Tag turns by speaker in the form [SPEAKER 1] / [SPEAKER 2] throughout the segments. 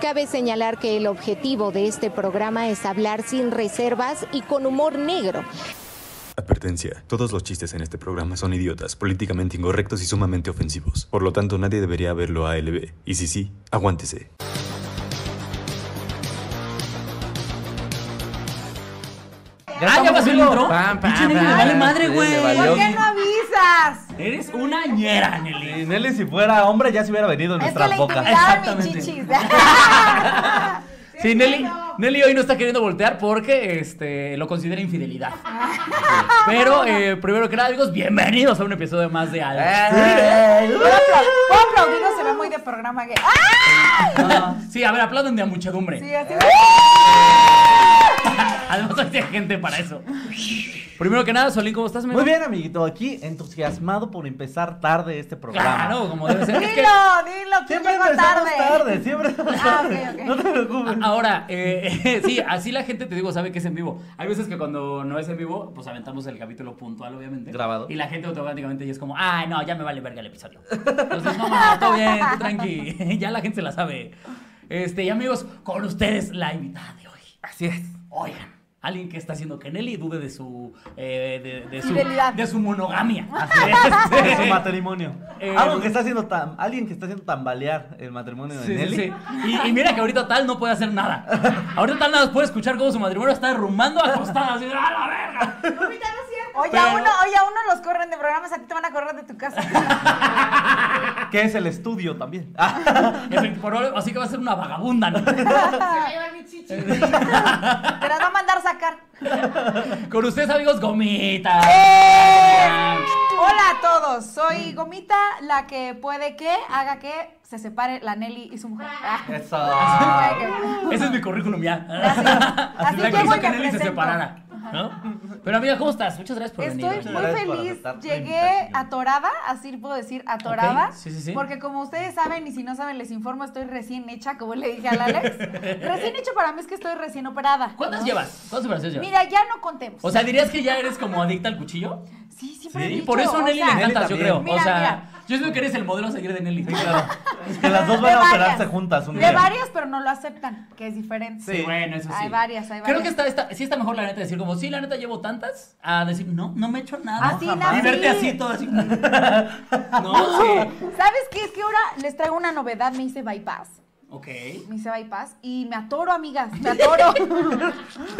[SPEAKER 1] Cabe señalar que el objetivo de este programa es hablar sin reservas y con humor negro.
[SPEAKER 2] Advertencia. Todos los chistes en este programa son idiotas, políticamente incorrectos y sumamente ofensivos. Por lo tanto, nadie debería verlo a LB. Y si sí, aguántese.
[SPEAKER 3] Ya
[SPEAKER 4] Ah, ya
[SPEAKER 3] estamos
[SPEAKER 4] pasó el
[SPEAKER 3] viendo.
[SPEAKER 4] intro.
[SPEAKER 3] Pam, pam,
[SPEAKER 4] Pinche Nelly,
[SPEAKER 3] pam,
[SPEAKER 4] le vale
[SPEAKER 3] pam.
[SPEAKER 4] madre,
[SPEAKER 3] Le
[SPEAKER 4] güey.
[SPEAKER 3] valió.
[SPEAKER 5] ¿Por qué no avisas?
[SPEAKER 4] Eres una ñera, Nelly.
[SPEAKER 3] Sí, Nelly, si fuera hombre, ya se hubiera venido en
[SPEAKER 5] Es que
[SPEAKER 3] nuestras
[SPEAKER 5] le
[SPEAKER 3] bocas.
[SPEAKER 5] intimidaban mis
[SPEAKER 4] Exactamente.
[SPEAKER 5] chichis.
[SPEAKER 4] Sí, Nelly,
[SPEAKER 5] entiendo.
[SPEAKER 4] Nelly hoy no está queriendo voltear porque este, lo considera infidelidad. Pero eh, primero que nada, amigos, bienvenidos a un episodio más de Algo.
[SPEAKER 3] Ay,
[SPEAKER 5] Puedo apla- puedo aplaudir, no se ve muy de programa gay. ¡Ah!
[SPEAKER 4] Sí, a ver, aplaudan de a muchedumbre.
[SPEAKER 5] Sí, así.
[SPEAKER 4] Además, hay gente para eso. Primero que nada, Solín, ¿cómo estás? amigo?
[SPEAKER 3] Muy bien, amiguito, aquí entusiasmado por empezar tarde este programa.
[SPEAKER 4] Claro, como debe ser. Es que-
[SPEAKER 5] Dilo, dilo, que
[SPEAKER 3] Siempre
[SPEAKER 5] llego
[SPEAKER 3] empezamos
[SPEAKER 5] tarde.
[SPEAKER 3] tarde. siempre. empezamos
[SPEAKER 5] Ah, ok,
[SPEAKER 3] tarde.
[SPEAKER 5] ok.
[SPEAKER 3] No te preocupes.
[SPEAKER 4] Ahora, eh, sí, así la gente te digo sabe que es en vivo. Hay veces que cuando no es en vivo, pues aventamos el capítulo puntual, obviamente.
[SPEAKER 3] Grabado.
[SPEAKER 4] Y la gente automáticamente ya es como, ay, no, ya me vale verga el episodio. Entonces, no, no, todo bien, tú tranqui. ya la gente se la sabe. Este, y amigos, con ustedes la invitada de hoy.
[SPEAKER 3] Así es.
[SPEAKER 4] Oigan. Alguien que está haciendo que Nelly dude de su. eh, de, de su
[SPEAKER 5] Fidelidad.
[SPEAKER 4] de su monogamia.
[SPEAKER 3] De
[SPEAKER 4] Este,
[SPEAKER 3] su matrimonio.
[SPEAKER 4] Eh,
[SPEAKER 3] Algo que está haciendo tam- alguien que está haciendo tambalear el matrimonio de
[SPEAKER 4] Sí,
[SPEAKER 3] Nelly.
[SPEAKER 4] sí, sí. Y, y mira que ahorita tal no puede hacer nada. Ahorita tal nada más puede escuchar cómo su matrimonio está derrumbando acostada. Así, ¡a la verga!
[SPEAKER 5] Oye, a uno, oye, a uno los corren de programas, a ti te van a correr de tu casa.
[SPEAKER 3] Que es el estudio también. Ah,
[SPEAKER 4] Efe- por- Así que va a ser una vagabunda. ¿no?
[SPEAKER 5] Te las va a mandar sacar.
[SPEAKER 4] Con ustedes, amigos, gomita.
[SPEAKER 5] Hola a todos, soy Gomita, la que puede que haga que se separe la Nelly y su mujer.
[SPEAKER 3] Eso.
[SPEAKER 5] Ah, puede que-
[SPEAKER 4] Ese es mi currículum ya.
[SPEAKER 5] Así
[SPEAKER 4] La que
[SPEAKER 5] llego
[SPEAKER 4] hizo
[SPEAKER 5] y
[SPEAKER 4] que
[SPEAKER 5] me
[SPEAKER 4] Nelly se
[SPEAKER 5] presento.
[SPEAKER 4] separara. ¿no? Pero amiga, ¿cómo estás? Muchas gracias por venir.
[SPEAKER 5] Estoy
[SPEAKER 3] Muchas
[SPEAKER 4] oye.
[SPEAKER 5] muy
[SPEAKER 3] gracias por
[SPEAKER 5] feliz.
[SPEAKER 3] aceptar la
[SPEAKER 5] Llegué
[SPEAKER 3] invitación.
[SPEAKER 5] atorada, así puedo decir atorada.
[SPEAKER 4] Ok, sí, sí, sí.
[SPEAKER 5] Porque como ustedes saben, y si no saben, les informo, estoy recién hecha, como le dije al Alex. recién hecho para mí es que estoy recién operada.
[SPEAKER 4] ¿Cuántas
[SPEAKER 5] ¿no?
[SPEAKER 4] llevas? ¿Cuántas operaciones llevas?
[SPEAKER 5] Mira, ya no contemos.
[SPEAKER 4] O sea, ¿dirías que ya eres como adicta al cuchillo?
[SPEAKER 5] sí, siempre he
[SPEAKER 4] Y
[SPEAKER 5] dicho,
[SPEAKER 4] por eso a
[SPEAKER 5] o
[SPEAKER 4] Nelly
[SPEAKER 5] sea,
[SPEAKER 4] le encantas, yo
[SPEAKER 3] Nelly
[SPEAKER 4] creo.
[SPEAKER 3] también.
[SPEAKER 4] o sea,
[SPEAKER 5] Mira, mira.
[SPEAKER 4] yo creo que eres el modelo a seguir de Nelly.
[SPEAKER 3] Sí, claro. Que las dos van a
[SPEAKER 5] De
[SPEAKER 3] operarse
[SPEAKER 5] varias.
[SPEAKER 3] juntas un
[SPEAKER 5] De
[SPEAKER 3] día.
[SPEAKER 5] varias, pero no lo aceptan, que es diferente.
[SPEAKER 3] Sí.
[SPEAKER 4] Bueno, eso sí.
[SPEAKER 5] Hay varias, hay
[SPEAKER 4] Creo que
[SPEAKER 5] varias.
[SPEAKER 4] está, está- sí está mejor la neta decir como, sí, la neta llevo tantas, a decir, no, no me he hecho nada.
[SPEAKER 5] Así
[SPEAKER 4] Jamás.
[SPEAKER 5] nací.
[SPEAKER 4] Y verte así, todo así. no, sí.
[SPEAKER 5] ¿Sabes qué? Es que ahora les traigo una novedad, me hice bypass.
[SPEAKER 4] Ok.
[SPEAKER 5] me hice bypass y me atoro, amigas, me atoro.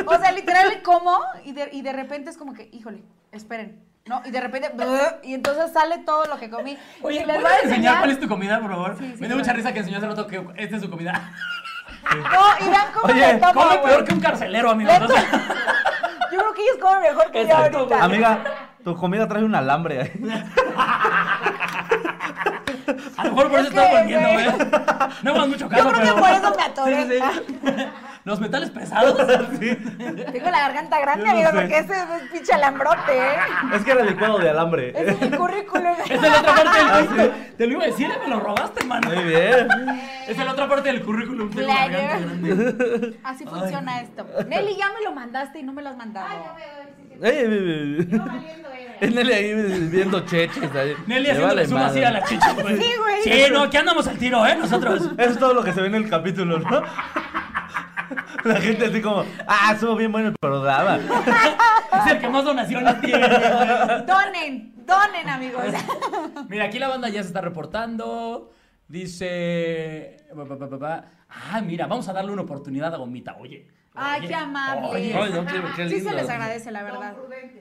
[SPEAKER 5] o sea, literal le como y de, y de repente es como que, híjole, esperen, ¿no? Y de repente, brr, y entonces sale todo lo que comí.
[SPEAKER 4] Oye,
[SPEAKER 5] y
[SPEAKER 4] ¿puedes enseñar, cuál es tu comida, por favor?
[SPEAKER 5] Sí, sí,
[SPEAKER 4] me dio
[SPEAKER 5] claro.
[SPEAKER 4] mucha risa que enseñó hace rato que esta es su comida.
[SPEAKER 5] No, y vean cómo
[SPEAKER 3] Oye,
[SPEAKER 5] le tomo,
[SPEAKER 4] Come
[SPEAKER 5] güey.
[SPEAKER 4] peor que un carcelero, amigo.
[SPEAKER 5] Le
[SPEAKER 4] ¿no?
[SPEAKER 5] to- Yo creo que ellos comen mejor que yo
[SPEAKER 4] Exacto,
[SPEAKER 5] ahorita.
[SPEAKER 3] Amiga, tu comida trae un alambre ahí.
[SPEAKER 4] a lo mejor por eso
[SPEAKER 5] Es
[SPEAKER 4] estás
[SPEAKER 5] que,
[SPEAKER 4] volviendo,
[SPEAKER 5] güey.
[SPEAKER 4] ¿eh? No hagas mucho caso,
[SPEAKER 5] Yo creo que
[SPEAKER 4] pero-
[SPEAKER 5] por eso me atoré.
[SPEAKER 4] Sí, sí, sí. Los metales pesados.
[SPEAKER 5] Tengo la garganta grande,
[SPEAKER 3] Yo no
[SPEAKER 5] amigo,
[SPEAKER 3] sé.
[SPEAKER 5] porque ese es un pinche alambrote, ¿eh?
[SPEAKER 3] Es que era licuado de alambre.
[SPEAKER 5] Ese es mi currículum.
[SPEAKER 4] Esa es la otra parte
[SPEAKER 5] Ah,
[SPEAKER 4] del currículum. Te lo iba a decir, eh, me lo robaste, mano.
[SPEAKER 3] Muy bien.
[SPEAKER 4] Esa es la otra parte del currículum. Tengo
[SPEAKER 5] Claro.
[SPEAKER 4] la garganta grande.
[SPEAKER 5] Así funciona esto. Nelly, ya me lo mandaste y no me lo has mandado.
[SPEAKER 3] Ey, ey, ey, ey. Es Nelly ahí viendo cheches. ahí.
[SPEAKER 4] Nelly
[SPEAKER 3] Le
[SPEAKER 4] haciendo
[SPEAKER 3] vale
[SPEAKER 4] el zoom así
[SPEAKER 3] madre.
[SPEAKER 4] a la chicha, güey.
[SPEAKER 5] Sí, güey.
[SPEAKER 4] Sí, no, aquí andamos al tiro, ¿eh? Nosotros.
[SPEAKER 3] Eso es todo lo que se ve en el capítulo, ¿no? La gente así como, ah, estuvo bien bueno el programa.
[SPEAKER 4] Es el que más donaciones tiene. güey.
[SPEAKER 5] Donen, donen, amigos.
[SPEAKER 4] Mira, aquí la banda ya se está reportando. Dice. pa, pa, pa, pa, pa. Ah, mira, vamos a darle una oportunidad a Gomita, oye.
[SPEAKER 5] Ay,
[SPEAKER 4] oye,
[SPEAKER 5] qué amable.
[SPEAKER 4] oye.
[SPEAKER 3] Ay, no, qué- qué
[SPEAKER 5] Sí
[SPEAKER 3] lindo.
[SPEAKER 5] se les agradece, la verdad.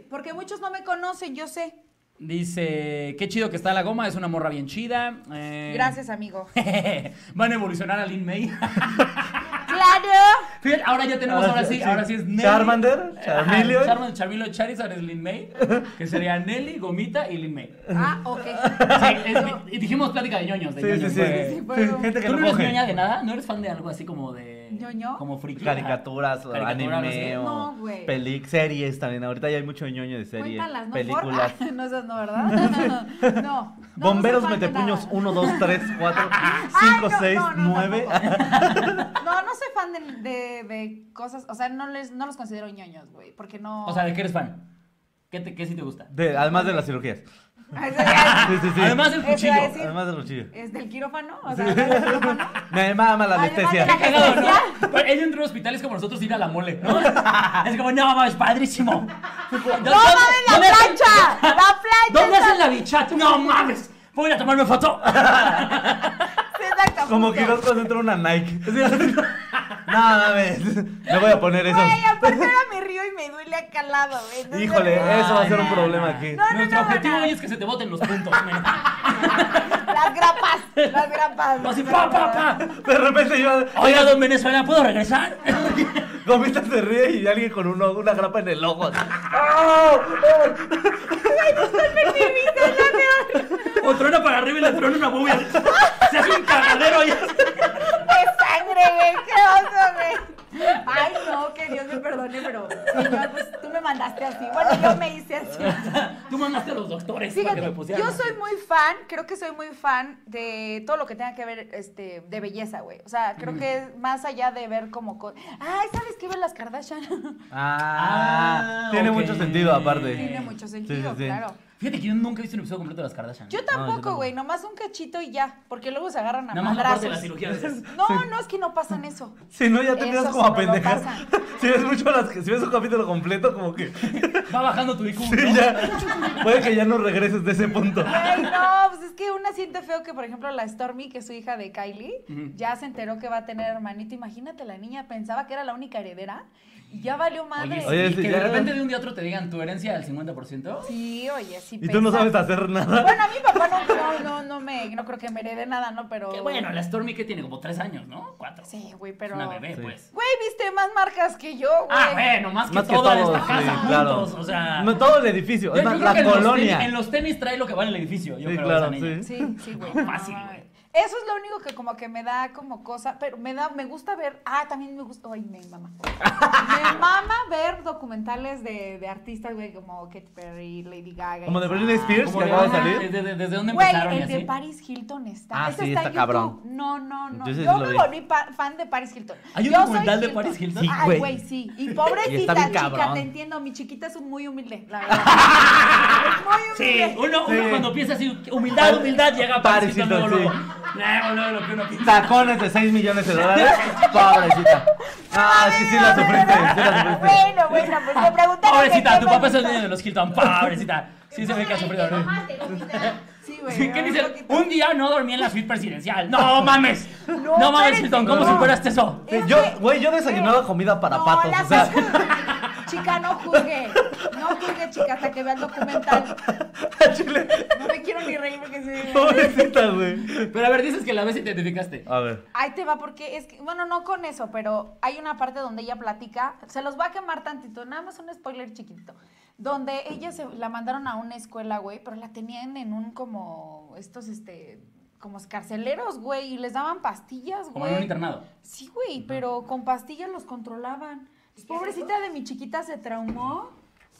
[SPEAKER 5] Porque muchos no me conocen, yo sé.
[SPEAKER 4] Dice, qué chido que está la goma, es una morra bien chida. eh.
[SPEAKER 5] Gracias, amigo.
[SPEAKER 4] Van a evolucionar a Lin May.
[SPEAKER 5] ¡Claro!
[SPEAKER 4] Fíjate, ahora ya tenemos, ahora sí, ahora Ah, sí es Nelly.
[SPEAKER 3] Charmander,
[SPEAKER 4] Ajá,
[SPEAKER 3] Charmeleon.
[SPEAKER 4] Charmander, Charmeleon, Charizard es Lin May, que sería Nelly, Gomita y Lin May.
[SPEAKER 5] Ah, ok.
[SPEAKER 4] Sí, es- y dijimos plática de ñoños, de
[SPEAKER 3] Sí, sí,
[SPEAKER 4] ñoños.
[SPEAKER 3] sí.
[SPEAKER 4] fue-
[SPEAKER 5] Sí, fue-
[SPEAKER 3] Gente que
[SPEAKER 4] ¿Tú
[SPEAKER 3] no
[SPEAKER 4] no eres
[SPEAKER 3] coge.
[SPEAKER 4] ñoña de nada? ¿No eres fan de algo así como de...
[SPEAKER 5] ¿Ñoño?
[SPEAKER 4] Como friki.
[SPEAKER 3] Caricaturas, o
[SPEAKER 4] Caricatura, Ah, no sé.
[SPEAKER 3] anime, o
[SPEAKER 5] No, güey.
[SPEAKER 3] peli- series también. Ahorita ya hay mucho ñoño de series,
[SPEAKER 5] Cuéntalas, ¿no?
[SPEAKER 3] películas.
[SPEAKER 5] Por- No, esas no, ¿verdad? No. no
[SPEAKER 3] Bomberos
[SPEAKER 5] no soy fan de
[SPEAKER 3] metepuños
[SPEAKER 5] nada.
[SPEAKER 3] 1, 2, 3, 4,
[SPEAKER 5] Ay,
[SPEAKER 3] 5,
[SPEAKER 5] no,
[SPEAKER 3] 6,
[SPEAKER 5] no, no,
[SPEAKER 3] 9.
[SPEAKER 5] tampoco. No, no soy fan de, de- de cosas, o sea, no les no los considero ñoños, güey, porque no
[SPEAKER 4] O sea, ¿de qué eres fan? ¿Qué, te, qué sí te gusta?
[SPEAKER 3] Además de las cirugías. Sí, sí, sí.
[SPEAKER 4] Además del
[SPEAKER 5] Eso iba a
[SPEAKER 4] cuchillo.
[SPEAKER 5] decir.
[SPEAKER 3] Además del cuchillo.
[SPEAKER 5] ¿Es del quirófano? O sea, ¿del quirófano?
[SPEAKER 3] Me mama la
[SPEAKER 5] Además de
[SPEAKER 3] anestesia.
[SPEAKER 5] la
[SPEAKER 4] Cagado, ¿no? Pues, Pero Ella entró a hospitales como nosotros ir a la mole, ¿no? Es como, no, mames, padrísimo. ¿Dónde-
[SPEAKER 5] ¡No mames, la
[SPEAKER 4] dónde hacen-
[SPEAKER 5] plancha! ¡La plancha!
[SPEAKER 4] ¿Dónde
[SPEAKER 5] está-
[SPEAKER 4] hacen la bichat? No mames, voy a ir a tomarme foto.
[SPEAKER 5] Sí, exacto,
[SPEAKER 3] Como
[SPEAKER 5] justo.
[SPEAKER 3] que dos concentra una Nike. No mames. Me voy a poner eso.
[SPEAKER 5] Güey, aparte ahora me río y me duele acá al lado, güey. Entonces,
[SPEAKER 3] Híjole, eso va a ser
[SPEAKER 4] Ay,
[SPEAKER 3] un
[SPEAKER 4] no,
[SPEAKER 3] problema
[SPEAKER 4] no.
[SPEAKER 3] aquí.
[SPEAKER 5] No, no,
[SPEAKER 4] Nuestro
[SPEAKER 5] no,
[SPEAKER 4] objetivo
[SPEAKER 5] no.
[SPEAKER 4] hoy es que se te boten los puntos. men.
[SPEAKER 5] Las grapas, las grapas.
[SPEAKER 4] Así, pa, pa, pa.
[SPEAKER 3] De repente yo.
[SPEAKER 4] Oiga, don Venezuela, ¿puedo regresar?
[SPEAKER 3] Gomita se ríe y alguien con uno, una grapa en el ojo.
[SPEAKER 5] Ah,
[SPEAKER 4] O trona para arriba y le trona una bubia. Se hace un cagadero ahí.
[SPEAKER 5] De sangre, güey. Qué oso, güey. Ay, no, que Dios me perdone, pero. Señor, pues tú me mandaste así. Bueno, yo me hice así.
[SPEAKER 4] Tú mandaste a los doctores para que
[SPEAKER 5] Fíjate,
[SPEAKER 4] me pusieran.
[SPEAKER 5] yo soy muy fan, creo que soy muy fan de todo lo que tenga que ver este, de belleza, güey. O sea, creo que es más allá de ver como. co- Ay, ¿sabes qué ven las Kardashian?
[SPEAKER 3] Ah,
[SPEAKER 4] Ah,
[SPEAKER 3] tiene
[SPEAKER 4] ok.
[SPEAKER 3] mucho sentido aparte.
[SPEAKER 5] Tiene mucho sentido,
[SPEAKER 3] sí, sí.
[SPEAKER 5] claro.
[SPEAKER 4] Fíjate que yo nunca he visto un episodio completo de las Kardashian.
[SPEAKER 5] Yo tampoco, güey, nomás un cachito y ya, porque luego se agarran a
[SPEAKER 4] Nada más la parte de la
[SPEAKER 5] madrazos.
[SPEAKER 4] cirugía. de esas.
[SPEAKER 5] No, no, es que no pasan eso.
[SPEAKER 3] Si no, ya te
[SPEAKER 5] Eso
[SPEAKER 3] miras
[SPEAKER 5] sí
[SPEAKER 3] como a
[SPEAKER 5] no lo
[SPEAKER 3] pendejas.
[SPEAKER 5] pasan.
[SPEAKER 3] Si ves mucho las que, si ves un capítulo completo, como que
[SPEAKER 4] Va bajando tu IQ,
[SPEAKER 3] sí,
[SPEAKER 4] ¿no?
[SPEAKER 3] ya, puede que ya no regreses de ese punto.
[SPEAKER 5] Güey, no, pues es que una siente feo que, por ejemplo, la Stormy, que es su hija de Kylie, ya se enteró que va a tener hermanito. Imagínate, la niña pensaba que era la única heredera y ya valió madre.
[SPEAKER 4] Oye,
[SPEAKER 3] Oye,
[SPEAKER 4] sí,
[SPEAKER 3] sí,
[SPEAKER 4] que
[SPEAKER 3] ya-
[SPEAKER 4] de repente de un día a otro te digan tu herencia del 50%.
[SPEAKER 5] Sí, oye, sí.
[SPEAKER 3] Y tú no
[SPEAKER 5] pesa.
[SPEAKER 3] sabes hacer nada.
[SPEAKER 5] Bueno, a mi papá no, no, no, no me, no creo que me herede nada, ¿no? Pero.
[SPEAKER 4] Que bueno, la Stormy que tiene como 3 años, ¿no? 4.
[SPEAKER 5] Sí, güey, pero. Eh,
[SPEAKER 4] Una bebé,
[SPEAKER 3] Sí.
[SPEAKER 4] pues.
[SPEAKER 5] Güey, viste más marcas que yo, güey.
[SPEAKER 4] Ah, bueno, más que,
[SPEAKER 3] Más que
[SPEAKER 4] toda
[SPEAKER 3] todos,
[SPEAKER 4] esta casa
[SPEAKER 3] sí,
[SPEAKER 4] juntos,
[SPEAKER 3] claro.
[SPEAKER 4] o sea.
[SPEAKER 3] No, todo el edificio,
[SPEAKER 4] Yo-
[SPEAKER 3] es
[SPEAKER 4] yo
[SPEAKER 3] más,
[SPEAKER 4] creo que
[SPEAKER 3] la
[SPEAKER 4] en los
[SPEAKER 3] colonia.
[SPEAKER 4] tenis- en los tenis trae lo que vale el edificio, yo
[SPEAKER 3] Sí,
[SPEAKER 4] creo.
[SPEAKER 3] claro,
[SPEAKER 4] esa niña.
[SPEAKER 3] sí.
[SPEAKER 5] Sí, sí, güey.
[SPEAKER 4] Fácil, güey.
[SPEAKER 5] Eso es lo único que como que me da como cosa, pero me da, me gusta ver, ah, también me gusta, ay, me mama. me mama ver documentales de, de artistas, güey, como Katy Perry, Lady Gaga.
[SPEAKER 3] Como de
[SPEAKER 5] y-
[SPEAKER 3] Britney Spears,
[SPEAKER 4] Como
[SPEAKER 3] que
[SPEAKER 4] de-
[SPEAKER 3] acaba de
[SPEAKER 4] ajá,
[SPEAKER 3] salir.
[SPEAKER 4] Desde, desde dónde
[SPEAKER 5] Güey,
[SPEAKER 4] empezaron y
[SPEAKER 5] el
[SPEAKER 4] así.
[SPEAKER 5] de Paris Hilton está.
[SPEAKER 3] Ah,
[SPEAKER 5] ese
[SPEAKER 3] sí,
[SPEAKER 5] está, en
[SPEAKER 3] está
[SPEAKER 5] YouTube.
[SPEAKER 3] cabrón.
[SPEAKER 5] No, no, no.
[SPEAKER 3] Yo sí
[SPEAKER 5] Yo
[SPEAKER 3] lo
[SPEAKER 5] me
[SPEAKER 3] vi.
[SPEAKER 5] volví pa- fan de Paris Hilton.
[SPEAKER 4] ¿Hay un
[SPEAKER 5] Yo soy
[SPEAKER 4] documental de Paris Hilton?
[SPEAKER 3] Sí,
[SPEAKER 5] Ay,
[SPEAKER 3] güey.
[SPEAKER 5] güey, sí. Y
[SPEAKER 3] Y está
[SPEAKER 5] pobrecita
[SPEAKER 3] bien
[SPEAKER 5] chica,
[SPEAKER 3] cabrón.
[SPEAKER 5] te entiendo. Mi chiquita es muy humilde, la verdad. Es muy
[SPEAKER 4] Sí,
[SPEAKER 5] humilde.
[SPEAKER 4] uno,
[SPEAKER 3] Sí.
[SPEAKER 4] uno cuando piensa así, humildad, humildad, llega
[SPEAKER 3] Paris
[SPEAKER 4] Parisito luego,
[SPEAKER 3] Hilton,
[SPEAKER 4] luego.
[SPEAKER 3] sí.
[SPEAKER 4] Luego, luego, lo que uno piensa.
[SPEAKER 3] Tacones de 6 millones de dólares. Pobrecita. Ah, sí, sí la sufriste, sí la sufriste.
[SPEAKER 5] Bueno, bueno, pues me preguntaron. de
[SPEAKER 4] Pobrecita,
[SPEAKER 5] qué
[SPEAKER 4] tu
[SPEAKER 5] me
[SPEAKER 4] papá es el
[SPEAKER 5] gustó.
[SPEAKER 4] dueño de los Hilton, pobrecita. Sí se ve que ha sufrido. ¿no?
[SPEAKER 5] Sí, güey.
[SPEAKER 4] ¿Qué
[SPEAKER 5] un
[SPEAKER 4] dice?
[SPEAKER 5] poquito.
[SPEAKER 4] Un día no dormí en la suite presidencial. ¡No mames!
[SPEAKER 5] No,
[SPEAKER 4] No, mames,
[SPEAKER 5] espérense,
[SPEAKER 4] Hilton, ¿cómo
[SPEAKER 5] no.
[SPEAKER 4] superaste eso?
[SPEAKER 5] Es
[SPEAKER 3] Yo,
[SPEAKER 5] que-
[SPEAKER 3] güey, yo desayunaba
[SPEAKER 5] pero-
[SPEAKER 3] comida para
[SPEAKER 5] no,
[SPEAKER 3] patos,
[SPEAKER 5] la
[SPEAKER 3] o sea.
[SPEAKER 5] juzgue. Chica, no juzgue. No juzgue, chica, hasta que vea el documental.
[SPEAKER 3] Chile.
[SPEAKER 5] No me quiero ni reír porque se
[SPEAKER 3] Pobrecita, güey.
[SPEAKER 4] Pero a ver, dices que la vez identificaste.
[SPEAKER 3] A ver.
[SPEAKER 5] Ahí te va porque es que, bueno, no con eso, pero hay una parte donde ella platica, se los va a quemar tantito, nada más un spoiler chiquitito, donde ella se la mandaron a una escuela, güey, pero la tenían en un como estos este como carceleros, güey, y les daban pastillas, güey.
[SPEAKER 4] Como en un internado.
[SPEAKER 5] Sí, güey, pero con pastillas los controlaban. Pobrecita de mi chiquita se traumó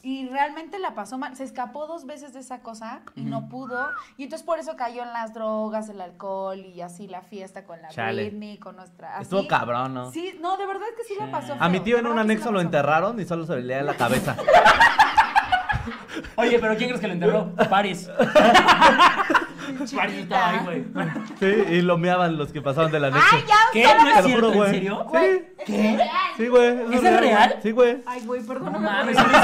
[SPEAKER 5] y realmente la pasó mal. Se escapó dos veces de esa cosa y no pudo. Y entonces por eso cayó en las drogas, el alcohol y así la fiesta con la
[SPEAKER 3] Chale.
[SPEAKER 5] Britney, con nuestra. así.
[SPEAKER 3] Estuvo cabrón, ¿no?
[SPEAKER 5] Sí, no, de verdad que sí la pasó.
[SPEAKER 3] A mi
[SPEAKER 5] feo,
[SPEAKER 3] tío
[SPEAKER 5] de
[SPEAKER 3] en un
[SPEAKER 5] verdad que sí
[SPEAKER 3] anexo
[SPEAKER 5] la
[SPEAKER 3] lo
[SPEAKER 5] pasó.
[SPEAKER 3] enterraron y solo se le leía la cabeza.
[SPEAKER 4] Oye, pero ¿quién crees que lo enterró? Paris. Paris estaba ahí, güey.
[SPEAKER 3] Sí, y lo meaban los que pasaban del anexo.
[SPEAKER 5] Ay, ya,
[SPEAKER 4] ¿Qué?
[SPEAKER 5] solo
[SPEAKER 4] ¿No
[SPEAKER 5] me-
[SPEAKER 4] es
[SPEAKER 3] Te lo
[SPEAKER 4] cierto?
[SPEAKER 3] juro, güey.
[SPEAKER 4] ¿En serio?
[SPEAKER 5] Güey,
[SPEAKER 3] Sí. Sí, güey.
[SPEAKER 4] ¿Eso es real?
[SPEAKER 3] Sí, güey.
[SPEAKER 5] Ay, güey, perdón.
[SPEAKER 4] No
[SPEAKER 5] No, me
[SPEAKER 4] mames.
[SPEAKER 5] acordé.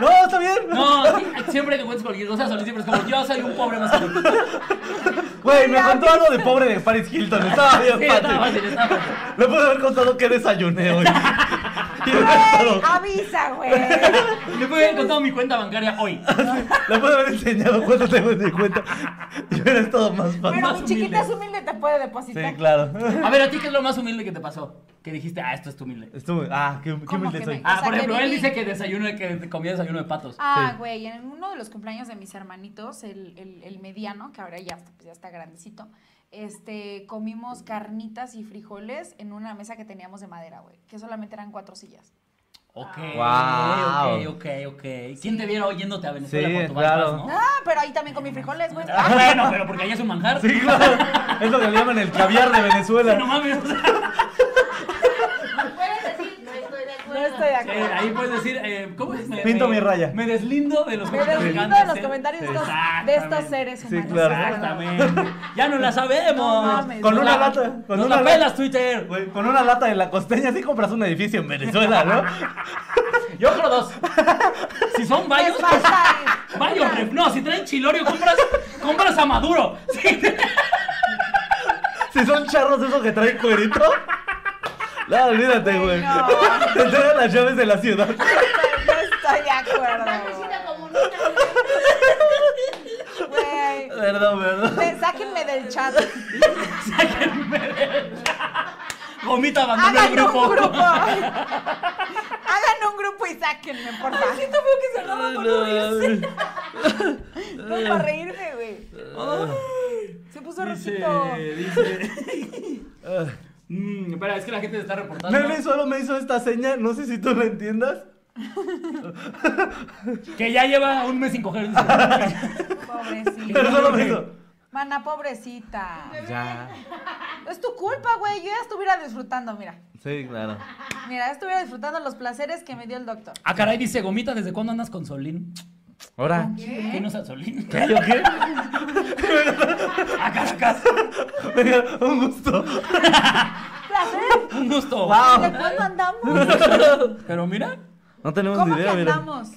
[SPEAKER 3] No, está bien.
[SPEAKER 4] No, sí, siempre que cuentes cualquier cosa, Solís siempre es como, yo soy un pobre más que tú.
[SPEAKER 3] Güey, me contó algo de pobre de Paris Hilton. Estaba bien
[SPEAKER 4] Sí, estaba fácil,
[SPEAKER 3] fácil.
[SPEAKER 4] estaba fácil.
[SPEAKER 3] Le pude haber contado que desayuné hoy. Y hubiera
[SPEAKER 5] Güey,
[SPEAKER 3] estado-
[SPEAKER 5] avisa, güey.
[SPEAKER 4] Le pude haber contado mi cuenta bancaria hoy.
[SPEAKER 3] Le pude haber enseñado cuánto tengo en mi cuenta. Y hubiera estado más fácil.
[SPEAKER 5] Pero
[SPEAKER 4] Más
[SPEAKER 5] mi chiquita
[SPEAKER 4] humilde.
[SPEAKER 5] es humilde, te puede depositar.
[SPEAKER 3] Sí, claro.
[SPEAKER 4] A ver, ¿a ti qué es lo más humilde que te pasó? Que dijiste, ah, esto es tu humilde.
[SPEAKER 3] Estuvo. Ah, qué, qué
[SPEAKER 5] ¿Cómo
[SPEAKER 3] humilde
[SPEAKER 5] que
[SPEAKER 3] soy.
[SPEAKER 5] me-
[SPEAKER 4] Ah,
[SPEAKER 5] O sea,
[SPEAKER 4] por
[SPEAKER 5] que
[SPEAKER 4] ejemplo, él
[SPEAKER 5] viví.
[SPEAKER 4] dice que desayuno, de- que comía desayuno de patos.
[SPEAKER 5] Ah,
[SPEAKER 3] Sí.
[SPEAKER 5] güey, en uno de los cumpleaños de mis hermanitos, el, el- el mediano, que ahora ya, está- pues ya está grandecito, este, comimos carnitas y frijoles en una mesa que teníamos de madera, güey, que solamente eran cuatro sillas.
[SPEAKER 4] Ok,
[SPEAKER 3] Wow.
[SPEAKER 4] ok, ok, ok. ¿Quién te viera oyéndote a Venezuela
[SPEAKER 3] Sí,
[SPEAKER 4] por tu
[SPEAKER 3] claro.
[SPEAKER 4] barba, no?
[SPEAKER 5] Ah, pero ahí también comí frijoles, güey.
[SPEAKER 4] Ah, bueno, pero porque allá es un manjar.
[SPEAKER 3] Sí, claro. Es lo que le llaman el caviar de
[SPEAKER 4] No
[SPEAKER 3] Venezuela.
[SPEAKER 4] mames.
[SPEAKER 5] No estoy de acuerdo.
[SPEAKER 4] eh, ahí puedes decir, eh, ¿cómo es? Me-
[SPEAKER 3] Pinto
[SPEAKER 4] me-
[SPEAKER 3] mi raya.
[SPEAKER 4] Me deslindo de los
[SPEAKER 5] Me
[SPEAKER 4] comentarios.
[SPEAKER 5] deslindo
[SPEAKER 4] que
[SPEAKER 5] de
[SPEAKER 4] antes,
[SPEAKER 5] los
[SPEAKER 4] ¿eh?
[SPEAKER 5] comentarios de estos, de
[SPEAKER 4] Exactamente.
[SPEAKER 5] estos seres
[SPEAKER 3] Sí,
[SPEAKER 5] humanos.
[SPEAKER 3] claro.
[SPEAKER 4] Exactamente. Ya no la sabemos.
[SPEAKER 5] No mames.
[SPEAKER 3] Con
[SPEAKER 4] Nos
[SPEAKER 3] una
[SPEAKER 4] la-
[SPEAKER 3] lata, con
[SPEAKER 4] nos
[SPEAKER 3] una
[SPEAKER 4] la
[SPEAKER 3] lata.
[SPEAKER 4] pelas, Twitter.
[SPEAKER 3] Güey, con una lata de la costeña sí compras un edificio en Venezuela, ¿no?
[SPEAKER 4] Yo creo dos. Si son
[SPEAKER 5] Les
[SPEAKER 4] varios, pues,
[SPEAKER 5] pasa, eh.
[SPEAKER 4] varios ref- No, si traen chilorio, compras, compras a Maduro. Sí.
[SPEAKER 3] Si son charros esos que traen cuerito. No, olvídate, güey.
[SPEAKER 5] Güey, no.
[SPEAKER 3] Te entregan las llaves de la ciudad.
[SPEAKER 5] No estoy de acuerdo.
[SPEAKER 6] Una cosita comunista.
[SPEAKER 5] Güey.
[SPEAKER 3] Perdón, perdón.
[SPEAKER 5] Te- Sáquenme del chat.
[SPEAKER 4] Sáquenme de- Gomita abandona el
[SPEAKER 5] Hagan
[SPEAKER 4] grupo.
[SPEAKER 5] un grupo. Hagan un grupo y sáquenme, por favor. Siento feo que se agarra No, para reírme, güey. Se puso
[SPEAKER 4] Dice,
[SPEAKER 5] rojito.
[SPEAKER 4] dice. Mm, espera, es que la gente te está reportando.
[SPEAKER 3] Nene solo me hizo esta seña, no sé si tú la entiendas.
[SPEAKER 4] Que ya lleva un mes sin coger. dice.
[SPEAKER 3] Pero
[SPEAKER 5] Pobrecita.
[SPEAKER 3] solo me hizo.
[SPEAKER 5] Mana, pobrecita.
[SPEAKER 3] Ya.
[SPEAKER 5] Es tu culpa, güey. Yo ya estuviera disfrutando, mira.
[SPEAKER 3] Sí, claro.
[SPEAKER 5] Mira, ya estuviera disfrutando los placeres que me dio el doctor.
[SPEAKER 4] Ah, caray, dice Gomita, ¿desde cuándo andas con Solín?
[SPEAKER 3] Ahora.
[SPEAKER 4] ¿Qué Ah, no es al Solín?
[SPEAKER 3] ¿Qué? ¿Yo qué?
[SPEAKER 4] A Caracas.
[SPEAKER 3] Venga, un gusto.
[SPEAKER 5] ¿Placer?
[SPEAKER 4] Un gusto.
[SPEAKER 5] ¿De
[SPEAKER 3] Wow.
[SPEAKER 5] cuándo andamos?
[SPEAKER 4] Pero mira.
[SPEAKER 3] No tenemos
[SPEAKER 5] ¿Cómo
[SPEAKER 3] idea,
[SPEAKER 5] que
[SPEAKER 3] mira.
[SPEAKER 5] andamos?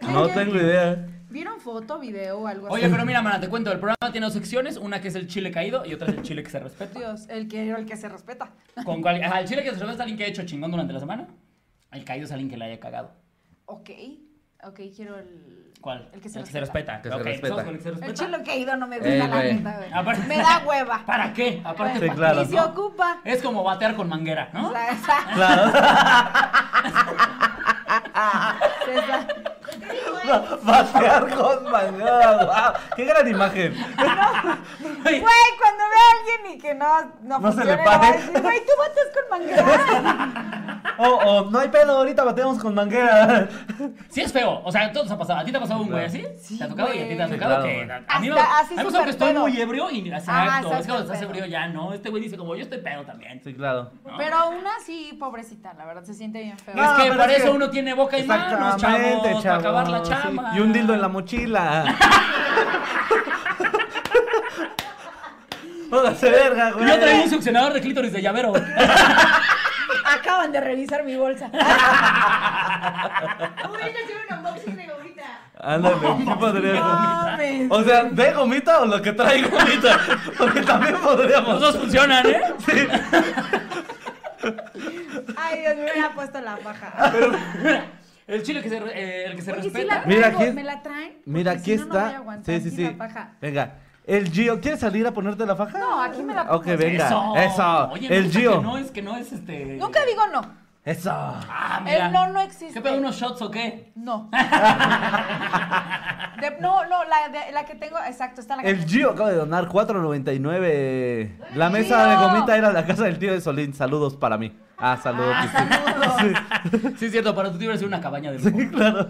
[SPEAKER 3] No
[SPEAKER 5] Oye,
[SPEAKER 3] tengo idea.
[SPEAKER 5] ¿Vieron foto, video o algo
[SPEAKER 4] Oye,
[SPEAKER 5] así?
[SPEAKER 4] pero mira, mana, te cuento, el programa tiene dos secciones, una que es el chile caído y otra es el chile que se respeta.
[SPEAKER 5] Dios, el que, el que se respeta.
[SPEAKER 4] Con cual- ajá, el chile que se respeta es alguien que ha hecho chingón durante la semana. El caído es alguien que le haya cagado.
[SPEAKER 5] Ok, ok, quiero el...
[SPEAKER 4] ¿Cuál?
[SPEAKER 5] El que se respeta.
[SPEAKER 4] respeta.
[SPEAKER 3] Que se
[SPEAKER 4] Ok, empezamos
[SPEAKER 3] respeta.
[SPEAKER 4] con el que se
[SPEAKER 5] El
[SPEAKER 4] respeta.
[SPEAKER 5] chilo que he ido no me
[SPEAKER 3] Eh,
[SPEAKER 5] gusta la
[SPEAKER 3] güey.
[SPEAKER 5] neta, Pues, güey.
[SPEAKER 4] Aparte-
[SPEAKER 5] Me da hueva.
[SPEAKER 4] ¿Para qué? Aparte,
[SPEAKER 3] Sí,
[SPEAKER 4] ¿para
[SPEAKER 3] claro.
[SPEAKER 5] Y
[SPEAKER 4] qué,
[SPEAKER 5] se
[SPEAKER 4] no?
[SPEAKER 5] ocupa.
[SPEAKER 4] Es como batear con manguera, ¿no?
[SPEAKER 5] O sea, esa- esa-
[SPEAKER 3] Batear con manguera. Wow. Qué gran imagen.
[SPEAKER 5] Güey, cuando ve a alguien y que no, no,
[SPEAKER 3] No se
[SPEAKER 5] funciona,
[SPEAKER 3] le pare.
[SPEAKER 5] va a decir, Güey, tú bates con manguera.
[SPEAKER 3] Oh, oh, no hay pedo, ahorita bateamos con manguera.
[SPEAKER 4] Sí es feo, o sea, todo nos ha pasado. ¿A ti te ha pasado un güey así? ¿Te ha tocado y a ti te ha
[SPEAKER 3] güey.
[SPEAKER 4] tocado?
[SPEAKER 3] Sí,
[SPEAKER 4] que-
[SPEAKER 3] claro,
[SPEAKER 4] a mí me
[SPEAKER 5] Hasta
[SPEAKER 4] a
[SPEAKER 5] así
[SPEAKER 4] mí me ha pasado
[SPEAKER 5] súper
[SPEAKER 4] que estoy
[SPEAKER 5] pedo.
[SPEAKER 4] muy ebrio y
[SPEAKER 5] Ajá,
[SPEAKER 4] exacto, es que
[SPEAKER 5] exacto,
[SPEAKER 4] cuando estás
[SPEAKER 5] pedo.
[SPEAKER 4] ebrio ya no. Este güey dice como yo estoy pedo también.
[SPEAKER 3] Sí, claro.
[SPEAKER 5] Pero aún así, pobrecita, la verdad, se siente bien feo.
[SPEAKER 3] No,
[SPEAKER 4] es que
[SPEAKER 3] pero
[SPEAKER 4] para
[SPEAKER 3] es
[SPEAKER 4] eso
[SPEAKER 3] que-
[SPEAKER 4] uno tiene boca y manos, chavos,
[SPEAKER 3] Exactamente,
[SPEAKER 4] para
[SPEAKER 3] chavo.
[SPEAKER 4] acabar la
[SPEAKER 3] sí.
[SPEAKER 4] chamba.
[SPEAKER 3] Y un dildo en la mochila. Póngase verga, güey.
[SPEAKER 4] Yo traigo un succionador de clítoris de llavero.
[SPEAKER 5] Acaban de revisar mi bolsa.
[SPEAKER 6] Ahorita hacer un unboxing de gomita.
[SPEAKER 3] Ándale, sí podría
[SPEAKER 5] Mames.
[SPEAKER 3] O sea, ¿de gomita o lo que trae gomita? Porque también
[SPEAKER 4] Los
[SPEAKER 3] podríamos.
[SPEAKER 4] dos funcionan, ¿eh?
[SPEAKER 5] Ay, Dios, me hubiera puesto la paja.
[SPEAKER 4] El chile que se, re- eh, el que se
[SPEAKER 5] Porque si
[SPEAKER 4] respeta.
[SPEAKER 5] la
[SPEAKER 3] Mira,
[SPEAKER 5] traigo,
[SPEAKER 3] aquí-
[SPEAKER 5] me la traen.
[SPEAKER 3] Mira,
[SPEAKER 5] porque
[SPEAKER 3] aquí
[SPEAKER 5] si no, no voy a
[SPEAKER 3] está.
[SPEAKER 5] aguantar
[SPEAKER 3] sí, sí,
[SPEAKER 5] ni
[SPEAKER 3] sí.
[SPEAKER 5] la paja.
[SPEAKER 3] Venga. El Gio, ¿quieres salir a ponerte la faja?
[SPEAKER 5] No, aquí me la
[SPEAKER 3] Ok,
[SPEAKER 5] pongo.
[SPEAKER 3] venga. Eso.
[SPEAKER 4] Oye,
[SPEAKER 3] el
[SPEAKER 4] neta
[SPEAKER 3] Gio.
[SPEAKER 4] Que no es que no es este.
[SPEAKER 5] Nunca digo no.
[SPEAKER 3] Eso.
[SPEAKER 4] Ah, mira.
[SPEAKER 5] El no no existe.
[SPEAKER 4] ¿Qué pedo, unos shots o qué?
[SPEAKER 5] No. De- no, no, la, de- la que tengo, exacto, está la que
[SPEAKER 3] El
[SPEAKER 5] tengo.
[SPEAKER 3] Gio acaba de donar 4.99. La mesa de
[SPEAKER 5] Gio.
[SPEAKER 3] gomita era la casa del tío de Solín. Saludos para mí. Ah, saludos.
[SPEAKER 5] Ah,
[SPEAKER 3] sí, sí.
[SPEAKER 5] saludos.
[SPEAKER 4] Sí, es cierto, para tu tío es una cabaña de lujo.
[SPEAKER 3] Claro.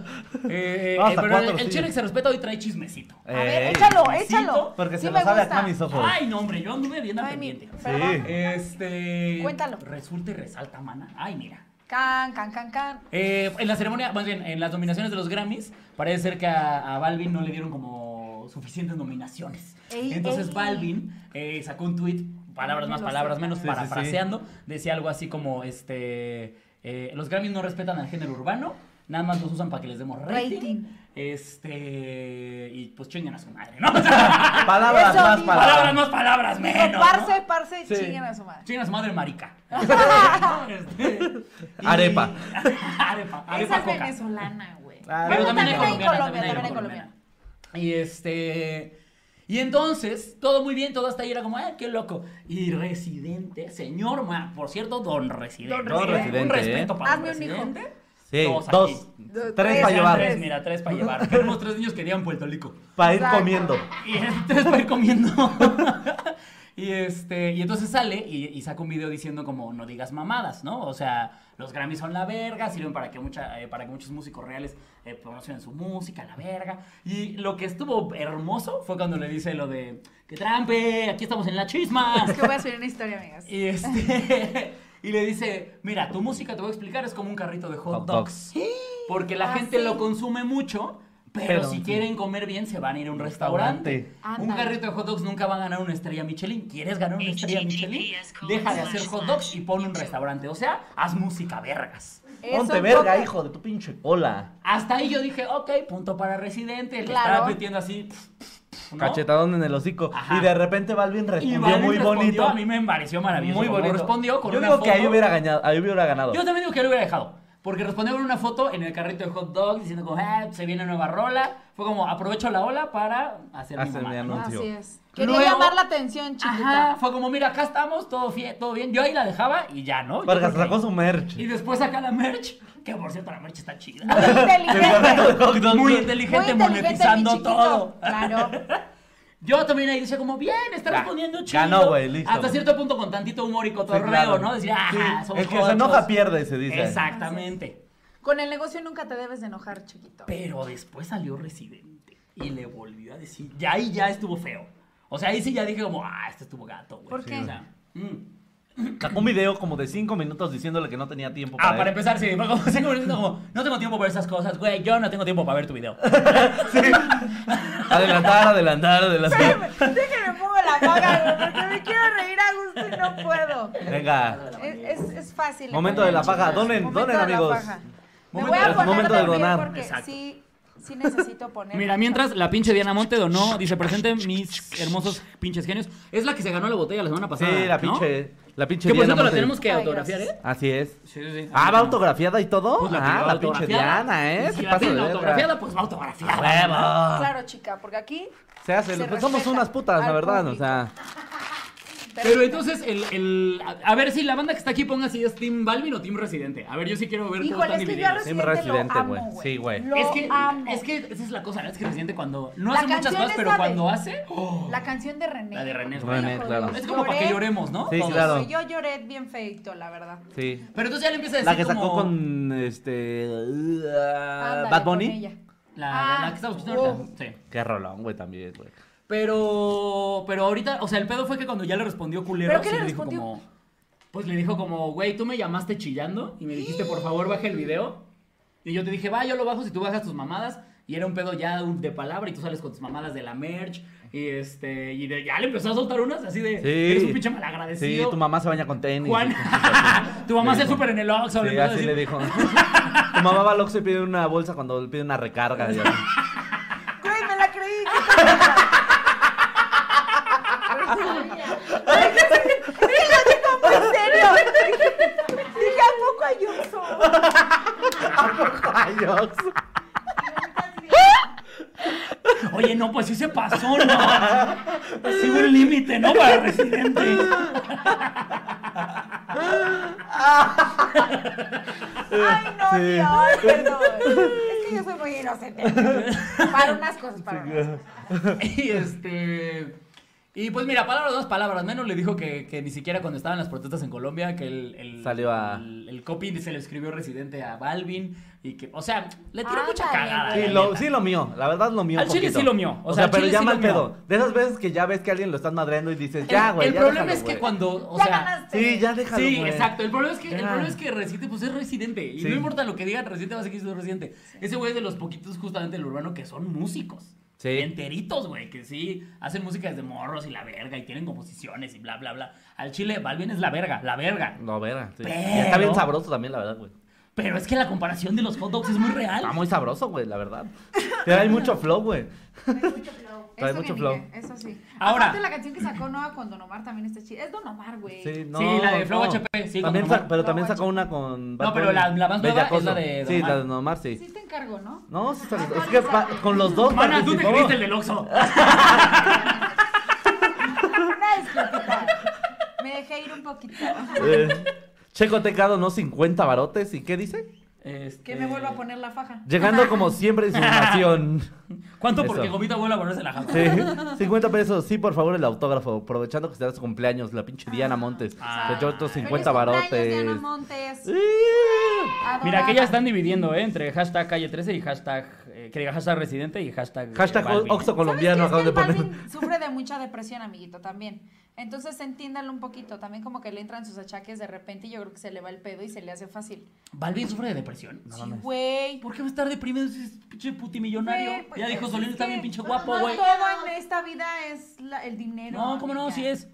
[SPEAKER 4] Eh, eh,
[SPEAKER 3] Hasta
[SPEAKER 4] pero
[SPEAKER 3] cuatro,
[SPEAKER 4] el, el
[SPEAKER 3] sí.
[SPEAKER 4] chile que se respeta hoy trae chismecito.
[SPEAKER 5] A ver,
[SPEAKER 3] Ey,
[SPEAKER 5] échalo, eh.
[SPEAKER 4] besito,
[SPEAKER 5] échalo.
[SPEAKER 3] Porque
[SPEAKER 5] Sí
[SPEAKER 3] se
[SPEAKER 5] me
[SPEAKER 3] lo sabe
[SPEAKER 5] gusta.
[SPEAKER 3] acá mis ojos.
[SPEAKER 4] Ay, no, hombre, yo anduve bien al
[SPEAKER 5] Ay, mi-
[SPEAKER 4] pendiente.
[SPEAKER 5] perdón.
[SPEAKER 4] Este.
[SPEAKER 5] Cuéntalo.
[SPEAKER 4] Resulta y resalta, mana. Ay, mira.
[SPEAKER 5] Can, can, can, can.
[SPEAKER 4] Eh, en la ceremonia, más bien, en las nominaciones de los Grammys, parece ser que a, a Balvin no le dieron como suficientes nominaciones.
[SPEAKER 5] Ey,
[SPEAKER 4] Entonces
[SPEAKER 5] ey.
[SPEAKER 4] Balvin eh, sacó un tuit, palabras más,
[SPEAKER 5] Lo
[SPEAKER 4] palabras
[SPEAKER 5] sé.
[SPEAKER 4] menos,
[SPEAKER 3] Sí, sí, sí.
[SPEAKER 4] parafraseando, decía algo así como, este, eh, los Grammys no respetan al género urbano, nada más los usan para que les demos rating.
[SPEAKER 5] Rating.
[SPEAKER 4] Este, y pues chingan a su madre, ¿no?
[SPEAKER 3] Palabras
[SPEAKER 5] Eso
[SPEAKER 3] más,
[SPEAKER 4] palabras
[SPEAKER 5] digo.
[SPEAKER 3] palabras.
[SPEAKER 4] más, palabras menos.
[SPEAKER 5] Dijo,
[SPEAKER 4] ¿no?
[SPEAKER 5] Eh, parce, parce,
[SPEAKER 3] Sí.
[SPEAKER 5] chinguen a su madre.
[SPEAKER 4] Chingan a su madre marica. Este,
[SPEAKER 3] Arepa.
[SPEAKER 4] arepa, arepa
[SPEAKER 5] Esa es
[SPEAKER 4] coca.
[SPEAKER 5] venezolana, güey.
[SPEAKER 3] Ah,
[SPEAKER 5] Bueno,
[SPEAKER 4] Pero también, hay
[SPEAKER 5] también
[SPEAKER 4] colombiana,
[SPEAKER 5] Colombia,
[SPEAKER 4] también hay colombiana.
[SPEAKER 5] colombiana.
[SPEAKER 4] Y este. Y entonces, todo muy bien, todo hasta ahí era como, ¡ay, qué loco! Y Residente, señor, ma- por cierto, don Residente.
[SPEAKER 5] Don Don Residente. ¿eh?
[SPEAKER 4] Un respeto
[SPEAKER 3] Residente,
[SPEAKER 4] para don
[SPEAKER 5] Hazme un hijo.
[SPEAKER 4] Residente.
[SPEAKER 3] Sí,
[SPEAKER 4] Dos aquí.
[SPEAKER 3] dos.
[SPEAKER 5] Dos,
[SPEAKER 3] Tres
[SPEAKER 5] tres,
[SPEAKER 3] para llevar.
[SPEAKER 4] Tres, mira, tres para llevar. Tenemos tres niños que irían Puerto Rico.
[SPEAKER 3] Para ir
[SPEAKER 5] Exacto.
[SPEAKER 3] comiendo.
[SPEAKER 4] Y es- tres para ir comiendo. Y este, y entonces sale y, y saca un video diciendo como no digas mamadas, ¿no? O sea, los Grammys son la verga, sirven para que mucha, eh, para que muchos músicos reales eh, promocionen su música, la verga. Y lo que estuvo hermoso fue cuando le dice lo de que trampe, aquí estamos en la chisma.
[SPEAKER 5] Es que voy a subir una historia, amigas.
[SPEAKER 4] Y este. y le dice, mira, tu música te voy a explicar, es como un carrito de hot
[SPEAKER 3] Hot
[SPEAKER 4] dogs. Porque la
[SPEAKER 5] Ah,
[SPEAKER 4] gente
[SPEAKER 5] sí.
[SPEAKER 4] lo consume mucho, pero,
[SPEAKER 3] Pero,
[SPEAKER 4] si
[SPEAKER 3] sí.
[SPEAKER 4] quieren comer bien se van a ir a un
[SPEAKER 3] Restaurante.
[SPEAKER 4] restaurante. Un
[SPEAKER 5] Ándale.
[SPEAKER 4] carrito de hot dogs nunca va a ganar una estrella Michelin. ¿Quieres ganar una estrella Michelin? Deja de hacer hot dogs y pon un restaurante. O sea, haz música vergas.
[SPEAKER 5] Eso
[SPEAKER 3] Ponte
[SPEAKER 5] en
[SPEAKER 3] verga,
[SPEAKER 5] poca-
[SPEAKER 3] hijo de tu pinche cola.
[SPEAKER 4] Hasta ahí yo dije, ok, punto para residente. Le
[SPEAKER 5] Claro.
[SPEAKER 4] estaba metiendo así. pf, pf, ¿no?
[SPEAKER 3] Cachetadón en el hocico.
[SPEAKER 4] Ajá.
[SPEAKER 3] Y de repente Balvin
[SPEAKER 4] Y
[SPEAKER 3] respondió
[SPEAKER 4] Balvin
[SPEAKER 3] muy
[SPEAKER 4] respondió,
[SPEAKER 3] bonito.
[SPEAKER 4] A mí me pareció maravilloso.
[SPEAKER 3] Muy
[SPEAKER 4] como
[SPEAKER 3] bonito.
[SPEAKER 4] Respondió con
[SPEAKER 3] Yo
[SPEAKER 4] una
[SPEAKER 3] digo que ahí
[SPEAKER 4] foto.
[SPEAKER 3] hubiera ganado. Ahí hubiera ganado.
[SPEAKER 4] Yo también digo que lo hubiera dejado. Porque respondió con una foto en el carrito de hot dog diciendo como, "Ah, se viene nueva rola. Fue como, aprovecho la ola para hacer mi
[SPEAKER 3] Hacer mi
[SPEAKER 4] mamada, ¿no?
[SPEAKER 3] anuncio.
[SPEAKER 5] Así es. Quería
[SPEAKER 4] Luego-
[SPEAKER 5] llamar la atención, chiquita.
[SPEAKER 4] Ajá, fue como, mira, acá estamos, todo, fie- todo bien. Yo ahí la dejaba y ya, ¿no? Yo
[SPEAKER 3] Vargas
[SPEAKER 4] creo que-
[SPEAKER 3] sacó su merch.
[SPEAKER 4] Y después saca la merch, que por cierto la merch está chida.
[SPEAKER 5] Muy inteligente.
[SPEAKER 4] Muy
[SPEAKER 5] Muy
[SPEAKER 4] inteligente,
[SPEAKER 5] inteligente, mi
[SPEAKER 4] monetizando
[SPEAKER 5] chiquito.
[SPEAKER 4] todo.
[SPEAKER 5] Claro.
[SPEAKER 4] Yo también ahí decía como, bien, está
[SPEAKER 3] Ya,
[SPEAKER 4] respondiendo chido.
[SPEAKER 3] ganó, güey, listo.
[SPEAKER 4] Hasta cierto punto con tantito humor y
[SPEAKER 3] Sí,
[SPEAKER 4] cotorreo,
[SPEAKER 3] claro.
[SPEAKER 4] ¿no? Decía,
[SPEAKER 3] Sí,
[SPEAKER 4] ajá, somos
[SPEAKER 3] El que se
[SPEAKER 4] jotos".
[SPEAKER 3] enoja pierde, se dice.
[SPEAKER 4] Exactamente.
[SPEAKER 5] Con el negocio nunca te debes de enojar, chiquito.
[SPEAKER 4] Pero después salió Residente y le volvió a decir, ya ahí ya estuvo feo. O sea, ahí sí ya dije como, ah, este estuvo gato, güey.
[SPEAKER 5] ¿Por
[SPEAKER 4] Sí,
[SPEAKER 5] qué?
[SPEAKER 4] o sea, mm.
[SPEAKER 3] Sacó un video como de 5 minutos diciéndole que no tenía tiempo para,
[SPEAKER 4] Ah, para
[SPEAKER 3] él.
[SPEAKER 4] empezar, sí, fue como, sí, como diciendo como, no tengo tiempo para esas cosas, güey, yo no tengo tiempo para ver tu video.
[SPEAKER 3] Adelantar, adelantar, adelantar.
[SPEAKER 5] Déjenme pongo la paga, güey, porque me quiero reír a gusto y no puedo.
[SPEAKER 3] Venga.
[SPEAKER 5] Es, es- es fácil.
[SPEAKER 3] Momento de la paja. Donen,
[SPEAKER 5] Momento
[SPEAKER 3] donen,
[SPEAKER 5] de la
[SPEAKER 3] amigos.
[SPEAKER 5] paja. Me
[SPEAKER 4] Momento-
[SPEAKER 5] voy
[SPEAKER 4] es
[SPEAKER 5] a poner
[SPEAKER 3] momento de
[SPEAKER 5] de pie
[SPEAKER 3] donar.
[SPEAKER 5] porque
[SPEAKER 4] Exacto.
[SPEAKER 5] sí, sí necesito poner.
[SPEAKER 4] Mira, mientras la pinche Diana Monte donó, dice, presente mis hermosos pinches genios. Es la que se ganó la botella la semana pasada.
[SPEAKER 3] Sí, la
[SPEAKER 4] Ah, ¿no?
[SPEAKER 3] pinche. La pinche
[SPEAKER 4] Que por
[SPEAKER 3] Diana
[SPEAKER 4] cierto la
[SPEAKER 3] Montes.
[SPEAKER 4] tenemos que
[SPEAKER 5] Ay,
[SPEAKER 4] autografiar,
[SPEAKER 5] gracias.
[SPEAKER 4] ¿eh?
[SPEAKER 3] Así es.
[SPEAKER 4] Sí, sí, sí.
[SPEAKER 3] Ah, ¿va autografiada y todo?
[SPEAKER 4] Pues
[SPEAKER 3] ah,
[SPEAKER 4] tengo
[SPEAKER 3] la pinche
[SPEAKER 4] autografiada.
[SPEAKER 3] Diana, ¿eh?
[SPEAKER 4] Y si
[SPEAKER 3] Se
[SPEAKER 4] la
[SPEAKER 3] pasa de
[SPEAKER 4] tienen
[SPEAKER 3] verga.
[SPEAKER 4] autografiada, pues va autografiada.
[SPEAKER 3] ¡Huevo!
[SPEAKER 5] Claro, chica, porque aquí.
[SPEAKER 3] Se hace,
[SPEAKER 5] Se
[SPEAKER 3] pues somos
[SPEAKER 5] respeta
[SPEAKER 3] unas putas, la
[SPEAKER 5] al
[SPEAKER 3] verdad, o
[SPEAKER 5] público.
[SPEAKER 3] sea.
[SPEAKER 4] Pero entonces, el, el- a- a ver si la banda que está aquí ponga si es Team Balvin o Team Residente. A ver, yo sí quiero ver cómo
[SPEAKER 5] Híjole,
[SPEAKER 4] están
[SPEAKER 5] es que yo a
[SPEAKER 4] divididos.
[SPEAKER 5] Residente,
[SPEAKER 3] Residente,
[SPEAKER 5] lo
[SPEAKER 3] güey.
[SPEAKER 5] amo,
[SPEAKER 3] Sí, güey.
[SPEAKER 5] Lo
[SPEAKER 4] Es que,
[SPEAKER 5] amo.
[SPEAKER 4] es que esa es la cosa, ¿no? es que Residente cuando no
[SPEAKER 5] La
[SPEAKER 4] hace muchas
[SPEAKER 5] canción
[SPEAKER 4] cosas,
[SPEAKER 5] es
[SPEAKER 4] pero
[SPEAKER 5] la de-
[SPEAKER 4] cuando hace, ¡oh!
[SPEAKER 5] La canción de René.
[SPEAKER 4] La de René,
[SPEAKER 5] Hijo de
[SPEAKER 3] René,
[SPEAKER 5] Dios,
[SPEAKER 3] claro.
[SPEAKER 4] es como para que
[SPEAKER 5] lloré.
[SPEAKER 4] lloremos, ¿no?
[SPEAKER 3] Sí,
[SPEAKER 4] Todos.
[SPEAKER 3] claro.
[SPEAKER 5] Yo lloré bien feito, la verdad.
[SPEAKER 3] Sí.
[SPEAKER 4] Pero entonces ya le empieza a decir
[SPEAKER 3] La que sacó
[SPEAKER 4] como-
[SPEAKER 3] con este. uh,
[SPEAKER 5] Ándale,
[SPEAKER 3] Bad
[SPEAKER 5] con
[SPEAKER 3] Bunny.
[SPEAKER 5] ella.
[SPEAKER 4] La, la
[SPEAKER 5] Ah,
[SPEAKER 4] que estamos escuchando ahorita.
[SPEAKER 5] oh.
[SPEAKER 4] Sí.
[SPEAKER 3] Qué rolón, güey, también, güey.
[SPEAKER 4] Pero, pero ahorita, o sea, el pedo fue que cuando ya le respondió culero,
[SPEAKER 5] ¿Pero qué
[SPEAKER 4] sí
[SPEAKER 5] le
[SPEAKER 4] dijo
[SPEAKER 5] respondió?
[SPEAKER 4] como, pues le dijo como, güey, tú me llamaste chillando y me dijiste, por favor, baja el video. Y yo te dije, va, yo lo bajo si tú bajas tus mamadas. Y era un pedo ya un- de palabra y tú sales con tus mamadas de la merch. Y este, y de- ya le empezó a soltar unas así de,
[SPEAKER 3] Sí.
[SPEAKER 4] eres un pinche
[SPEAKER 3] Sí,
[SPEAKER 4] malagradecido.
[SPEAKER 3] tu mamá se baña con tenis.
[SPEAKER 4] Juan, tu mamá
[SPEAKER 3] Sí,
[SPEAKER 4] se
[SPEAKER 3] dijo.
[SPEAKER 4] súper en el Oxxo. le
[SPEAKER 3] Sí,
[SPEAKER 4] empezó a
[SPEAKER 3] así
[SPEAKER 4] decir,
[SPEAKER 3] le dijo. tu mamá va al Oxxo y pide una bolsa cuando le pide una recarga. y así.
[SPEAKER 5] Güey, me la creí. Sí, lo digo muy en serio. Dije, ¿a poco hay Oxxo?
[SPEAKER 3] Ay, Oxxo.
[SPEAKER 4] Oye, no, pues sí se pasó, ¿no? Sí hubo un límite, ¿no? Para residente.
[SPEAKER 5] Ay, no,
[SPEAKER 3] Sí.
[SPEAKER 5] Dios, perdón. Es que yo soy muy inocente. Para unas cosas, para unas cosas.
[SPEAKER 4] Y este. Y pues mira, palabras dos, palabras menos. Le dijo que, que ni siquiera cuando estaban las protestas en Colombia, que el. el-
[SPEAKER 3] Salió a-
[SPEAKER 4] El, el copy se lo escribió residente a Balvin. Y que. O sea, le tiró
[SPEAKER 5] Ah,
[SPEAKER 4] mucha
[SPEAKER 5] también,
[SPEAKER 4] cagada.
[SPEAKER 3] Sí
[SPEAKER 4] la
[SPEAKER 3] lo,
[SPEAKER 4] neta.
[SPEAKER 3] sí lo mío, la verdad lo mío.
[SPEAKER 4] Al chile sí lo mío, o
[SPEAKER 3] O, sea,
[SPEAKER 4] sea, al
[SPEAKER 3] pero
[SPEAKER 4] chile
[SPEAKER 3] ya
[SPEAKER 4] sí
[SPEAKER 3] mal
[SPEAKER 4] lo
[SPEAKER 3] pedo.
[SPEAKER 4] mío.
[SPEAKER 3] De esas veces que ya ves que alguien lo están madreando y dices,
[SPEAKER 4] El-
[SPEAKER 3] ya, güey.
[SPEAKER 4] El
[SPEAKER 3] ya
[SPEAKER 4] problema
[SPEAKER 3] déjalo,
[SPEAKER 4] es que
[SPEAKER 3] güey".
[SPEAKER 4] cuando. O
[SPEAKER 5] Ya
[SPEAKER 4] sea,
[SPEAKER 5] ganaste.
[SPEAKER 3] Sí, ya déjalo.
[SPEAKER 4] Sí,
[SPEAKER 3] güey.
[SPEAKER 4] exacto. El problema es que, el
[SPEAKER 3] Ya.
[SPEAKER 4] problema es que Residente, pues es residente. Y
[SPEAKER 3] Sí.
[SPEAKER 4] no importa lo que digan residente, va a seguir siendo residente. Ese güey es de los poquitos, justamente del urbano, que son músicos.
[SPEAKER 3] Sí.
[SPEAKER 4] Enteritos, güey, que sí hacen música desde morros y la verga, y tienen composiciones y bla, bla, bla. Al chile, Balvin es la verga, la verga.
[SPEAKER 3] No, verga. sí.
[SPEAKER 4] Pero-
[SPEAKER 3] Está bien sabroso también, la verdad, güey.
[SPEAKER 4] Pero es que la comparación de los hot dogs es muy real.
[SPEAKER 3] Está muy sabroso, güey, la verdad. Sí, hay mucho flow, güey. Trae
[SPEAKER 5] Eso
[SPEAKER 3] mucho
[SPEAKER 5] que ni
[SPEAKER 3] flow.
[SPEAKER 5] qué, Eso sí.
[SPEAKER 4] Ahora.
[SPEAKER 5] Aparte, la canción que sacó Nova con Don Omar también está chida. Es Don Omar, güey.
[SPEAKER 3] Sí, no.
[SPEAKER 4] Sí, la de Flow
[SPEAKER 3] no.
[SPEAKER 4] HP, sí,
[SPEAKER 3] También
[SPEAKER 4] con
[SPEAKER 3] sa-
[SPEAKER 4] Omar.
[SPEAKER 3] pero también
[SPEAKER 5] Flow
[SPEAKER 3] sacó una con. Bad
[SPEAKER 4] No, pero
[SPEAKER 3] Bunny.
[SPEAKER 4] la- la más nueva
[SPEAKER 3] Bellacoso.
[SPEAKER 4] es la de Don
[SPEAKER 3] Sí, la
[SPEAKER 4] Omar.
[SPEAKER 3] de Don Omar, sí.
[SPEAKER 5] Sí te encargo, ¿no?
[SPEAKER 3] No, sí, sacó- es que pa- con los dos.
[SPEAKER 4] Mana, tú te
[SPEAKER 3] participó.
[SPEAKER 4] creíste el del Oxxo.
[SPEAKER 5] Una disculpita. Me dejé ir un poquito.
[SPEAKER 3] Eh, Checo Tecado, ¿no? 50 barotes. ¿Y qué dice?
[SPEAKER 4] Este,
[SPEAKER 5] Que me vuelva a poner la faja.
[SPEAKER 3] Llegando como siempre en su nación.
[SPEAKER 4] ¿Cuánto
[SPEAKER 3] Eso.
[SPEAKER 4] porque Gomita vuelve a ponerse la jamba?
[SPEAKER 3] Sí, 50 pesos, sí, por favor, el autógrafo. Aprovechando que será su cumpleaños, la pinche Diana Montes.
[SPEAKER 4] Ah.
[SPEAKER 3] Se echó otros
[SPEAKER 5] Feliz
[SPEAKER 3] 50
[SPEAKER 5] cumpleaños,
[SPEAKER 3] barotes.
[SPEAKER 5] Diana Montes.
[SPEAKER 3] Sí,
[SPEAKER 5] Adorada.
[SPEAKER 4] Mira, que ya están dividiendo, ¿eh? Entre hashtag calle 13 y hashtag. eh, que diga hashtag residente y hashtag. eh,
[SPEAKER 3] Hashtag
[SPEAKER 4] Balvin.
[SPEAKER 3] Oxo
[SPEAKER 5] ¿Sabes qué? Este
[SPEAKER 3] colombiano
[SPEAKER 5] Es que
[SPEAKER 3] acaban de
[SPEAKER 5] el
[SPEAKER 3] poner.
[SPEAKER 5] Balvin sufre de mucha depresión, amiguito, también. Entonces entiéndalo un poquito. También como que le entran sus achaques de repente y yo creo que se le va el pedo y se le hace fácil.
[SPEAKER 4] ¿Balvin sufre de depresión?
[SPEAKER 5] sí, güey.
[SPEAKER 4] ¿Por qué va a estar deprimido si es pinche putimillonario?
[SPEAKER 5] Güey, pues,
[SPEAKER 4] ya dijo
[SPEAKER 5] es
[SPEAKER 4] Solín, está
[SPEAKER 5] que
[SPEAKER 4] bien pinche
[SPEAKER 5] no,
[SPEAKER 4] guapo,
[SPEAKER 5] no
[SPEAKER 4] güey.
[SPEAKER 5] todo en esta vida es la- el dinero.
[SPEAKER 4] No, cómo no,
[SPEAKER 5] amiga.
[SPEAKER 4] sí es.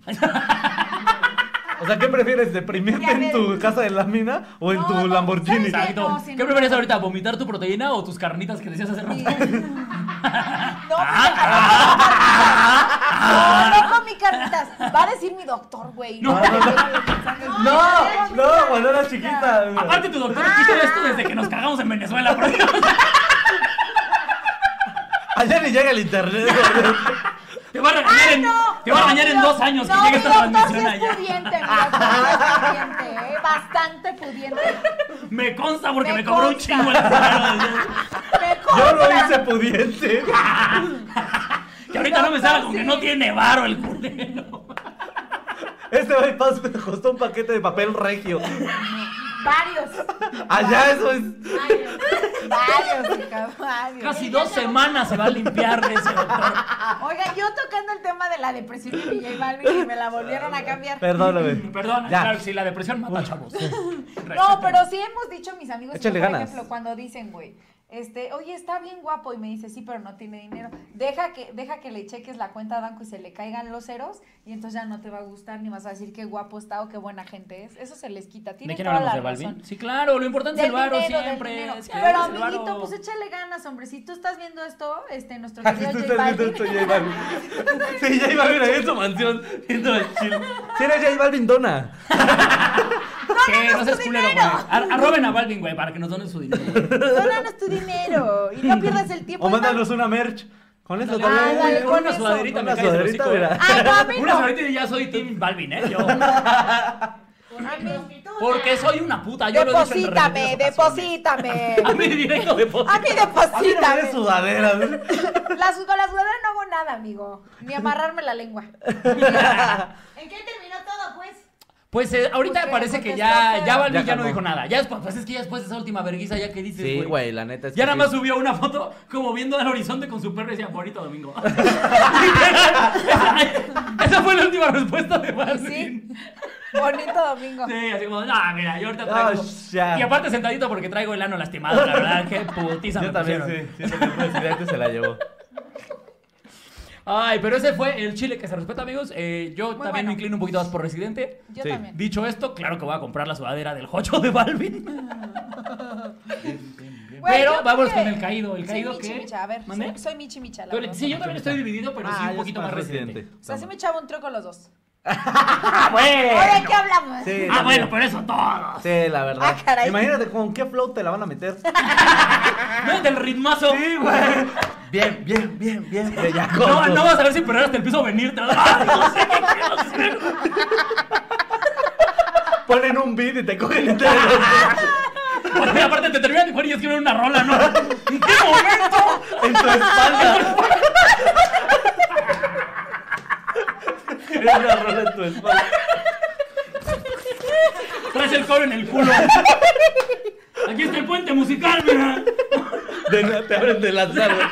[SPEAKER 3] O sea, ¿qué prefieres? ¿Deprimirte
[SPEAKER 5] Ya
[SPEAKER 3] en
[SPEAKER 5] ves.
[SPEAKER 3] tu casa de la mina o en
[SPEAKER 5] No,
[SPEAKER 3] tu
[SPEAKER 5] no,
[SPEAKER 3] Lamborghini?
[SPEAKER 5] ¿sabes qué?
[SPEAKER 4] Exacto.
[SPEAKER 5] no, sí,
[SPEAKER 4] ¿Qué
[SPEAKER 5] no.
[SPEAKER 4] prefieres ahorita? ¿Vomitar tu proteína o tus carnitas que decías hace rato?
[SPEAKER 5] Sí. No, no, no con mi carnitas. Va a decir mi doctor, güey.
[SPEAKER 4] No,
[SPEAKER 3] no, no. No,
[SPEAKER 5] no,
[SPEAKER 3] no, cuando era chiquita. mira.
[SPEAKER 4] Aparte, tu doctor quitó
[SPEAKER 5] Ah.
[SPEAKER 4] esto desde que nos cagamos en Venezuela, por Dios.
[SPEAKER 3] Allá ni llega el internet.
[SPEAKER 4] Te van a
[SPEAKER 5] Ah,
[SPEAKER 4] regañar en, te van a regañar en dos años que llegue esta transmisión
[SPEAKER 5] allá.
[SPEAKER 4] allá.
[SPEAKER 5] Es pudiente, mi doctor sí es pudiente, eh, bastante pudiente.
[SPEAKER 4] Me consta porque me,
[SPEAKER 5] Me
[SPEAKER 4] cobró un
[SPEAKER 5] consta.
[SPEAKER 4] chingo el salario.
[SPEAKER 5] Me
[SPEAKER 3] Yo lo
[SPEAKER 5] consta.
[SPEAKER 3] hice pudiente.
[SPEAKER 4] Que ahorita no me salga con que
[SPEAKER 5] sí.
[SPEAKER 4] no tiene varo el culero.
[SPEAKER 3] Este bypass me costó un paquete de papel regio.
[SPEAKER 5] Varios.
[SPEAKER 3] Allá eso es.
[SPEAKER 5] Varios, hija, varios.
[SPEAKER 4] Casi dos semanas se va a limpiar de ese doctor.
[SPEAKER 5] Oiga, yo tocando el tema de la depresión de Miguel Balvin y me la volvieron a cambiar.
[SPEAKER 3] Perdóname.
[SPEAKER 4] Perdón,
[SPEAKER 3] Ya.
[SPEAKER 4] claro que sí, la depresión mata chavos.
[SPEAKER 5] No, pero sí hemos dicho mis amigos,
[SPEAKER 3] Échale
[SPEAKER 5] por
[SPEAKER 3] ganas.
[SPEAKER 5] ejemplo, cuando dicen, güey, este, oye, está bien guapo y me dice, sí, pero no tiene dinero. Deja que, deja que le cheques la cuenta de banco y se le caigan los ceros y entonces ya no te va a gustar ni vas a decir qué guapo está o qué buena gente es. Eso se les quita. Tiene
[SPEAKER 4] ¿De quién
[SPEAKER 5] toda
[SPEAKER 4] hablamos?
[SPEAKER 5] la
[SPEAKER 4] ¿De Balvin?
[SPEAKER 5] razón.
[SPEAKER 4] Sí, claro, lo importante es el
[SPEAKER 5] Del
[SPEAKER 4] varo
[SPEAKER 5] dinero, del
[SPEAKER 4] siempre.
[SPEAKER 5] dinero.
[SPEAKER 4] siempre
[SPEAKER 5] Pero
[SPEAKER 4] es el varo.
[SPEAKER 5] amiguito, pues échale ganas, hombre. Si tú estás viendo esto, este, nuestro
[SPEAKER 3] Así
[SPEAKER 5] querido
[SPEAKER 3] tú
[SPEAKER 5] J
[SPEAKER 3] estás viendo
[SPEAKER 5] Balvin.
[SPEAKER 3] esto, J Balvin. Sí, J Balvin ahí en su mansión, viendo el chill. Si eres J Balvin, dona.
[SPEAKER 4] Sí, no seas culero, güey. Ar- Arroben a Balvin, güey, para que nos donen su dinero.
[SPEAKER 5] Dónanos tu dinero y pues, no pierdas el tiempo.
[SPEAKER 3] O
[SPEAKER 5] Está-
[SPEAKER 3] mándanos una merch. Con eso
[SPEAKER 4] Ándale,
[SPEAKER 3] también.
[SPEAKER 5] dale,
[SPEAKER 4] una
[SPEAKER 5] con eso.
[SPEAKER 4] sudaderita, me
[SPEAKER 3] Una
[SPEAKER 4] caes el
[SPEAKER 3] sudaderita,
[SPEAKER 4] hocico,
[SPEAKER 3] mira.
[SPEAKER 4] güey.
[SPEAKER 5] Ay, papi,
[SPEAKER 4] Una
[SPEAKER 5] no.
[SPEAKER 4] sudaderita y ya soy Team Balvin, ¿eh? Yo.
[SPEAKER 7] Porque prostituta.
[SPEAKER 4] Porque soy una puta. Yo lo he dicho en
[SPEAKER 5] Deposítame,
[SPEAKER 4] repetidas ocasiones.
[SPEAKER 5] deposítame.
[SPEAKER 4] A mí directo
[SPEAKER 5] A
[SPEAKER 4] deposita.
[SPEAKER 5] mí
[SPEAKER 3] A mí no me des
[SPEAKER 5] deposítame.
[SPEAKER 3] sudaderas.
[SPEAKER 5] Las, con las sudaderas no hago nada, amigo. Ni amarrarme la lengua.
[SPEAKER 7] ¿En qué terminó todo, pues?
[SPEAKER 4] Pues eh, ahorita
[SPEAKER 5] Pues que
[SPEAKER 4] parece que ya,
[SPEAKER 5] contestaste.
[SPEAKER 4] ya Balvin
[SPEAKER 3] Ya
[SPEAKER 4] ya, no
[SPEAKER 3] acabó.
[SPEAKER 4] dijo nada. Ya después, pues es que ya después de esa última vergüenza, ya que dices,
[SPEAKER 3] Sí, güey, la neta es
[SPEAKER 4] Ya
[SPEAKER 3] que
[SPEAKER 4] nada más
[SPEAKER 3] sí.
[SPEAKER 4] subió una foto como viendo al horizonte con su perro y decía, bonito domingo. esa, esa fue la última respuesta de Balvin.
[SPEAKER 5] Sí. Bonito domingo.
[SPEAKER 4] Sí, así como, no, mira, yo ahorita
[SPEAKER 3] Ah,
[SPEAKER 4] traigo.
[SPEAKER 3] ya.
[SPEAKER 4] y aparte sentadito porque traigo el ano lastimado, la verdad, qué putiza
[SPEAKER 3] Yo
[SPEAKER 4] me
[SPEAKER 3] también,
[SPEAKER 4] pusieron.
[SPEAKER 3] sí. Siento que el presidente se la llevó.
[SPEAKER 4] Ay, pero ese fue el chile que se respeta, amigos. Eh, yo también
[SPEAKER 5] bueno.
[SPEAKER 4] me inclino un poquito más por residente.
[SPEAKER 5] Yo
[SPEAKER 3] Sí.
[SPEAKER 5] también.
[SPEAKER 4] Dicho esto, claro que voy a comprar la sudadera del Jocho de Balvin.
[SPEAKER 5] Güey,
[SPEAKER 4] Pero
[SPEAKER 5] yo creo
[SPEAKER 4] vámonos
[SPEAKER 5] que
[SPEAKER 4] con el caído, el caído
[SPEAKER 5] soy
[SPEAKER 4] que-
[SPEAKER 5] Michi Micha, a ver,
[SPEAKER 4] ¿Mande?
[SPEAKER 5] soy, soy Michi Micha, la
[SPEAKER 4] Yo le-
[SPEAKER 5] verdad.
[SPEAKER 4] sí, yo también estoy dividido, pero sí
[SPEAKER 3] Ah,
[SPEAKER 4] un
[SPEAKER 3] ya
[SPEAKER 4] poquito
[SPEAKER 3] es
[SPEAKER 4] más
[SPEAKER 3] más
[SPEAKER 4] residente.
[SPEAKER 3] residente.
[SPEAKER 5] O sea, sí me echaba un truco los dos.
[SPEAKER 4] ¡Ah,
[SPEAKER 5] Ahora, ¿de
[SPEAKER 4] bueno!
[SPEAKER 5] qué hablamos?
[SPEAKER 3] Sí,
[SPEAKER 4] Ah,
[SPEAKER 3] también.
[SPEAKER 4] bueno, pero eso todo.
[SPEAKER 3] Sí, la verdad.
[SPEAKER 5] Ah, caray.
[SPEAKER 3] Imagínate con qué flow te la van a meter.
[SPEAKER 4] Vete el ritmazo.
[SPEAKER 3] Sí, güey. Bien, bien, bien, bien. De Jacobo.
[SPEAKER 4] No, no vas a ver si perder hasta el piso venir. te vas a-
[SPEAKER 3] Ponen un beat y te cogen el dedo.
[SPEAKER 4] Porque aparte te terminan de jugar y escriben una rola, ¿no? ¿En qué momento?
[SPEAKER 3] en tu espalda. Era una rola en tu espalda.
[SPEAKER 4] Traes el coro en el culo. Aquí está el puente musical, mira.
[SPEAKER 3] De- te abren de lanzar, güey.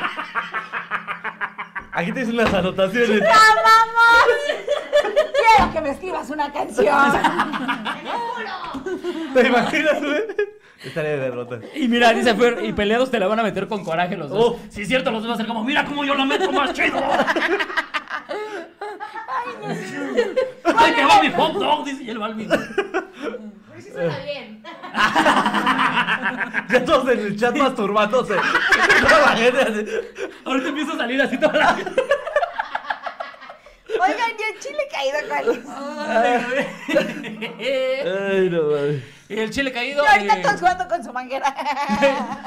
[SPEAKER 3] Aquí te dicen las anotaciones.
[SPEAKER 5] ¡Ah, vamos! Quiero que me escribas una canción.
[SPEAKER 3] ¿Te imaginas, güey? Estaría de derrota.
[SPEAKER 4] Y mira, dice Fer, y peleados te la van a meter con coraje los dos.
[SPEAKER 3] Oh.
[SPEAKER 4] Sí, es cierto, los dos van a ser como, mira cómo yo la meto más chido. Ahí te va mi hot dog, dice el Balvin.
[SPEAKER 7] Pero sí suena bien.
[SPEAKER 3] Ya todos en el chat masturbándose. Toda la gente así.
[SPEAKER 4] Ahorita empieza a salir así toda la...
[SPEAKER 5] Oigan, ¿y el chile caído cuál es?
[SPEAKER 3] Ay, no, mames.
[SPEAKER 4] Y el chile caído.
[SPEAKER 5] Yo ahorita
[SPEAKER 4] eh,
[SPEAKER 5] todos jugando con su manguera.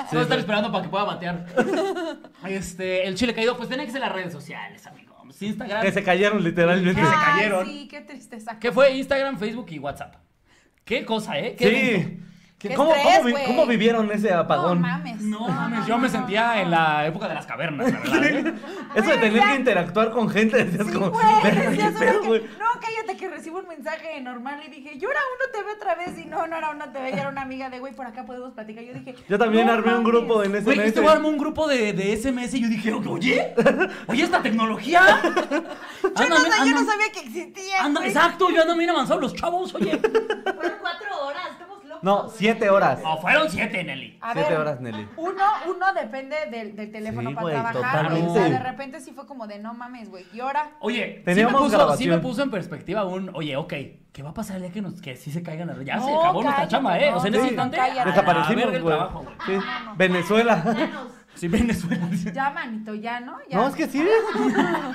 [SPEAKER 4] Se va a estar esperando para que pueda batear. Este, el chile caído, pues tiene que ser las redes sociales, amigo. Pues, Instagram.
[SPEAKER 3] Que se cayeron literalmente.
[SPEAKER 4] Que
[SPEAKER 5] Ah,
[SPEAKER 4] se cayeron.
[SPEAKER 5] Ay, sí, qué tristeza.
[SPEAKER 4] ¿Qué fue Instagram, Facebook y WhatsApp? ¿Qué cosa, eh? ¿Qué
[SPEAKER 3] Sí.
[SPEAKER 4] evento?
[SPEAKER 3] ¿Qué-
[SPEAKER 5] Qué
[SPEAKER 3] ¿Cómo,
[SPEAKER 5] estrés,
[SPEAKER 3] cómo vi-
[SPEAKER 5] güey.
[SPEAKER 3] cómo vivieron ese
[SPEAKER 5] No
[SPEAKER 3] apagón?
[SPEAKER 5] mames.
[SPEAKER 4] No, mames, yo me
[SPEAKER 5] no,
[SPEAKER 4] sentía
[SPEAKER 5] no.
[SPEAKER 4] en la época de las cavernas, la verdad. ¿eh?
[SPEAKER 3] Eso de
[SPEAKER 5] Güey,
[SPEAKER 3] tener
[SPEAKER 5] ya.
[SPEAKER 3] que interactuar con gente, decías
[SPEAKER 5] Sí,
[SPEAKER 3] como,
[SPEAKER 5] güey,
[SPEAKER 3] "Verga,
[SPEAKER 5] decías,
[SPEAKER 3] qué
[SPEAKER 5] "Ahora
[SPEAKER 3] pedo,
[SPEAKER 5] que-
[SPEAKER 3] güey".
[SPEAKER 5] No, cállate que recibo un mensaje normal y dije, yo era uno TV otra vez y no, no era uno TV, ya era una amiga de güey, por acá podemos platicar. Yo dije,
[SPEAKER 3] Yo también
[SPEAKER 5] "No
[SPEAKER 3] armé un
[SPEAKER 5] mames".
[SPEAKER 3] grupo en
[SPEAKER 4] Güey,
[SPEAKER 3] ese
[SPEAKER 4] este güey armó un grupo de, de SMS y yo dije, oye, oye, esta tecnología.
[SPEAKER 5] Yo, no,
[SPEAKER 4] Andan-
[SPEAKER 5] sa- yo no
[SPEAKER 4] andan-
[SPEAKER 5] sabía que existía.
[SPEAKER 4] andan-
[SPEAKER 5] güey.
[SPEAKER 4] exacto, yo ando bien avanzado, los chavos, oye.
[SPEAKER 7] Fueron cuatro horas, estamos locos.
[SPEAKER 3] No,
[SPEAKER 7] güey.
[SPEAKER 3] siete horas.
[SPEAKER 4] No, fueron siete, Nelly.
[SPEAKER 5] A
[SPEAKER 3] Siete
[SPEAKER 5] ver,
[SPEAKER 3] horas, Nelly.
[SPEAKER 5] Uno, uno depende del, del teléfono
[SPEAKER 3] Sí,
[SPEAKER 5] para
[SPEAKER 3] güey,
[SPEAKER 5] trabajar. güey. O sea,
[SPEAKER 3] totalmente.
[SPEAKER 5] de repente sí fue como de no mames, güey. Y ahora,
[SPEAKER 4] Oye, sí me,
[SPEAKER 3] Teníamos
[SPEAKER 4] puso, sí me
[SPEAKER 3] grabación.
[SPEAKER 4] puso en perspectiva un, oye, ok, ¿qué va a pasar el día que, nos, que sí se caigan las redes? Ya se
[SPEAKER 5] No,
[SPEAKER 4] acabó nuestra
[SPEAKER 5] cállate,
[SPEAKER 4] chama, ¿eh? O sea, en
[SPEAKER 5] no,
[SPEAKER 4] ese
[SPEAKER 5] sí,
[SPEAKER 4] instante,
[SPEAKER 5] cállate.
[SPEAKER 4] a la verga
[SPEAKER 3] Desaparecimos,
[SPEAKER 4] el
[SPEAKER 3] güey.
[SPEAKER 4] trabajo, güey.
[SPEAKER 3] Sí. Venezuela.
[SPEAKER 7] Danos.
[SPEAKER 4] Sí, Venezuela.
[SPEAKER 5] ya manito, ya, ¿no? Ya.
[SPEAKER 3] No, es que sí.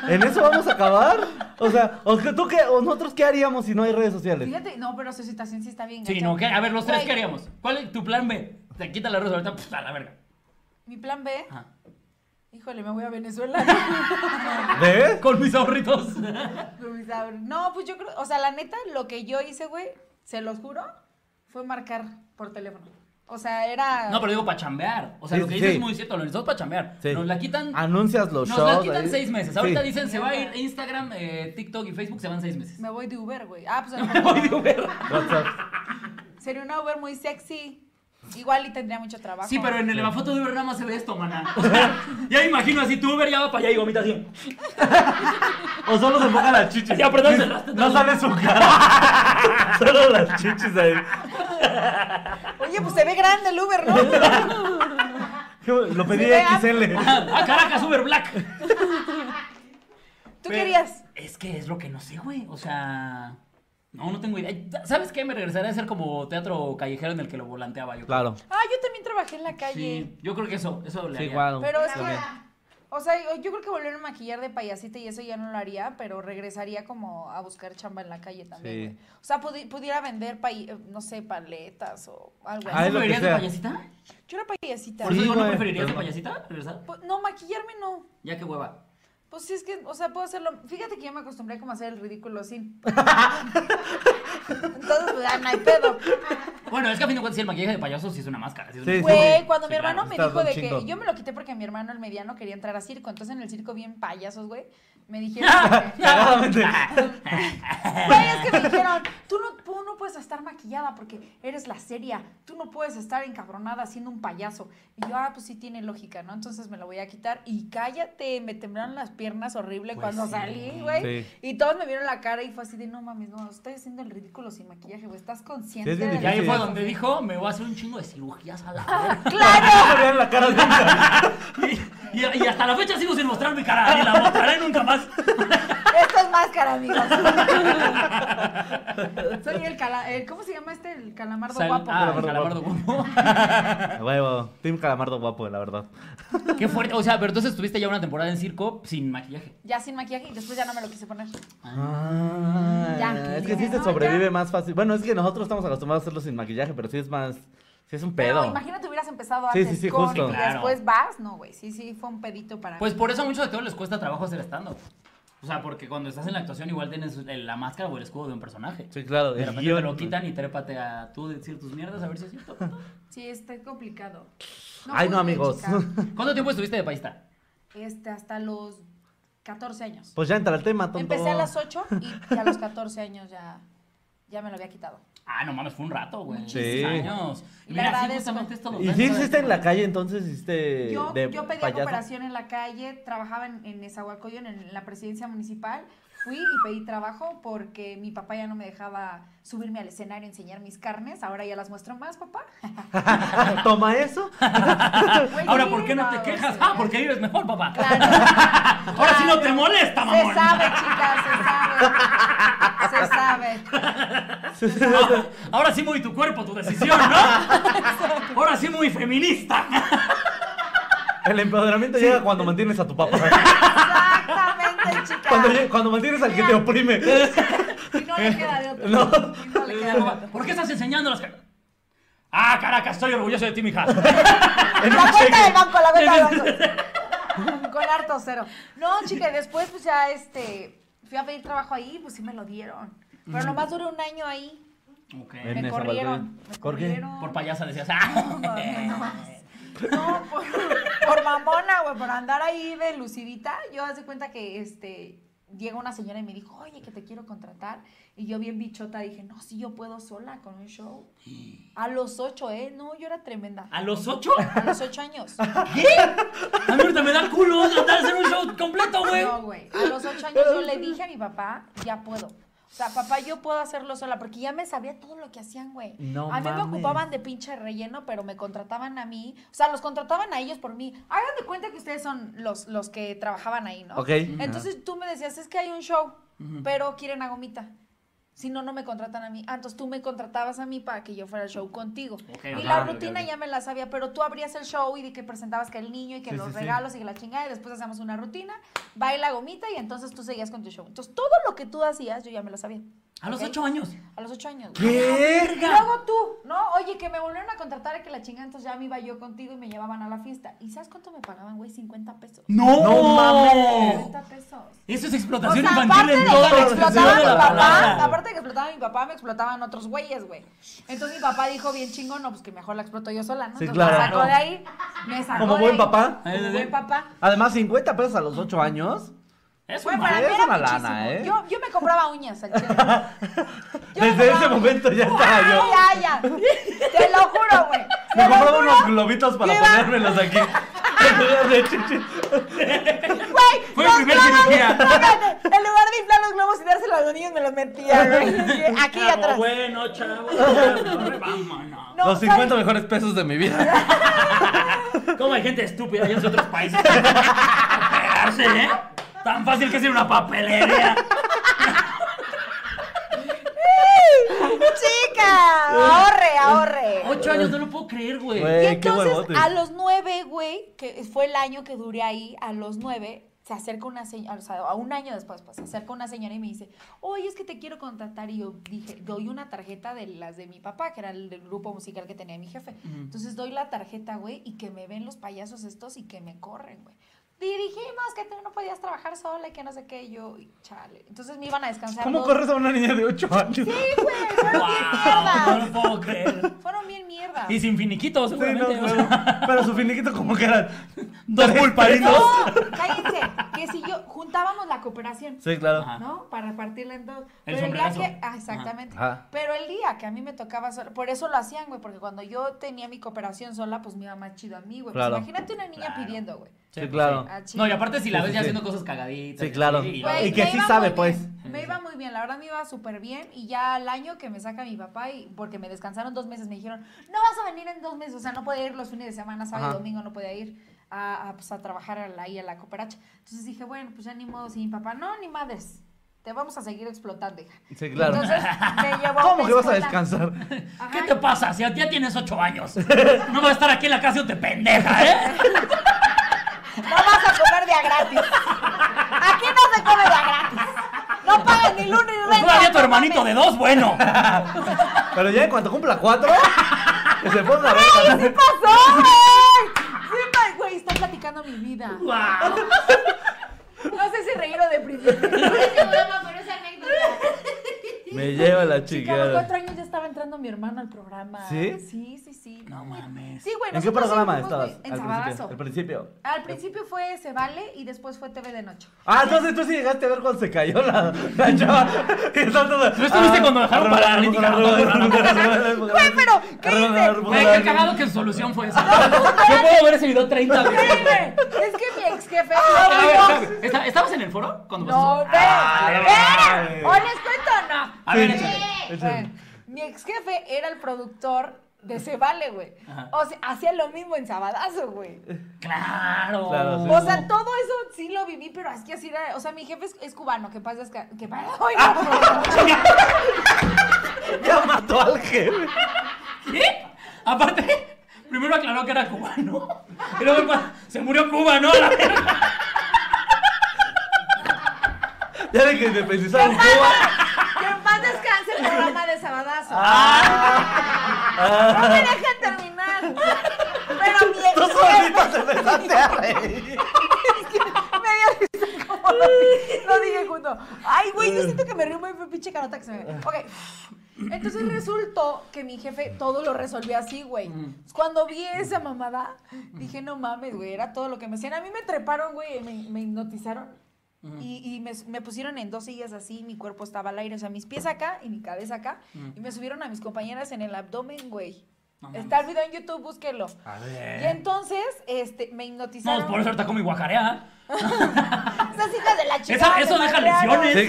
[SPEAKER 3] En eso vamos a acabar. O sea, o que tú qué, o nosotros qué haríamos si no hay redes sociales.
[SPEAKER 5] Fíjate, no, pero su situación sí está bien.
[SPEAKER 4] Sí,
[SPEAKER 5] gacha.
[SPEAKER 4] no, ¿qué? a ver, los tres,
[SPEAKER 5] Güey,
[SPEAKER 4] ¿qué haríamos? ¿Cuál es tu plan B? Te quita las redes ahorita, pues, a la verga.
[SPEAKER 5] Mi plan B,
[SPEAKER 4] Ajá.
[SPEAKER 5] híjole, me voy a Venezuela.
[SPEAKER 3] ¿Ves?
[SPEAKER 4] Con mis ahorritos.
[SPEAKER 5] Con mis sabor- No, pues yo creo, o sea, la neta, lo que yo hice, güey, se los juro, fue marcar por teléfono. O sea, era.
[SPEAKER 4] No, pero digo para chambear. O sea,
[SPEAKER 3] Sí,
[SPEAKER 4] lo que
[SPEAKER 3] sí,
[SPEAKER 4] dices
[SPEAKER 3] sí.
[SPEAKER 4] es muy cierto, lo necesitamos para chambear.
[SPEAKER 3] Sí.
[SPEAKER 4] Nos la quitan.
[SPEAKER 3] Anuncias los
[SPEAKER 4] Nos
[SPEAKER 3] shows.
[SPEAKER 4] la quitan
[SPEAKER 3] ahí.
[SPEAKER 4] seis meses. Ahorita
[SPEAKER 3] Sí.
[SPEAKER 4] dicen se va a ir Instagram, eh, TikTok y Facebook, se van seis meses.
[SPEAKER 5] Me voy de Uber, güey. Ah, pues.
[SPEAKER 4] Me voy de Uber.
[SPEAKER 3] WhatsApp.
[SPEAKER 5] Sería una Uber muy sexy. Igual y tendría mucho trabajo.
[SPEAKER 4] Sí, pero en el foto de Uber nada más se ve esto, maná. O sea, ya me imagino así, tu Uber ya va para allá y vomita así.
[SPEAKER 3] O solo se enfoca las chichis.
[SPEAKER 4] Ya, perdón, se las-
[SPEAKER 3] No sale su cara. solo las chichis ahí.
[SPEAKER 5] Oye, pues se ve grande el Uber, ¿no?
[SPEAKER 3] Lo pedí
[SPEAKER 5] Sí, vea.
[SPEAKER 3] XL.
[SPEAKER 4] ¡Ah, Caracas, Uber Black!
[SPEAKER 5] ¿Tú
[SPEAKER 4] Pero
[SPEAKER 5] querías?
[SPEAKER 4] Es que es lo que no sé, güey. O sea. No, no tengo idea. ¿Sabes qué? Me regresaría a hacer como teatro callejero en el que lo volanteaba yo.
[SPEAKER 3] Claro.
[SPEAKER 5] Ah, yo también trabajé en la calle.
[SPEAKER 4] Sí, yo creo que eso, eso le
[SPEAKER 3] Sí,
[SPEAKER 4] haría.
[SPEAKER 3] igual.
[SPEAKER 5] Pero es que.
[SPEAKER 3] También.
[SPEAKER 5] O sea, yo- yo creo que volver a maquillar de payasita y eso ya no lo haría, pero regresaría como a buscar chamba en la calle también.
[SPEAKER 3] Sí.
[SPEAKER 5] güey. O sea, pudi- pudiera vender, pay- eh, no sé, paletas o
[SPEAKER 3] Ah,
[SPEAKER 4] ¿Tú
[SPEAKER 5] algo
[SPEAKER 3] es
[SPEAKER 5] así.
[SPEAKER 3] lo que
[SPEAKER 4] preferirías de
[SPEAKER 3] sea.
[SPEAKER 4] payasita?
[SPEAKER 5] Yo era payasita.
[SPEAKER 4] Por
[SPEAKER 3] Sí,
[SPEAKER 4] eso digo, ¿no
[SPEAKER 3] güey,
[SPEAKER 4] preferirías de
[SPEAKER 3] pero no.
[SPEAKER 4] payasita? ¿Regresar?
[SPEAKER 5] Pues, No, maquillarme no.
[SPEAKER 4] Ya que hueva.
[SPEAKER 5] Pues sí, es que, o sea, puedo hacerlo. Fíjate que yo me acostumbré como a hacer el ridículo sin. Entonces, pues, ah, no hay pedo.
[SPEAKER 4] Bueno, es que a fin de cuentas, si el maquillaje de payaso sí es una máscara. Sí, es una
[SPEAKER 3] Sí, sí,
[SPEAKER 4] máscara.
[SPEAKER 5] Güey, cuando
[SPEAKER 4] Sí,
[SPEAKER 5] mi
[SPEAKER 4] claro.
[SPEAKER 5] hermano me
[SPEAKER 3] estás
[SPEAKER 5] dijo
[SPEAKER 3] un
[SPEAKER 5] de
[SPEAKER 3] chingo.
[SPEAKER 5] que yo me lo quité porque mi hermano el mediano quería entrar a circo, entonces en el circo bien payasos, güey, me dijeron, que-
[SPEAKER 3] Cagadamente.
[SPEAKER 5] güey, es que me dijeron, tú no, tú no puedes estar maquillada porque eres la seria, tú no puedes estar encabronada siendo un payaso. Y yo, ah, pues sí tiene lógica, ¿no? Entonces me lo voy a quitar y cállate, me temblaron las piernas horrible
[SPEAKER 4] Pues
[SPEAKER 5] cuando
[SPEAKER 4] sí.
[SPEAKER 5] salí, güey.
[SPEAKER 3] Sí.
[SPEAKER 5] Y todos me vieron la cara y fue así de, no mames, no, estoy haciendo el ridículo sin maquillaje, güey, estás consciente.
[SPEAKER 3] bien
[SPEAKER 5] de
[SPEAKER 4] Y
[SPEAKER 5] la
[SPEAKER 4] ahí fue
[SPEAKER 5] situación?"
[SPEAKER 4] donde dijo, me voy a hacer un chingo de cirugías a la verga.
[SPEAKER 5] ¡Claro!
[SPEAKER 3] No vean la cara de
[SPEAKER 4] y, y- y hasta la fecha sigo sin mostrar mi cara, ni la mostraré nunca más.
[SPEAKER 5] Esto es máscara, amigos. Soy el cala... el- ¿Cómo se llama este? El calamardo
[SPEAKER 4] Sal-
[SPEAKER 5] guapo.
[SPEAKER 4] ah,
[SPEAKER 3] guapo.
[SPEAKER 4] calamardo guapo.
[SPEAKER 3] Huevo. Team Calamardo guapo, la verdad.
[SPEAKER 4] Qué fuerte. O sea, pero entonces estuviste ya una temporada en circo sin maquillaje.
[SPEAKER 5] Ya sin maquillaje y después ya no me lo quise poner.
[SPEAKER 3] Ah,
[SPEAKER 5] Ya.
[SPEAKER 3] es que sí se
[SPEAKER 5] No,
[SPEAKER 3] sobrevive
[SPEAKER 5] ya.
[SPEAKER 3] más fácil. Bueno, es que nosotros estamos acostumbrados a hacerlo sin maquillaje, pero sí es más. Sí es un
[SPEAKER 5] Pero
[SPEAKER 3] pedo.
[SPEAKER 5] imagínate hubieras empezado
[SPEAKER 3] Sí,
[SPEAKER 5] antes
[SPEAKER 3] sí, sí,
[SPEAKER 5] con
[SPEAKER 3] justo.
[SPEAKER 5] y
[SPEAKER 4] Claro.
[SPEAKER 5] después vas. No, güey, sí, sí, fue un pedito para
[SPEAKER 4] Pues por eso a muchos actores les cuesta trabajo hacer stand-up. O sea, porque cuando estás en la actuación igual tienes el- la máscara o el escudo de un personaje.
[SPEAKER 3] Sí, claro.
[SPEAKER 4] De
[SPEAKER 3] el
[SPEAKER 4] repente
[SPEAKER 3] guión.
[SPEAKER 4] te lo quitan y trépate a tú decir tus mierdas a ver si es cierto.
[SPEAKER 5] mí. Sí, está complicado.
[SPEAKER 3] Ay, no,
[SPEAKER 5] juzguen,
[SPEAKER 3] amigos.
[SPEAKER 5] chicas.
[SPEAKER 4] ¿Cuánto tiempo estuviste de paista?
[SPEAKER 5] Este, hasta los 14 años.
[SPEAKER 3] Pues ya entra el tema, tonto.
[SPEAKER 5] Empecé a las 8 y a los 14 años ya, ya me lo había quitado.
[SPEAKER 4] Ah, no mames, fue un rato, güey.
[SPEAKER 3] Sí.
[SPEAKER 4] Muchísimos años. Y
[SPEAKER 5] Le
[SPEAKER 4] mira, sí,
[SPEAKER 5] agradezco.
[SPEAKER 4] justamente esto lo
[SPEAKER 3] ¿Y si hiciste en la calle, entonces hiciste
[SPEAKER 5] Yo,
[SPEAKER 3] Eh, de
[SPEAKER 5] yo pedí
[SPEAKER 3] payaso?
[SPEAKER 5] cooperación en la calle, trabajaba en, en Nezahualcóyotl, en la presidencia municipal. Fui y pedí trabajo porque mi papá ya no me dejaba subirme al escenario, enseñar mis carnes. Ahora ya las muestro más, papá.
[SPEAKER 3] Toma eso.
[SPEAKER 5] Güey,
[SPEAKER 4] Ahora,
[SPEAKER 5] sí,
[SPEAKER 4] ¿por qué no te quejas?
[SPEAKER 5] sí.
[SPEAKER 4] Ah, porque vives mejor, papá.
[SPEAKER 5] Claro.
[SPEAKER 4] Ahora sí no te molesta, mamón.
[SPEAKER 5] Se sabe, chicas, se sabe. Se sabe.
[SPEAKER 4] Ah, Ahora sí muy tu cuerpo, tu decisión, ¿no? Ahora sí muy feminista.
[SPEAKER 3] El empoderamiento llega cuando mantienes a tu papá.
[SPEAKER 5] Exactamente, chicas.
[SPEAKER 3] cuando, lle- cuando mantienes al que te oprime.
[SPEAKER 5] Y no le queda de otro.
[SPEAKER 3] No.
[SPEAKER 5] Y no le queda de otro.
[SPEAKER 4] ¿Por qué estás enseñando las ca- Ah, Caracas, estoy orgulloso de ti, mija.
[SPEAKER 5] La cuenta del banco, la cuenta del banco. Con harto cero. No, chica, y después pues ya este, fui a pedir trabajo ahí, pues sí me lo dieron. Pero nomás duré un año ahí.
[SPEAKER 4] Ok.
[SPEAKER 3] En
[SPEAKER 5] Me
[SPEAKER 3] esa
[SPEAKER 5] corrieron.
[SPEAKER 3] Valdez.
[SPEAKER 5] Me
[SPEAKER 3] ¿Por qué?
[SPEAKER 5] corrieron.
[SPEAKER 4] Por payasa decías. ¡Ah!
[SPEAKER 5] No, mames. No, por, por mamona, güey, por andar ahí de lucidita, yo hace cuenta que este llega una señora y me dijo, oye, que te quiero contratar. Y yo bien bichota dije, no, si yo puedo sola con un show. A los ocho, ¿eh? No, yo era tremenda.
[SPEAKER 4] ¿A los ocho?
[SPEAKER 5] A los ocho años.
[SPEAKER 4] ¿Qué? A mí ahorita me da culo tratar de hacer un show completo, güey.
[SPEAKER 5] No, güey. A los ocho años yo le dije a mi papá, ya puedo. O sea, papá, yo puedo hacerlo sola, porque ya me sabía todo lo que hacían, güey.
[SPEAKER 3] No
[SPEAKER 5] a mí
[SPEAKER 3] mames.
[SPEAKER 5] me ocupaban de pinche relleno, pero me contrataban a mí. O sea, los contrataban a ellos por mí. Hagan de cuenta que ustedes son los, los que trabajaban ahí, ¿no?
[SPEAKER 3] Ok.
[SPEAKER 5] Entonces tú me decías, es que hay un show, pero quieren a gomita. Si no, no me contratan a mí. Ah, entonces tú me contratabas a mí para que yo fuera al show contigo. y
[SPEAKER 4] ok,
[SPEAKER 3] Ah,
[SPEAKER 5] la
[SPEAKER 4] ok,
[SPEAKER 5] rutina
[SPEAKER 4] ok.
[SPEAKER 5] ya me la sabía, pero tú abrías el show y de que presentabas que el niño y que
[SPEAKER 3] Sí,
[SPEAKER 5] los
[SPEAKER 3] sí, sí.
[SPEAKER 5] regalos y que la chingada y después hacíamos una rutina, baila gomita y entonces tú seguías con tu show. Entonces todo lo que tú hacías yo ya me lo sabía.
[SPEAKER 4] A los
[SPEAKER 5] ¿ok?
[SPEAKER 4] ocho años.
[SPEAKER 5] A los ocho años. güey.
[SPEAKER 3] ¿Qué?
[SPEAKER 5] Luego tú, ¿no? Oye, que me volvieron a contratar a que la chingada, entonces ya me iba yo contigo y me llevaban a la fiesta. ¿Y sabes cuánto me pagaban, güey? 50 pesos.
[SPEAKER 4] ¡No!
[SPEAKER 3] mames!
[SPEAKER 5] 50 pesos.
[SPEAKER 4] Eso es explotación
[SPEAKER 5] O sea,
[SPEAKER 4] infantil
[SPEAKER 5] aparte
[SPEAKER 4] en
[SPEAKER 5] de
[SPEAKER 4] toda
[SPEAKER 5] que
[SPEAKER 4] la
[SPEAKER 5] me
[SPEAKER 4] extensión
[SPEAKER 5] explotaba
[SPEAKER 4] de
[SPEAKER 5] mi
[SPEAKER 4] la
[SPEAKER 5] papá,
[SPEAKER 4] palabra.
[SPEAKER 5] aparte de que explotaba mi papá, me explotaban otros güeyes, güey. Entonces mi papá dijo bien chingón, no, pues que mejor la exploto yo sola, ¿no?
[SPEAKER 3] Sí,
[SPEAKER 5] Entonces
[SPEAKER 3] claro.
[SPEAKER 5] me sacó de ahí, me sacó
[SPEAKER 3] Como
[SPEAKER 5] de
[SPEAKER 3] buen
[SPEAKER 5] ahí.
[SPEAKER 3] papá.
[SPEAKER 5] Como buen papá.
[SPEAKER 3] Además, 50 pesos a los 8 años.
[SPEAKER 4] Es
[SPEAKER 5] Güey,
[SPEAKER 4] un
[SPEAKER 5] para mí
[SPEAKER 3] es
[SPEAKER 5] era
[SPEAKER 3] una lana,
[SPEAKER 5] muchísimo.
[SPEAKER 3] ¿eh?
[SPEAKER 5] Yo, yo me compraba uñas al chile. Yo me
[SPEAKER 3] Desde ese
[SPEAKER 5] compraba-
[SPEAKER 3] momento ya estaba yo.
[SPEAKER 5] Ya, ya. Te lo juro, güey.
[SPEAKER 3] Me
[SPEAKER 5] Te lo
[SPEAKER 3] compraba
[SPEAKER 5] juro,
[SPEAKER 3] unos globitos para
[SPEAKER 5] Yo iba-
[SPEAKER 3] ponérmelos aquí. De chichi.
[SPEAKER 5] güey.
[SPEAKER 4] Fue
[SPEAKER 5] los
[SPEAKER 4] mi primer
[SPEAKER 5] globos,
[SPEAKER 4] cirugía.
[SPEAKER 5] espérate, En lugar de inflar los globos y dárselos a los niños, me los metía, güey. Aquí
[SPEAKER 4] Chavo
[SPEAKER 5] atrás.
[SPEAKER 4] Bueno, chavo. chavo, Vámonos.
[SPEAKER 5] No,
[SPEAKER 3] los
[SPEAKER 5] ¿sabes
[SPEAKER 3] 50 mejores pesos de mi vida.
[SPEAKER 4] ¿Cómo hay gente estúpida allá en otros países? Pegarse, ¿eh? Tan fácil que es ir a una papelería.
[SPEAKER 5] Chica, ahorre, ahorre.
[SPEAKER 4] Ocho años, no lo puedo creer, güey.
[SPEAKER 3] Güey.
[SPEAKER 5] Y
[SPEAKER 3] Eh, qué
[SPEAKER 5] entonces,
[SPEAKER 3] huevote.
[SPEAKER 5] a los nueve, güey, que fue el año que duré ahí, a los nueve, se acerca una señora, o sea, a un año después, pues, se acerca una señora y me dice, oye, es que te quiero contratar. Y yo dije, doy una tarjeta de las de mi papá, que era el del grupo musical que tenía mi jefe. Entonces, doy la tarjeta, güey, y que me ven los payasos estos y que me corren, güey. Y dijimos que tú no podías trabajar sola y que no sé qué, y yo, y chale. Entonces, me iban a descansar.
[SPEAKER 3] ¿Cómo
[SPEAKER 5] dos-
[SPEAKER 3] corres a una niña de 8 años?
[SPEAKER 5] Sí, güey, fueron
[SPEAKER 4] Guau,
[SPEAKER 5] bien
[SPEAKER 4] No
[SPEAKER 5] mierdas.
[SPEAKER 4] lo puedo creer.
[SPEAKER 5] Fueron bien mierdas.
[SPEAKER 4] Y sin finiquitos,
[SPEAKER 3] Sí, no,
[SPEAKER 4] seguramente. o
[SPEAKER 3] pero,
[SPEAKER 4] sea.
[SPEAKER 3] pero su finiquito como que eran dos pulparinos.
[SPEAKER 5] No, cállense. Que si yo juntábamos la cooperación,
[SPEAKER 3] Sí, claro.
[SPEAKER 4] Ajá.
[SPEAKER 5] ¿no? Para partirla en dos.
[SPEAKER 4] El
[SPEAKER 5] Pero el día
[SPEAKER 4] sombrerazo.
[SPEAKER 5] que. Ah, exactamente.
[SPEAKER 3] Ajá.
[SPEAKER 5] Pero el día que a mí me tocaba sola. Por eso lo hacían, güey. Porque cuando yo tenía mi cooperación sola, pues me iba más chido a mí, güey. Pues
[SPEAKER 3] Claro.
[SPEAKER 5] imagínate una niña pidiendo, güey.
[SPEAKER 3] Sí, claro.
[SPEAKER 5] Ah, chido.
[SPEAKER 4] No, y aparte si la
[SPEAKER 3] Sí,
[SPEAKER 4] ves
[SPEAKER 3] sí,
[SPEAKER 4] ya
[SPEAKER 3] sí.
[SPEAKER 4] haciendo cosas cagaditas.
[SPEAKER 3] Sí, claro.
[SPEAKER 4] así,
[SPEAKER 3] Güey,
[SPEAKER 4] y-
[SPEAKER 3] Y que
[SPEAKER 5] me
[SPEAKER 3] sí
[SPEAKER 5] iba muy
[SPEAKER 3] sabe,
[SPEAKER 5] bien,
[SPEAKER 3] pues.
[SPEAKER 5] Me iba muy bien, la verdad me iba súper bien. Y ya al año que me saca mi papá, y porque me descansaron dos meses, me dijeron, no vas a venir en dos meses. O sea, no podía ir los fines de semana, sábado y
[SPEAKER 3] Ajá.
[SPEAKER 5] domingo, no podía ir a, a, pues, a trabajar a la- ahí a la cooperacha. Entonces dije, bueno, pues ya ni modo, sin mi papá, no, ni madres. Te vamos a seguir explotando, hija.
[SPEAKER 3] Sí, claro.
[SPEAKER 5] Entonces me llevó
[SPEAKER 3] ¿Cómo que vas a
[SPEAKER 5] mezcota.
[SPEAKER 3] descansar?
[SPEAKER 5] Ajá,
[SPEAKER 4] ¿Qué te pasa? Si ya tienes ocho años. No vas a estar aquí en la casa de pendeja, ¿eh?
[SPEAKER 5] No vas a comer de a gratis. Aquí no se come de a gratis. No pagan ni luna ni renta.
[SPEAKER 4] Todavía tu
[SPEAKER 5] no
[SPEAKER 4] hermanito de
[SPEAKER 5] mames.
[SPEAKER 4] dos, bueno.
[SPEAKER 3] Pero ya en cuanto cumpla 4, que se ponga a
[SPEAKER 5] ¡Ay,
[SPEAKER 3] ver.
[SPEAKER 5] sí pasó, güey! Sí, pa- güey, está platicando mi vida.
[SPEAKER 4] Guau.
[SPEAKER 5] No sé si reír o deprimirme.
[SPEAKER 7] esa anécdota.
[SPEAKER 3] Me lleva la
[SPEAKER 5] Chica, a los
[SPEAKER 3] chica.
[SPEAKER 5] cuatro años ya estaba entrando mi hermano al programa.
[SPEAKER 3] ¿Sí?
[SPEAKER 5] Sí, sí, sí.
[SPEAKER 4] No
[SPEAKER 5] güey.
[SPEAKER 4] mames.
[SPEAKER 5] Sí, güey.
[SPEAKER 3] ¿En qué
[SPEAKER 5] nosotros
[SPEAKER 3] programa
[SPEAKER 5] íbamos, güey,
[SPEAKER 3] estabas?
[SPEAKER 5] En
[SPEAKER 3] al
[SPEAKER 5] Sabadazo.
[SPEAKER 3] principio? Al principio.
[SPEAKER 5] Al principio fue Se Vale y después fue TV de Noche.
[SPEAKER 3] Ah, entonces tú sí llegaste a ver cuando se cayó la, la chava. Y entonces, ah,
[SPEAKER 4] ¿No estuviste cuando dejaron paralítica?
[SPEAKER 5] Güey, pero, ¿qué dices?
[SPEAKER 4] Güey, qué cagado que su solución fue esa. Yo puedo ver ese video 30
[SPEAKER 5] Sí,
[SPEAKER 4] veces.
[SPEAKER 5] güey, Es que mi ex jefe.
[SPEAKER 4] A ver, espérame, ¿esta- ¿Estabas en el foro? Cuando
[SPEAKER 5] No,
[SPEAKER 4] pasó
[SPEAKER 5] ve.
[SPEAKER 4] eso? Ah, vale, vale.
[SPEAKER 5] Espera, ¿O les cuento o no?
[SPEAKER 4] A ver, échale.
[SPEAKER 5] Bueno, mi ex jefe era el productor de Se Vale, güey.
[SPEAKER 4] Ajá.
[SPEAKER 5] O sea, hacía lo mismo en Sabadazo, güey.
[SPEAKER 4] Claro.
[SPEAKER 3] Claro, sí.
[SPEAKER 5] O sea, todo eso sí lo viví, pero así así era. O sea, mi jefe es, es cubano, que pasa que pasa.
[SPEAKER 3] Ah.
[SPEAKER 5] Ay, no.
[SPEAKER 3] Ya mató al jefe.
[SPEAKER 4] ¿Qué? Aparte, primero aclaró que era cubano. Y luego pa- se murió Cuba, ¿no? La verga.
[SPEAKER 3] Ya de que independizaron Cuba.
[SPEAKER 5] Que en paz descanse el programa de Sabadazo.
[SPEAKER 3] Ah.
[SPEAKER 5] No me dejan terminar. Pero mi ex
[SPEAKER 3] Tú solita te empezaste a reír.
[SPEAKER 5] me dio risa como lo dije. Lo dije junto. Ay, güey, yo siento que me río muy pinche carota que se me ve. Ok. Entonces resultó que mi jefe todo lo resolvió así, güey. Cuando vi esa mamada, dije, no mames, güey, era todo lo que me hacían. A mí me treparon, güey, me, me hipnotizaron. Y, y me, me pusieron en dos sillas así, mi cuerpo estaba al aire, o sea, mis pies acá y mi cabeza acá. Y me subieron a mis compañeras en el abdomen, güey.
[SPEAKER 4] No mames. Eh.
[SPEAKER 5] Está el video en YouTube, búsquenlo.
[SPEAKER 3] A ver.
[SPEAKER 5] Y entonces, este, me hipnotizaron.
[SPEAKER 4] No, por eso ahorita como y guacarea.
[SPEAKER 5] Esas hijas de la chica.
[SPEAKER 4] Esa- eso deja lesiones.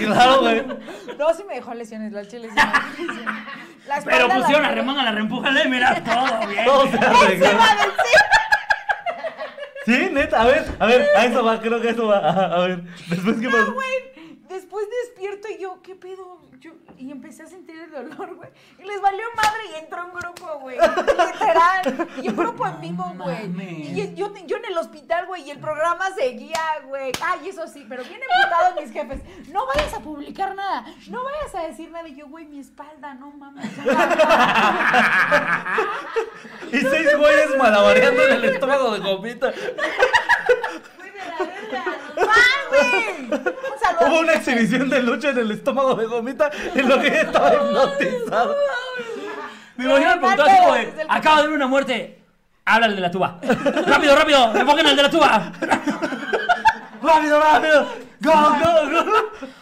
[SPEAKER 3] Sí, claro, güey.
[SPEAKER 5] No, sí me dejó lesiones, la chile. sí me dejó lesiones. La espalda
[SPEAKER 4] Pero
[SPEAKER 5] la-
[SPEAKER 4] pusieron la remanga, la reempújale y mira, todo bien.
[SPEAKER 3] Todo se
[SPEAKER 5] ¡Se
[SPEAKER 3] arregló.
[SPEAKER 5] va a vencer!
[SPEAKER 3] Sí, neta, a ver, a ver, a eso va, creo que eso va. Ajá, A ver, después qué pasa.
[SPEAKER 5] güey. Después despierto y yo, ¿qué pedo? Yo, y empecé a sentir el dolor, güey. Y les valió madre y entró un grupo, güey. Literal. Y un grupo en vivo,
[SPEAKER 4] No
[SPEAKER 5] güey.
[SPEAKER 4] mames.
[SPEAKER 5] Y yo, yo en el hospital, güey, y el programa seguía, güey. Ay, eso sí, pero bien emputados mis jefes. No vayas a publicar nada. No vayas a decir nada. Y yo, güey, mi espalda, no mames.
[SPEAKER 3] Y seis güeyes malabareando en el estómago de Jovita.
[SPEAKER 7] Muy verdadera.
[SPEAKER 5] ¡Mames! Un saludo.
[SPEAKER 3] Hubo una exhibición de lucha en el estómago de Jovita y lo que ella estaba hipnotizado.
[SPEAKER 4] Me imagino el puntazo así como de, acaba de haber una muerte. Háblale de la tuba. Rápido, rápido, enfoquen al de la tuba.
[SPEAKER 3] ¡Rápido, rápido! ¡Go, go, go!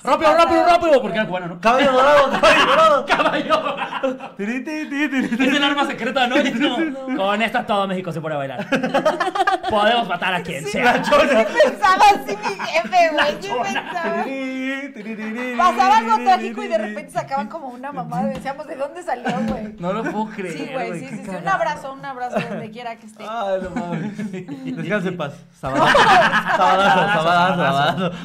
[SPEAKER 4] Rápido, rápido, rápido. Porque era cubano, ¿no?
[SPEAKER 3] ¡Caballo dorado, caballo dorado!
[SPEAKER 4] Caballo.
[SPEAKER 3] Tiri, tiri, tiri, tiri.
[SPEAKER 4] Es el arma secreta, ¿no? Y es como, con esta todo México se pone a bailar. Podemos matar a quien sea.
[SPEAKER 3] La chona.
[SPEAKER 5] Pensaba así mi jefe, güey. Yo pensaba.
[SPEAKER 3] Tiri, tiri, tiri,
[SPEAKER 5] Pasaba algo
[SPEAKER 3] tiri,
[SPEAKER 5] trágico y de
[SPEAKER 3] tiri.
[SPEAKER 5] repente sacaban como una mamada. Decíamos, ¿de dónde salió, güey?
[SPEAKER 4] No lo puedo creer.
[SPEAKER 5] Sí, güey, sí,
[SPEAKER 4] qué
[SPEAKER 5] sí, sí. Un
[SPEAKER 4] cagado.
[SPEAKER 5] abrazo, un abrazo donde quiera que esté.
[SPEAKER 3] Ay, no mames. Descanse en paz. Sabadazo, sabadazo, sabadazo, sabadazo.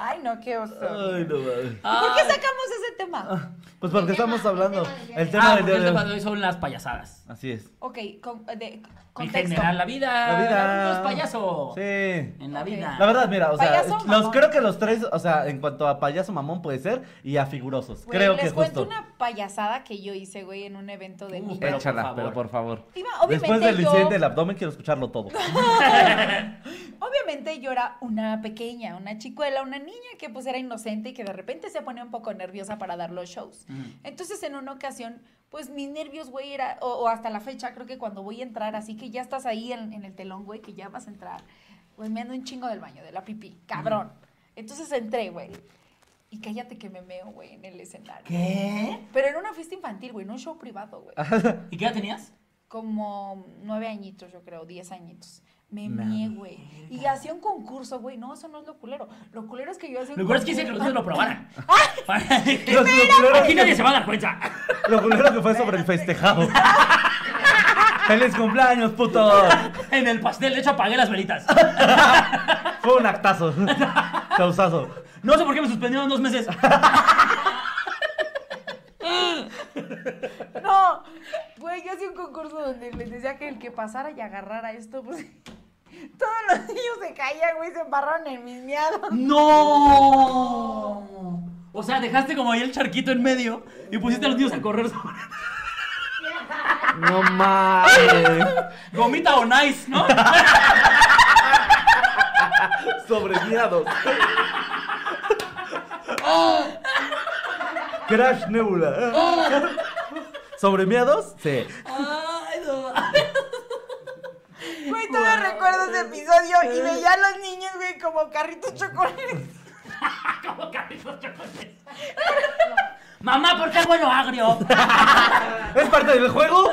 [SPEAKER 5] Ay, no, qué oso.
[SPEAKER 3] Ay, no mames.
[SPEAKER 5] ¿Por qué sacamos ese tema?
[SPEAKER 3] Pues porque estamos hablando el tema
[SPEAKER 4] Ah,
[SPEAKER 3] del día
[SPEAKER 4] porque el
[SPEAKER 3] de
[SPEAKER 5] pues,
[SPEAKER 4] tema
[SPEAKER 3] hoy.
[SPEAKER 4] de hoy son las payasadas.
[SPEAKER 3] Así es.
[SPEAKER 5] Ok, con, de,
[SPEAKER 4] En
[SPEAKER 5] contexto.
[SPEAKER 4] general, la
[SPEAKER 5] ah,
[SPEAKER 4] vida.
[SPEAKER 3] La vida.
[SPEAKER 4] uno es payaso.
[SPEAKER 3] Sí.
[SPEAKER 4] En la
[SPEAKER 5] Ok.
[SPEAKER 4] vida.
[SPEAKER 3] La verdad, mira, o sea,
[SPEAKER 5] Payaso,
[SPEAKER 3] los
[SPEAKER 5] mamón.
[SPEAKER 3] creo que los tres, o sea, en cuanto a payaso mamón puede ser y a figurosos.
[SPEAKER 5] Güey,
[SPEAKER 3] creo
[SPEAKER 5] les
[SPEAKER 3] que
[SPEAKER 5] cuento
[SPEAKER 3] justo.
[SPEAKER 5] una payasada que yo hice, güey, en un evento de
[SPEAKER 4] Uh,
[SPEAKER 5] mi.
[SPEAKER 4] pero por
[SPEAKER 3] Échala,
[SPEAKER 4] favor.
[SPEAKER 3] pero por favor.
[SPEAKER 5] Iba, obviamente
[SPEAKER 3] Después del
[SPEAKER 5] yo-
[SPEAKER 3] incidente del abdomen quiero escucharlo todo.
[SPEAKER 5] Obviamente yo era una pequeña, una chicuela, una niña que pues era inocente y que de repente se ponía un poco nerviosa para dar los shows. Entonces en una ocasión, pues mis nervios, güey, era, o, o hasta la fecha, creo que cuando voy a entrar, así que ya estás ahí en, en el telón, güey, que ya vas a entrar, güey, me ando un chingo del baño, de la pipí, cabrón. Entonces entré, güey. Y cállate que me meo, güey, en el escenario.
[SPEAKER 4] ¿Qué?
[SPEAKER 5] Pero era una fiesta infantil, güey, no un show privado, güey
[SPEAKER 4] ¿Y qué edad tenías?
[SPEAKER 5] como nueve añitos, yo creo, diez añitos. Me
[SPEAKER 3] Nah.
[SPEAKER 5] mié, güey. Y hacía un concurso, güey. No, eso no es lo culero. Lo culero es que yo hacía un
[SPEAKER 4] Lo peor es que hice que los niños lo probaran. Para que-
[SPEAKER 3] Lo- lo culero
[SPEAKER 4] Aquí
[SPEAKER 3] que-
[SPEAKER 4] nadie se va a dar cuenta.
[SPEAKER 3] Lo culero que fue sobre el festejado. ¡Feliz cumpleaños, puto!
[SPEAKER 4] En el pastel, de hecho, apagué las velitas.
[SPEAKER 3] Fue un actazo. Causazo.
[SPEAKER 4] No sé por qué me suspendieron dos meses.
[SPEAKER 5] No, güey, yo hacía un concurso donde les decía que el que pasara y agarrara esto, pues... Todos los niños se caían, güey, se embarraron en mis miados.
[SPEAKER 4] ¡No! O sea, dejaste como ahí el charquito en medio y pusiste a los niños a correr sobre.
[SPEAKER 3] No mames.
[SPEAKER 4] Gomita o nice, ¿no?
[SPEAKER 3] Sobreviados. Crash Nebula. ¿Sobremiados? Sí.
[SPEAKER 4] Ay, no.
[SPEAKER 5] Güey, todavía recuerdo ese episodio y veía a los niños, güey, como carritos chocolates.
[SPEAKER 4] Como carritos chocolates. Mamá, ¿por qué el bueno agrio?
[SPEAKER 3] ¿Es parte del juego?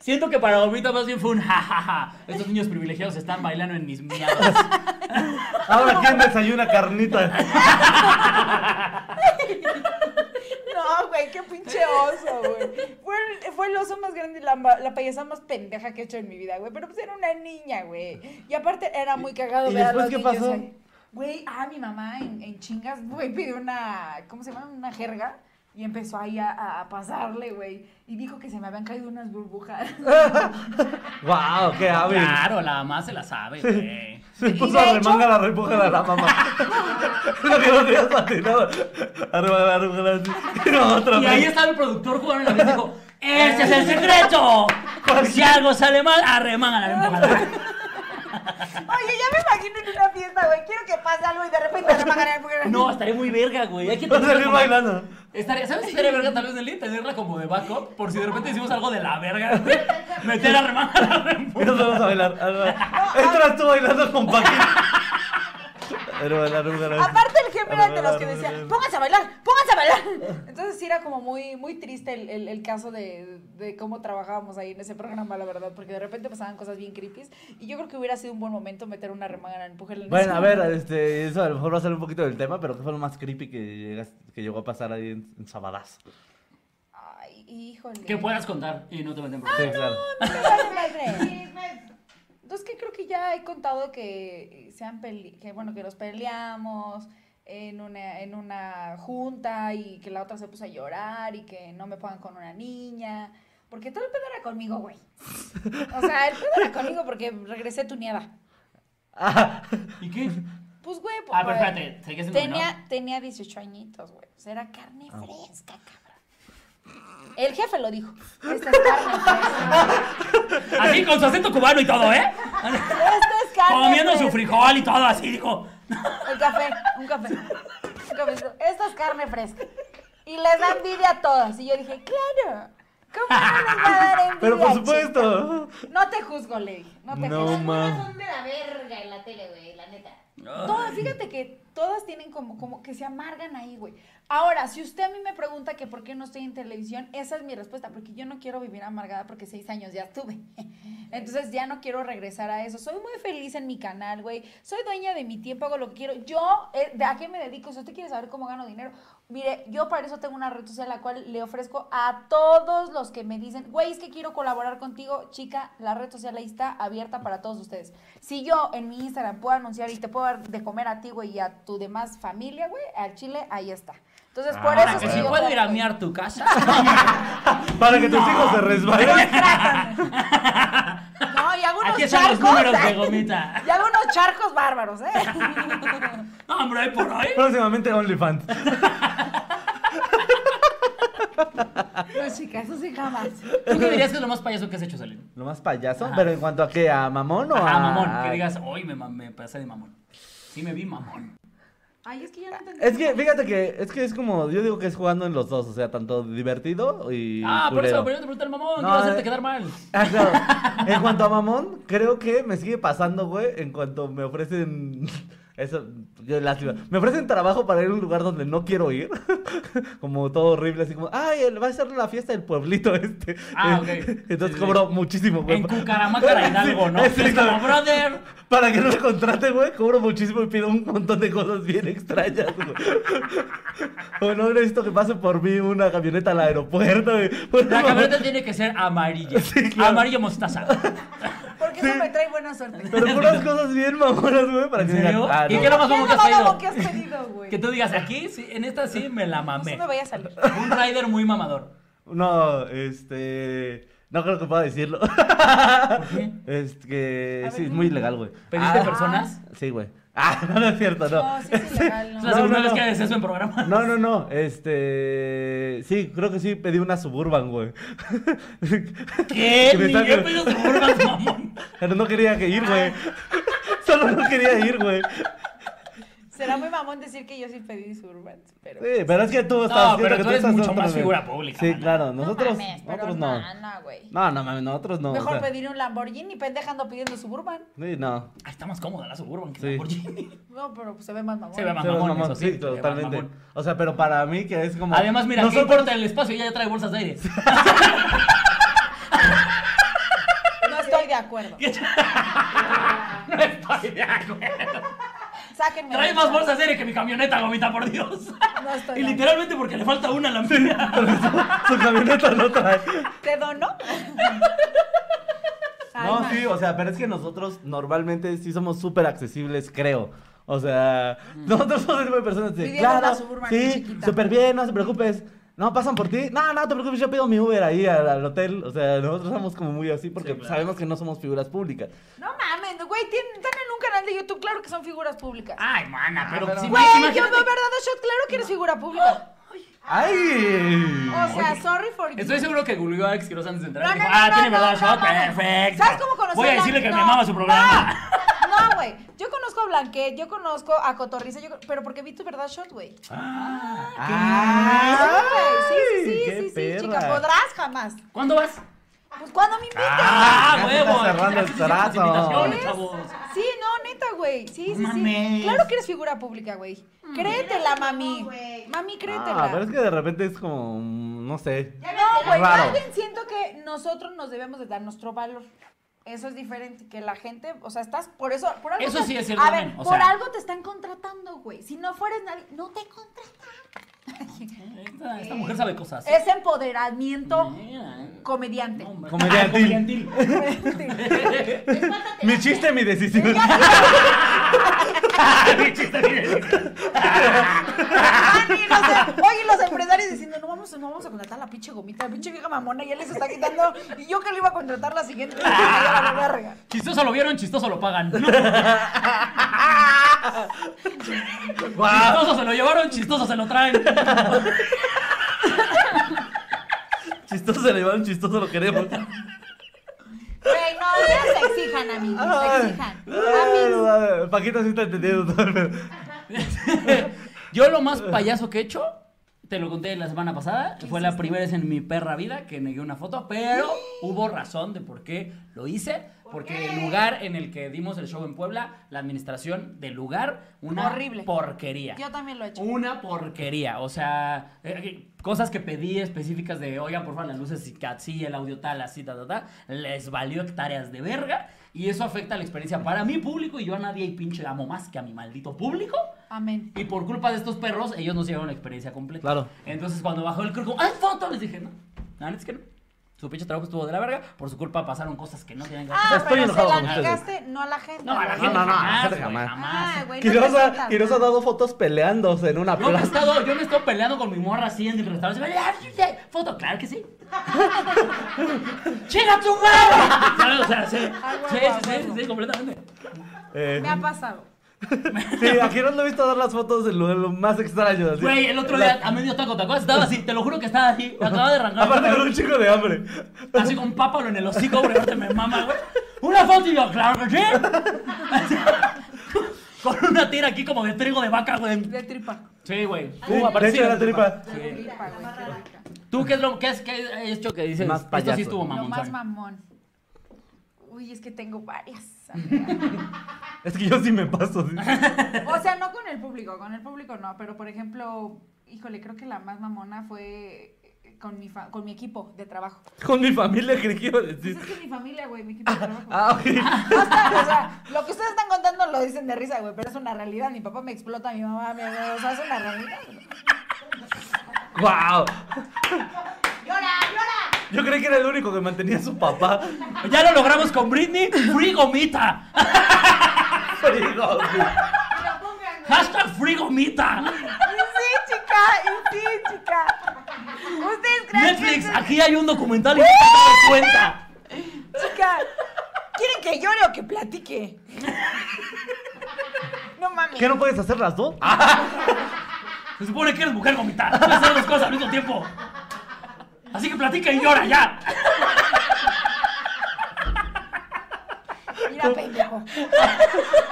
[SPEAKER 4] Siento que para Gomita más bien fue un jajaja. Estos niños privilegiados están bailando en mis miados.
[SPEAKER 3] Ahora, ¿quién desayuna carnita?
[SPEAKER 5] No, güey, qué pinche oso, güey. Fue, el- fue el oso más grande y la, ma- la payasa más pendeja que he hecho en mi vida, güey. Pero pues era una niña, güey. Y aparte era muy cagado
[SPEAKER 3] ¿Y
[SPEAKER 5] ver a
[SPEAKER 3] después
[SPEAKER 5] los
[SPEAKER 3] qué
[SPEAKER 5] niños
[SPEAKER 3] pasó?
[SPEAKER 5] ahí. Güey, ah, mi mamá en, en chingas, güey, pidió una, ¿cómo se llama? Una jerga. Y empezó ahí a, a- a pasarle, güey. Y dijo que se me habían caído unas burbujas.
[SPEAKER 3] ¡Wow! ¡Qué hábil!
[SPEAKER 4] Claro, la mamá se la sabe, güey.
[SPEAKER 3] Se
[SPEAKER 5] Y
[SPEAKER 3] puso
[SPEAKER 5] de
[SPEAKER 3] a
[SPEAKER 5] hecho-
[SPEAKER 3] remanga la repuja de la mamá. Lo que no tenías patinado. Arriba la repuja así. Y no, otra
[SPEAKER 4] Y ahí
[SPEAKER 3] vez.
[SPEAKER 4] estaba el productor jugando en la mesa y dijo, ¡Ese es el secreto! Si algo sale mal, arremángala, empújala.
[SPEAKER 5] Oye, ya me imagino en una fiesta, güey. Quiero que pase algo y de repente se van a ganar.
[SPEAKER 4] No, estaría muy verga, güey. Hay que
[SPEAKER 8] Va a
[SPEAKER 4] tenerla
[SPEAKER 8] salir
[SPEAKER 4] como-
[SPEAKER 8] bailando.
[SPEAKER 4] Estaría, ¿Sabes si estaría verga tal vez Nelly? Tenerla como de backup, por si de repente hicimos algo de la verga, güey. Meter a remar a la
[SPEAKER 3] Y nos vamos a bailar. Entras tú bailando con Paquín. Pero la arruga, la-
[SPEAKER 5] Aparte el jefe era de los que decía, pónganse a bailar, pónganse a bailar. Entonces sí era como muy, muy triste el, el- el caso de, de cómo trabajábamos ahí en ese programa, la verdad, porque de repente pasaban cosas bien creepy. Y yo creo que hubiera sido un buen momento meter una remanga en empuje.
[SPEAKER 3] Bueno, a ver, este, eso a lo mejor va a salir un poquito del tema, pero ¿qué fue lo más creepy que, llegas- que llegó a pasar ahí en, en Sabadazo?
[SPEAKER 5] Ay, híjole.
[SPEAKER 4] Que puedas contar y no te meten por
[SPEAKER 3] Sí, claro.
[SPEAKER 5] Ah, No me vale madre.
[SPEAKER 7] Sí,
[SPEAKER 4] pues.
[SPEAKER 7] me-
[SPEAKER 5] Entonces que creo que ya he contado que sean pele- que bueno, que nos peleamos en una, en una junta y que la otra se puso a llorar y que no me pongan con una niña. Porque todo el pedo era conmigo, güey. O sea, el pedo era conmigo porque regresé tuneada.
[SPEAKER 3] Ah,
[SPEAKER 4] ¿Y qué?
[SPEAKER 5] Pues, güey, pues,
[SPEAKER 4] Ah, pero espérate, seguías en
[SPEAKER 5] tenía, tenía 18 añitos, güey. O sea, era carne fresca, cabrón. El jefe lo dijo. Esta es carne fresca.
[SPEAKER 4] Así con su acento cubano y todo, ¿eh?
[SPEAKER 5] Esta es carne
[SPEAKER 4] Comiendo su
[SPEAKER 5] fresca.
[SPEAKER 4] frijol y todo, así dijo.
[SPEAKER 5] El café, un café. Un cafecito. Esta es carne fresca. Y les da envidia a todas. Y yo dije, claro. ¿Cómo no les va a dar envidia?
[SPEAKER 3] pero por
[SPEAKER 5] chica?
[SPEAKER 3] supuesto.
[SPEAKER 5] No te juzgo, le dije. No te
[SPEAKER 3] No,
[SPEAKER 5] juzgo.
[SPEAKER 3] ma.
[SPEAKER 7] Algunas son de la verga en la tele, güey, la neta.
[SPEAKER 5] Todas, fíjate que todas tienen como, como que se amargan ahí, güey. Ahora, si usted a mí me pregunta que por qué no estoy en televisión, esa es mi respuesta, porque yo no quiero vivir amargada porque seis años ya estuve. Entonces ya no quiero regresar a eso. Soy muy feliz en mi canal, güey. Soy dueña de mi tiempo, hago lo que quiero. Yo, eh, ¿de ¿a qué me dedico? Si usted quiere saber cómo gano dinero, mire, yo para eso tengo una red social la cual le ofrezco a todos los que me dicen, güey, es que quiero colaborar contigo, chica, la red social ahí está abierta para todos ustedes. Si yo en mi Instagram puedo anunciar y te puedo dar de comer a ti, güey, y a tu demás familia, güey, al chile, ahí está. Entonces, por
[SPEAKER 4] Ahora
[SPEAKER 3] Ah,
[SPEAKER 5] eso
[SPEAKER 4] Ah, que
[SPEAKER 5] sí
[SPEAKER 4] si
[SPEAKER 5] yo
[SPEAKER 4] puedo
[SPEAKER 5] creo
[SPEAKER 4] ir a
[SPEAKER 5] que-
[SPEAKER 4] miar tu casa.
[SPEAKER 3] Para que tus hijos se resbalen.
[SPEAKER 5] No, y hago unos
[SPEAKER 4] Aquí están los
[SPEAKER 5] charcos.
[SPEAKER 4] números de gomita.
[SPEAKER 5] Y hago unos charcos bárbaros, ¿eh?
[SPEAKER 4] No, hombre, hoy por hoy.
[SPEAKER 3] Próximamente OnlyFans.
[SPEAKER 5] No, chica, eso sí jamás.
[SPEAKER 4] ¿Tú qué dirías que es lo más payaso que has hecho, Salim?
[SPEAKER 3] ¿Lo más payaso?
[SPEAKER 4] Ajá.
[SPEAKER 3] ¿Pero en cuanto a qué? ¿A mamón o a...?
[SPEAKER 4] Ah, mamón. Que digas, hoy me, ma- me pasé de mamón. Sí, me vi mamón.
[SPEAKER 5] Ay, es que ya no entendí.
[SPEAKER 3] Es que, fíjate que, es que es como, yo digo que es jugando en los dos, o sea, tanto divertido y
[SPEAKER 4] Ah, por
[SPEAKER 3] culero.
[SPEAKER 4] eso, pero yo te pregunté al mamón.
[SPEAKER 3] No,
[SPEAKER 4] Quiero hacerte
[SPEAKER 3] eh.
[SPEAKER 4] quedar mal.
[SPEAKER 3] Ah, claro. En cuanto a mamón, creo que me sigue pasando, güey. En cuanto me ofrecen. Eso, qué lástima. Me ofrecen trabajo para ir a un lugar donde no quiero ir. como todo horrible, así como, ay, él va a ser la fiesta del pueblito este.
[SPEAKER 4] Ah, ok.
[SPEAKER 3] Entonces
[SPEAKER 4] Sí,
[SPEAKER 3] cobro muchísimo, güey.
[SPEAKER 4] En Cucaramácara Hidalgo, ¿no?
[SPEAKER 3] Sí,
[SPEAKER 4] Es como,
[SPEAKER 3] claro.
[SPEAKER 4] brother.
[SPEAKER 3] Para que no me contrate, güey, cobro muchísimo y pido un montón de cosas bien extrañas, güey. o no necesito que pase por mí una camioneta al aeropuerto. güey.
[SPEAKER 4] La camioneta tiene que ser amarilla.
[SPEAKER 3] Sí, claro.
[SPEAKER 4] Amarillo mostaza.
[SPEAKER 5] Porque eso me trae buena suerte.
[SPEAKER 3] Pero puras cosas bien mamonas, güey, para
[SPEAKER 4] ¿En
[SPEAKER 3] que digan,
[SPEAKER 4] serio?
[SPEAKER 3] ah,
[SPEAKER 4] ¿Y
[SPEAKER 3] no.
[SPEAKER 4] qué era más
[SPEAKER 5] ¿Qué
[SPEAKER 4] mamón que
[SPEAKER 5] es lo
[SPEAKER 4] has
[SPEAKER 5] más
[SPEAKER 4] traído?
[SPEAKER 5] loco que has pedido, güey? Pues
[SPEAKER 4] Que tú digas, aquí, sí, en esta sí me la
[SPEAKER 5] No
[SPEAKER 4] mamé.
[SPEAKER 5] se me vaya a salir.
[SPEAKER 4] Un rider muy mamador.
[SPEAKER 3] No, este. No creo que pueda decirlo.
[SPEAKER 4] ¿Por qué?
[SPEAKER 3] Es que.
[SPEAKER 5] A
[SPEAKER 3] sí, es
[SPEAKER 5] ver,
[SPEAKER 3] muy ilegal, güey.
[SPEAKER 4] ¿Pediste Oh,
[SPEAKER 3] Ah,
[SPEAKER 4] personas?
[SPEAKER 3] Sí, güey. Ah, no, no es cierto, no.
[SPEAKER 5] No, sí es ilegal,
[SPEAKER 4] Es
[SPEAKER 5] no.
[SPEAKER 4] la
[SPEAKER 3] No,
[SPEAKER 4] segunda
[SPEAKER 3] no,
[SPEAKER 4] vez
[SPEAKER 3] no.
[SPEAKER 4] que haces eso en programa.
[SPEAKER 3] No, no, no. Este. Sí, creo que sí pedí una suburban, güey.
[SPEAKER 4] ¿Qué?
[SPEAKER 3] Que me
[SPEAKER 4] Ni yo
[SPEAKER 3] están-
[SPEAKER 4] he pedido suburban, mamón.
[SPEAKER 3] Pero no quería que ir, güey. Solo no quería ir, güey.
[SPEAKER 5] Será muy mamón decir que yo sí pedí Suburbans, pero...
[SPEAKER 3] Sí, pero es que tú estás.
[SPEAKER 4] No, pero
[SPEAKER 3] siento que
[SPEAKER 4] tú eres
[SPEAKER 3] estás
[SPEAKER 4] mucho
[SPEAKER 3] otra
[SPEAKER 4] más
[SPEAKER 3] vez.
[SPEAKER 4] figura pública,
[SPEAKER 3] Sí,
[SPEAKER 4] maná.
[SPEAKER 3] claro. Nosotros,
[SPEAKER 5] mames, pero
[SPEAKER 3] nosotros no.
[SPEAKER 5] No, no, güey.
[SPEAKER 3] No, no mames, nosotros no. o sea,
[SPEAKER 5] Mejor pedir un Lamborghini, pendeja, ando pidiendo Suburban.
[SPEAKER 3] Sí, no.
[SPEAKER 4] Ah, está más cómoda la suburban que
[SPEAKER 3] Sí.
[SPEAKER 4] la Lamborghini.
[SPEAKER 5] No, pero pues, se ve más mamón.
[SPEAKER 4] Se ve más
[SPEAKER 3] Se ve
[SPEAKER 4] mamón,
[SPEAKER 3] mamón,
[SPEAKER 4] eso
[SPEAKER 3] sí,
[SPEAKER 4] sí. se ve más
[SPEAKER 3] totalmente.
[SPEAKER 4] mamón.
[SPEAKER 3] O sea, pero para mí que es como.
[SPEAKER 4] Además, mira, ¿qué
[SPEAKER 3] nosotros-
[SPEAKER 4] importa el espacio? Ella ya trae bolsas de aire.
[SPEAKER 5] No estoy de acuerdo.
[SPEAKER 4] No estoy de acuerdo.
[SPEAKER 5] Sáquenme.
[SPEAKER 4] Trae
[SPEAKER 5] de
[SPEAKER 4] más
[SPEAKER 5] aquí.
[SPEAKER 4] bolsas de aire que mi camioneta, gomita, por Dios.
[SPEAKER 5] No estoy de
[SPEAKER 4] Y literalmente porque le falta una a la mía.
[SPEAKER 3] Su camioneta no trae.
[SPEAKER 5] ¿Te dono? Ay,
[SPEAKER 3] No,
[SPEAKER 5] ma.
[SPEAKER 3] sí, o sea, pero es que nosotros normalmente sí somos súper accesibles, creo. O sea, nosotros somos el tipo de personas de,
[SPEAKER 5] Viviendo en la
[SPEAKER 3] claro,
[SPEAKER 5] suburban
[SPEAKER 3] sí,
[SPEAKER 5] chiquita.
[SPEAKER 3] súper bien, no te preocupes. No, pasan por ti. No, no te preocupes, yo pido mi Uber ahí al, al hotel. O sea, nosotros somos como muy así porque sabemos que no somos figuras públicas.
[SPEAKER 5] No mames, güey, tienen- están en un canal de YouTube, claro que son figuras públicas.
[SPEAKER 4] Ay, mana, pero si
[SPEAKER 5] Ah, Güey, yo
[SPEAKER 4] imagínate-
[SPEAKER 5] me he dado shot, claro que eres figura pública.
[SPEAKER 3] ¡Ay!
[SPEAKER 5] O sea, sorry for you.
[SPEAKER 4] Estoy seguro que googleó a Alex Quiroz antes de entrar.
[SPEAKER 5] No,
[SPEAKER 4] y dijo,
[SPEAKER 5] no, no,
[SPEAKER 4] ah,
[SPEAKER 5] no,
[SPEAKER 4] tiene
[SPEAKER 5] no,
[SPEAKER 4] verdad,
[SPEAKER 5] no,
[SPEAKER 4] Shot,
[SPEAKER 5] no, no.
[SPEAKER 4] perfecto.
[SPEAKER 5] ¿Sabes cómo conocí
[SPEAKER 4] Voy a
[SPEAKER 5] Blanc?
[SPEAKER 4] decirle que me
[SPEAKER 5] No,
[SPEAKER 4] amaba su
[SPEAKER 5] ¡Ah!
[SPEAKER 4] programa.
[SPEAKER 5] No, güey. Yo conozco a Blanquet, yo conozco a Cotorriza, yo, pero porque vi tu verdad shot, güey.
[SPEAKER 3] ¡Ay!
[SPEAKER 5] sí, sí, sí,
[SPEAKER 3] Ah. ¡Qué
[SPEAKER 5] sí, sí,
[SPEAKER 3] perra! Ah,
[SPEAKER 5] chica. Podrás jamás.
[SPEAKER 4] ¿Cuándo vas?
[SPEAKER 5] Pues cuando me inviten.
[SPEAKER 3] ya
[SPEAKER 4] ¡Ah,
[SPEAKER 3] se está
[SPEAKER 4] huevo!
[SPEAKER 3] cerrando el
[SPEAKER 4] Aquí tenemos
[SPEAKER 3] trato.
[SPEAKER 4] invitaciones,
[SPEAKER 5] ¿Ves?
[SPEAKER 4] chavos.
[SPEAKER 5] Sí, no, neta, güey. Sí, sí, sí.
[SPEAKER 4] Mames. Mm.
[SPEAKER 5] Claro que eres figura pública, güey. Créetela, mami. Mami, créetela.
[SPEAKER 3] Ah, pero es que de repente es como, mm, no sé.
[SPEAKER 5] No, güey,
[SPEAKER 3] Raro.
[SPEAKER 5] más bien siento que nosotros nos debemos de dar nuestro valor. Eso es diferente, que la gente, o sea, estás, por eso, por algo.
[SPEAKER 4] Eso
[SPEAKER 5] te-
[SPEAKER 4] sí es cierto
[SPEAKER 5] A ver,
[SPEAKER 4] también, o
[SPEAKER 5] por
[SPEAKER 4] sea.
[SPEAKER 5] algo te están contratando, güey. Si no fueres nadie, no te contratan.
[SPEAKER 4] Esta, esta mujer sabe cosas.
[SPEAKER 5] Es empoderamiento
[SPEAKER 4] Mira, eh.
[SPEAKER 5] comediante.
[SPEAKER 4] No, hombre.
[SPEAKER 3] Comediantil.
[SPEAKER 4] Comediantil.
[SPEAKER 3] Mi chiste, mi decisión.
[SPEAKER 4] Mi chiste tiene-
[SPEAKER 5] Dani, no sé. Oye, los empresarios diciendo, no vamos, no vamos a contratar a la pinche gomita, la pinche vieja mamona, ya les está quitando. Y yo que le iba a contratar la siguiente, ya la verga.
[SPEAKER 4] Chistoso lo vieron, chistoso lo pagan.
[SPEAKER 3] ¡Guau!
[SPEAKER 4] Chistoso se lo llevaron, chistoso se lo traen.
[SPEAKER 3] Chistoso se le llevaron, chistoso lo queremos.
[SPEAKER 5] Güey, no, ya se exijan, amigos, se exijan.
[SPEAKER 3] Ay, no
[SPEAKER 5] Amigos,
[SPEAKER 3] mames. Paquito sí está entendiendo todo el pedo.
[SPEAKER 4] Yo lo más payaso que he hecho, te lo conté la semana pasada, fue la primera vez en mi perra vida que negué una foto, pero hubo razón de por qué lo hice, porque el lugar en el que dimos el show en Puebla, la administración del lugar, una
[SPEAKER 5] Horrible.
[SPEAKER 4] porquería.
[SPEAKER 5] yo también lo he hecho.
[SPEAKER 4] Una porquería, o sea, eh, eh, cosas que pedí específicas de, oigan, por favor, las luces y así, el audio tal, así, ta, ta, ta, les valió hectáreas de verga y eso afecta la experiencia para mi público y yo a nadie y pinche amo más que a mi maldito público.
[SPEAKER 5] Amén.
[SPEAKER 4] Y por culpa de estos perros, ellos no se llevaron la experiencia completa.
[SPEAKER 3] Claro.
[SPEAKER 4] Entonces, cuando bajó el cruco, ¡ay, foto! Les dije, no, la neta es que no. Su pinche trabajo estuvo de la verga. Por su culpa pasaron cosas que no tenían que
[SPEAKER 5] Ah,
[SPEAKER 4] pasar.
[SPEAKER 3] Estoy
[SPEAKER 5] pero se
[SPEAKER 3] enojado
[SPEAKER 5] la
[SPEAKER 3] con ustedes.
[SPEAKER 5] negaste, no a la gente.
[SPEAKER 4] No, a la
[SPEAKER 5] güey.
[SPEAKER 4] gente
[SPEAKER 3] no, no,
[SPEAKER 4] jamás,
[SPEAKER 3] gente
[SPEAKER 4] güey,
[SPEAKER 3] jamás.
[SPEAKER 4] jamás.
[SPEAKER 5] Ah, güey, no
[SPEAKER 3] Quirosa,
[SPEAKER 5] presentas
[SPEAKER 3] Quirosa ha
[SPEAKER 5] nada.
[SPEAKER 3] dado fotos peleándose en una
[SPEAKER 4] Yo me, he
[SPEAKER 3] plaza.
[SPEAKER 4] estado, yo me he estado peleando con mi morra así en el restaurante. ¡Ay, ¡Foto! ¡Claro que sí! ¡Chinga tu madre! ¿Sabes? O sea, sí.
[SPEAKER 5] Ah, huevo,
[SPEAKER 4] Sí,
[SPEAKER 5] ah,
[SPEAKER 4] sí, sí,
[SPEAKER 5] huevo.
[SPEAKER 4] sí, completamente.
[SPEAKER 3] Eh,
[SPEAKER 5] Me ha pasado.
[SPEAKER 3] sí, a Quirosa lo he visto dar las fotos de lo, lo más extraño. así.
[SPEAKER 4] Güey, el otro día a medio taco, ¿te acuerdas? Estaba así, te lo juro que estaba así. Me acababa de arrancar.
[SPEAKER 3] Aparte con un chico de hambre.
[SPEAKER 4] Así con pápalo en el hocico, güey, ahorita me mama, güey. Una foto y yo, claro que sí. Con una tira aquí como de trigo de vaca, güey.
[SPEAKER 5] De tripa.
[SPEAKER 4] Sí, güey.
[SPEAKER 3] Sí, de hecho, era tripa.
[SPEAKER 4] Sí.
[SPEAKER 5] Tripa, güey, qué rica.
[SPEAKER 4] ¿Tú qué es lo qué es que has hecho que dices?
[SPEAKER 3] Más
[SPEAKER 4] Esto sí
[SPEAKER 3] payaso.
[SPEAKER 4] estuvo
[SPEAKER 5] Lo
[SPEAKER 4] mamón,
[SPEAKER 5] más
[SPEAKER 4] ¿sabes?
[SPEAKER 5] mamón. Uy, es que tengo varias.
[SPEAKER 3] Es que yo sí me paso. sí.
[SPEAKER 5] O sea, no con el público, con el público no, pero por ejemplo, híjole, creo que la más mamona fue eh, con mi, fa- con mi equipo de trabajo.
[SPEAKER 3] Con mi familia creí que iba a
[SPEAKER 5] Pues
[SPEAKER 3] decir.
[SPEAKER 5] es que mi familia, güey, mi equipo de trabajo.
[SPEAKER 3] Ah, ok.
[SPEAKER 5] O sea, o sea, lo que ustedes están contando lo dicen de risa, güey, pero es una realidad. Mi papá me explota, mi mamá me... O sea, es una realidad.
[SPEAKER 3] ¡Wow!
[SPEAKER 7] ¡Llora, llora!
[SPEAKER 3] Yo creí que era el único que mantenía a su papá.
[SPEAKER 4] Ya lo logramos con Britney, frigomita.
[SPEAKER 3] Frigo.
[SPEAKER 7] Pero pongan, güey.
[SPEAKER 4] Hashtag frigomita.
[SPEAKER 5] Y sí, chica, y sí, chica. Ustedes creen que...
[SPEAKER 4] Netflix, aquí hay un documental y no te das cuenta.
[SPEAKER 5] Chica, ¿quieren que llore o que platique? No mames.
[SPEAKER 3] ¿Qué no puedes hacer las dos? Ah,
[SPEAKER 4] Se supone que eres mujer gomita. Puedes hacer dos cosas al mismo tiempo. Así que platica y llora ya.
[SPEAKER 5] Mira, pendejo.
[SPEAKER 3] sí,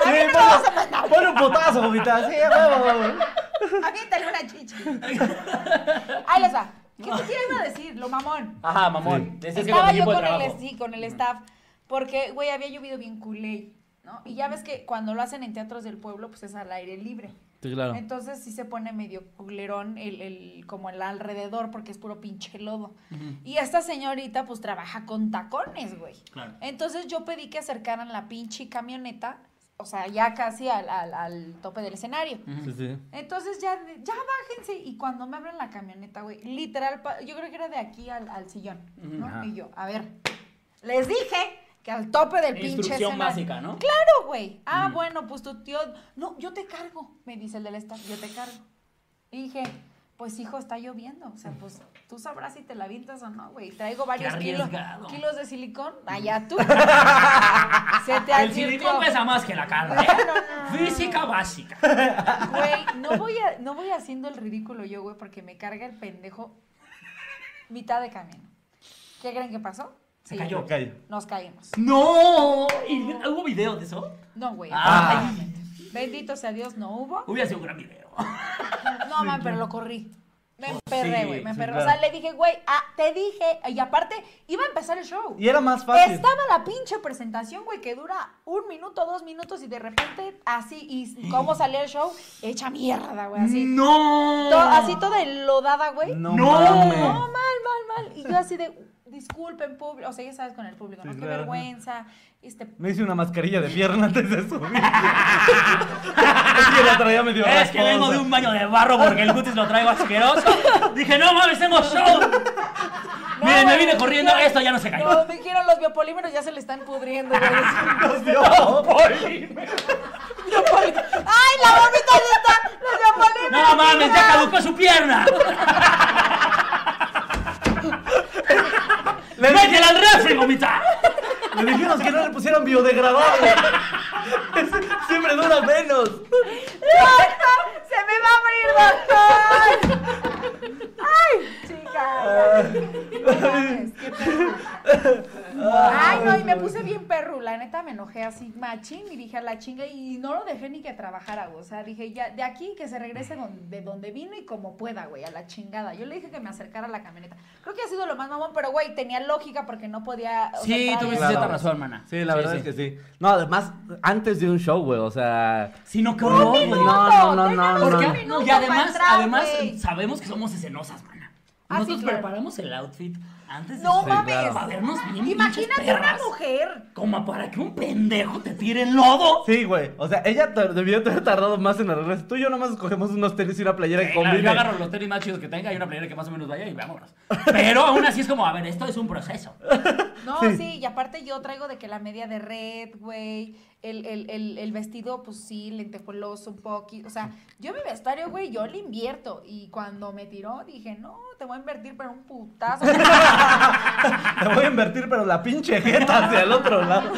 [SPEAKER 3] bueno, bueno, putazo, jovita. Sí, huevo, huevo.
[SPEAKER 5] Aviéntale una chicha. Ahí les va. ¿Qué te iba a decir? Lo mamón.
[SPEAKER 4] Ajá, mamón. Decías que
[SPEAKER 5] Estaba
[SPEAKER 4] con tu
[SPEAKER 5] yo
[SPEAKER 4] equipo de
[SPEAKER 5] con el,
[SPEAKER 4] trabajo.
[SPEAKER 5] sí, con el staff, porque, güey, había llovido bien culé, ¿no? Y ya ves que cuando lo hacen en teatros del pueblo, pues es al aire libre.
[SPEAKER 3] Sí, claro.
[SPEAKER 5] Entonces sí se pone medio culerón el, el- como el alrededor, porque es puro pinche lodo. Y esta señorita, pues, trabaja con tacones, güey.
[SPEAKER 4] Claro.
[SPEAKER 5] Entonces yo pedí que acercaran la pinche camioneta, o sea, ya casi al, al- al tope del escenario.
[SPEAKER 3] Sí, sí.
[SPEAKER 5] Entonces ya, de- ya bájense. Y cuando me abren la camioneta, güey, literal, pa- yo creo que era de aquí al, al sillón, ¿no? Y yo, a ver, les dije que al tope del pinche
[SPEAKER 4] Instrucción
[SPEAKER 5] escenario.
[SPEAKER 4] básica, ¿no?
[SPEAKER 5] Claro, güey. Ah, bueno, pues tu tío, no, yo te cargo, me dice el del staff, yo te cargo. Y dije, pues hijo, está lloviendo. O sea, pues tú sabrás si te la avientas o no, güey. Traigo varios kilos,
[SPEAKER 4] arriesgado.
[SPEAKER 5] kilos de silicón. Allá tú. Se te
[SPEAKER 4] El
[SPEAKER 5] advirtió.
[SPEAKER 4] silicón pesa más que la carne. ¿eh? Física básica.
[SPEAKER 5] Güey, no voy, a- no voy haciendo el ridículo yo, güey, porque me carga el pendejo mitad de camino. ¿Qué creen que pasó?
[SPEAKER 4] Se cayó.
[SPEAKER 3] Me callo.
[SPEAKER 5] Nos caímos.
[SPEAKER 4] ¡No! ¿Y ¿Hubo video de eso?
[SPEAKER 5] No, güey.
[SPEAKER 4] Ah.
[SPEAKER 5] afortunadamente. Bendito sea Dios, no hubo.
[SPEAKER 4] Hubiera sido un gran video.
[SPEAKER 5] No, man, pero lo corrí. Me emperré, güey, me
[SPEAKER 3] sí,
[SPEAKER 5] emperré. O
[SPEAKER 3] claro.
[SPEAKER 5] sea, le dije, güey, ah, te dije. Y aparte, iba a empezar el show.
[SPEAKER 3] Y era más fácil.
[SPEAKER 5] Estaba la pinche presentación, güey, que dura un minuto, dos minutos y de repente así. ¿Y cómo salía el show? Hecha mierda, güey, así.
[SPEAKER 4] ¡No!
[SPEAKER 5] To- así toda enlodada, güey.
[SPEAKER 3] No,
[SPEAKER 4] No.
[SPEAKER 3] mames.
[SPEAKER 5] No, mal, mal, mal. Y yo así de, disculpen, público. O sea, ya sabes con el público,
[SPEAKER 3] Sí,
[SPEAKER 5] ¿no? Qué
[SPEAKER 3] claro.
[SPEAKER 5] vergüenza. Este.
[SPEAKER 3] Me hice una mascarilla de pierna antes de subir. es que la traía medio
[SPEAKER 4] Es que
[SPEAKER 3] rasposa.
[SPEAKER 4] vengo de un baño de barro porque el cutis lo traigo asqueroso. Dije, no mames, hemos show. Miren, me
[SPEAKER 5] güey,
[SPEAKER 4] vine corriendo,
[SPEAKER 5] dijeron-
[SPEAKER 4] esto ya no se cayó.
[SPEAKER 5] No, me dijeron los biopolímeros ya se le están pudriendo, güey.
[SPEAKER 3] Los dio.
[SPEAKER 5] ¡Ay, la bombita ya está! ¡Los biopolímeros!
[SPEAKER 4] No mames, ya caducó su pierna.
[SPEAKER 3] Le dije-
[SPEAKER 4] ¡Métela al refri, gomita!
[SPEAKER 3] Le dijeron que no le pusieran biodegradable. Ese Siempre dura menos.
[SPEAKER 5] ¡Se me va a morir, doctor! ¡Ay, chica! No mames, qué pena. Ay, no, y me puse bien perro, la neta me enojé así, machín, y dije a la chinga, y no lo dejé ni que trabajara, güey. O sea, dije, ya, de aquí que se regrese don- de donde vino y como pueda, güey, a la chingada. Yo le dije que me acercara a la camioneta. Creo que ha sido lo más mamón, pero, güey, tenía lógica porque no podía. o sea,
[SPEAKER 4] Sí,
[SPEAKER 5] traer-
[SPEAKER 4] tuviste
[SPEAKER 3] Claro.
[SPEAKER 4] cierta razón, hermana.
[SPEAKER 3] Sí, la verdad es que sí. No, además, antes de un show, güey, o sea...
[SPEAKER 4] Sí, no, qué horror, güey.
[SPEAKER 5] minuto,
[SPEAKER 3] No, no, no,
[SPEAKER 5] tenemos
[SPEAKER 3] no, no.
[SPEAKER 5] un
[SPEAKER 4] Porque-
[SPEAKER 5] minuto
[SPEAKER 4] y además,
[SPEAKER 5] para entrar,
[SPEAKER 4] además
[SPEAKER 5] güey.
[SPEAKER 4] sabemos que somos escenosas, mana.
[SPEAKER 5] Ah, sí,
[SPEAKER 4] Nosotros
[SPEAKER 5] claro.
[SPEAKER 4] preparamos el outfit antes de
[SPEAKER 5] No
[SPEAKER 4] salir
[SPEAKER 5] mames.
[SPEAKER 4] para vernos bien. pinches
[SPEAKER 5] Imagínate una
[SPEAKER 4] perras.
[SPEAKER 5] mujer.
[SPEAKER 4] Como para que un pendejo te tire el lodo.
[SPEAKER 3] Sí, güey. O sea, ella tar- debió haber tardado más en arreglarse. Tú y yo nomás escogemos unos tenis y una playera que
[SPEAKER 4] Sí, claro, yo
[SPEAKER 3] combine.
[SPEAKER 4] agarro los tenis más chidos que tenga y una playera que más o menos vaya y vámonos. Pero aún así es como, a ver, esto es un proceso.
[SPEAKER 5] No,
[SPEAKER 3] Sí.
[SPEAKER 5] sí. y aparte yo traigo de que la media de red, güey, el, el, el, el vestido, pues sí, lentejueloso un poquito. O sea, yo mi vestuario, güey, yo le invierto. Y cuando me tiró, dije, no, te voy a invertir, pero un putazo.
[SPEAKER 3] Te voy a invertir, pero la pinche jeta hacia el otro lado.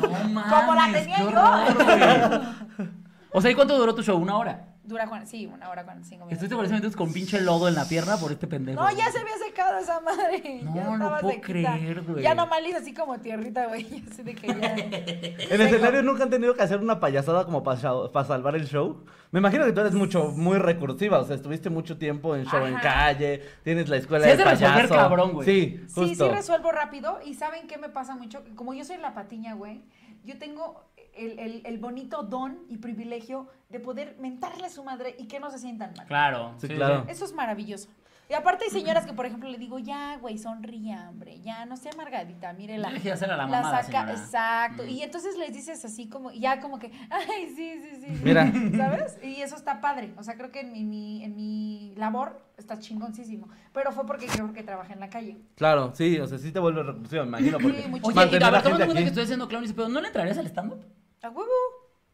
[SPEAKER 4] No mames.
[SPEAKER 5] Como la tenía
[SPEAKER 4] qué
[SPEAKER 5] yo.
[SPEAKER 4] horror, güey. O sea, ¿y cuánto duró tu show? ¿Una hora?
[SPEAKER 5] Dura, cuarenta- sí, una hora cuarenta y cinco
[SPEAKER 4] Estuviste
[SPEAKER 5] minutos.
[SPEAKER 4] pareciendo entonces con pinche lodo en la pierna por este pendejo.
[SPEAKER 5] No, ya se había secado esa madre.
[SPEAKER 4] No,
[SPEAKER 5] ya
[SPEAKER 4] no
[SPEAKER 5] estaba
[SPEAKER 4] puedo
[SPEAKER 5] sequita.
[SPEAKER 4] creer, güey.
[SPEAKER 5] Ya nomás le hice así como tierrita, güey. Ya sé de que ya.
[SPEAKER 3] En el escenario nunca han tenido que hacer una payasada como para salvar el show. Me imagino que tú eres mucho, muy recursiva. O sea, estuviste mucho tiempo en show en
[SPEAKER 5] Ajá.
[SPEAKER 3] calle, tienes la escuela
[SPEAKER 4] Sí,
[SPEAKER 3] de
[SPEAKER 4] es de resolver
[SPEAKER 3] payaso.
[SPEAKER 4] cabrón, güey.
[SPEAKER 3] Sí, justo.
[SPEAKER 5] Sí, sí resuelvo rápido. ¿Y saben qué me pasa mucho? Como yo soy la patiña, güey, yo tengo el, el- el bonito don y privilegio de poder mentarle a su madre y que no se sientan mal.
[SPEAKER 4] Claro.
[SPEAKER 3] Sí, claro.
[SPEAKER 5] Eso es maravilloso. Y aparte hay señoras que, por ejemplo, le digo, ya, güey, sonría, hombre, ya, no sea amargadita, mírela.
[SPEAKER 4] Ya deje de hacer a la mamada, señora.
[SPEAKER 5] exacto.
[SPEAKER 4] Mm.
[SPEAKER 5] Y entonces les dices así como, ya como que, ay, sí, sí, sí. sí".
[SPEAKER 3] Mira.
[SPEAKER 5] ¿Sabes? Y eso está padre. O sea, creo que en mi, mi- en mi labor está chingoncísimo. Pero fue porque creo que trabajé en la calle.
[SPEAKER 3] Claro, sí, o sea, sí te vuelve recursiva, me imagino. Porque
[SPEAKER 5] Sí, mucho.
[SPEAKER 4] Oye, y
[SPEAKER 3] mantener
[SPEAKER 4] cabrón,
[SPEAKER 3] la gente
[SPEAKER 4] tomando en cuenta que
[SPEAKER 3] aquí.
[SPEAKER 4] estoy haciendo clown y ese pedo, ¿no le entrarías al stand-up?
[SPEAKER 5] A huevo.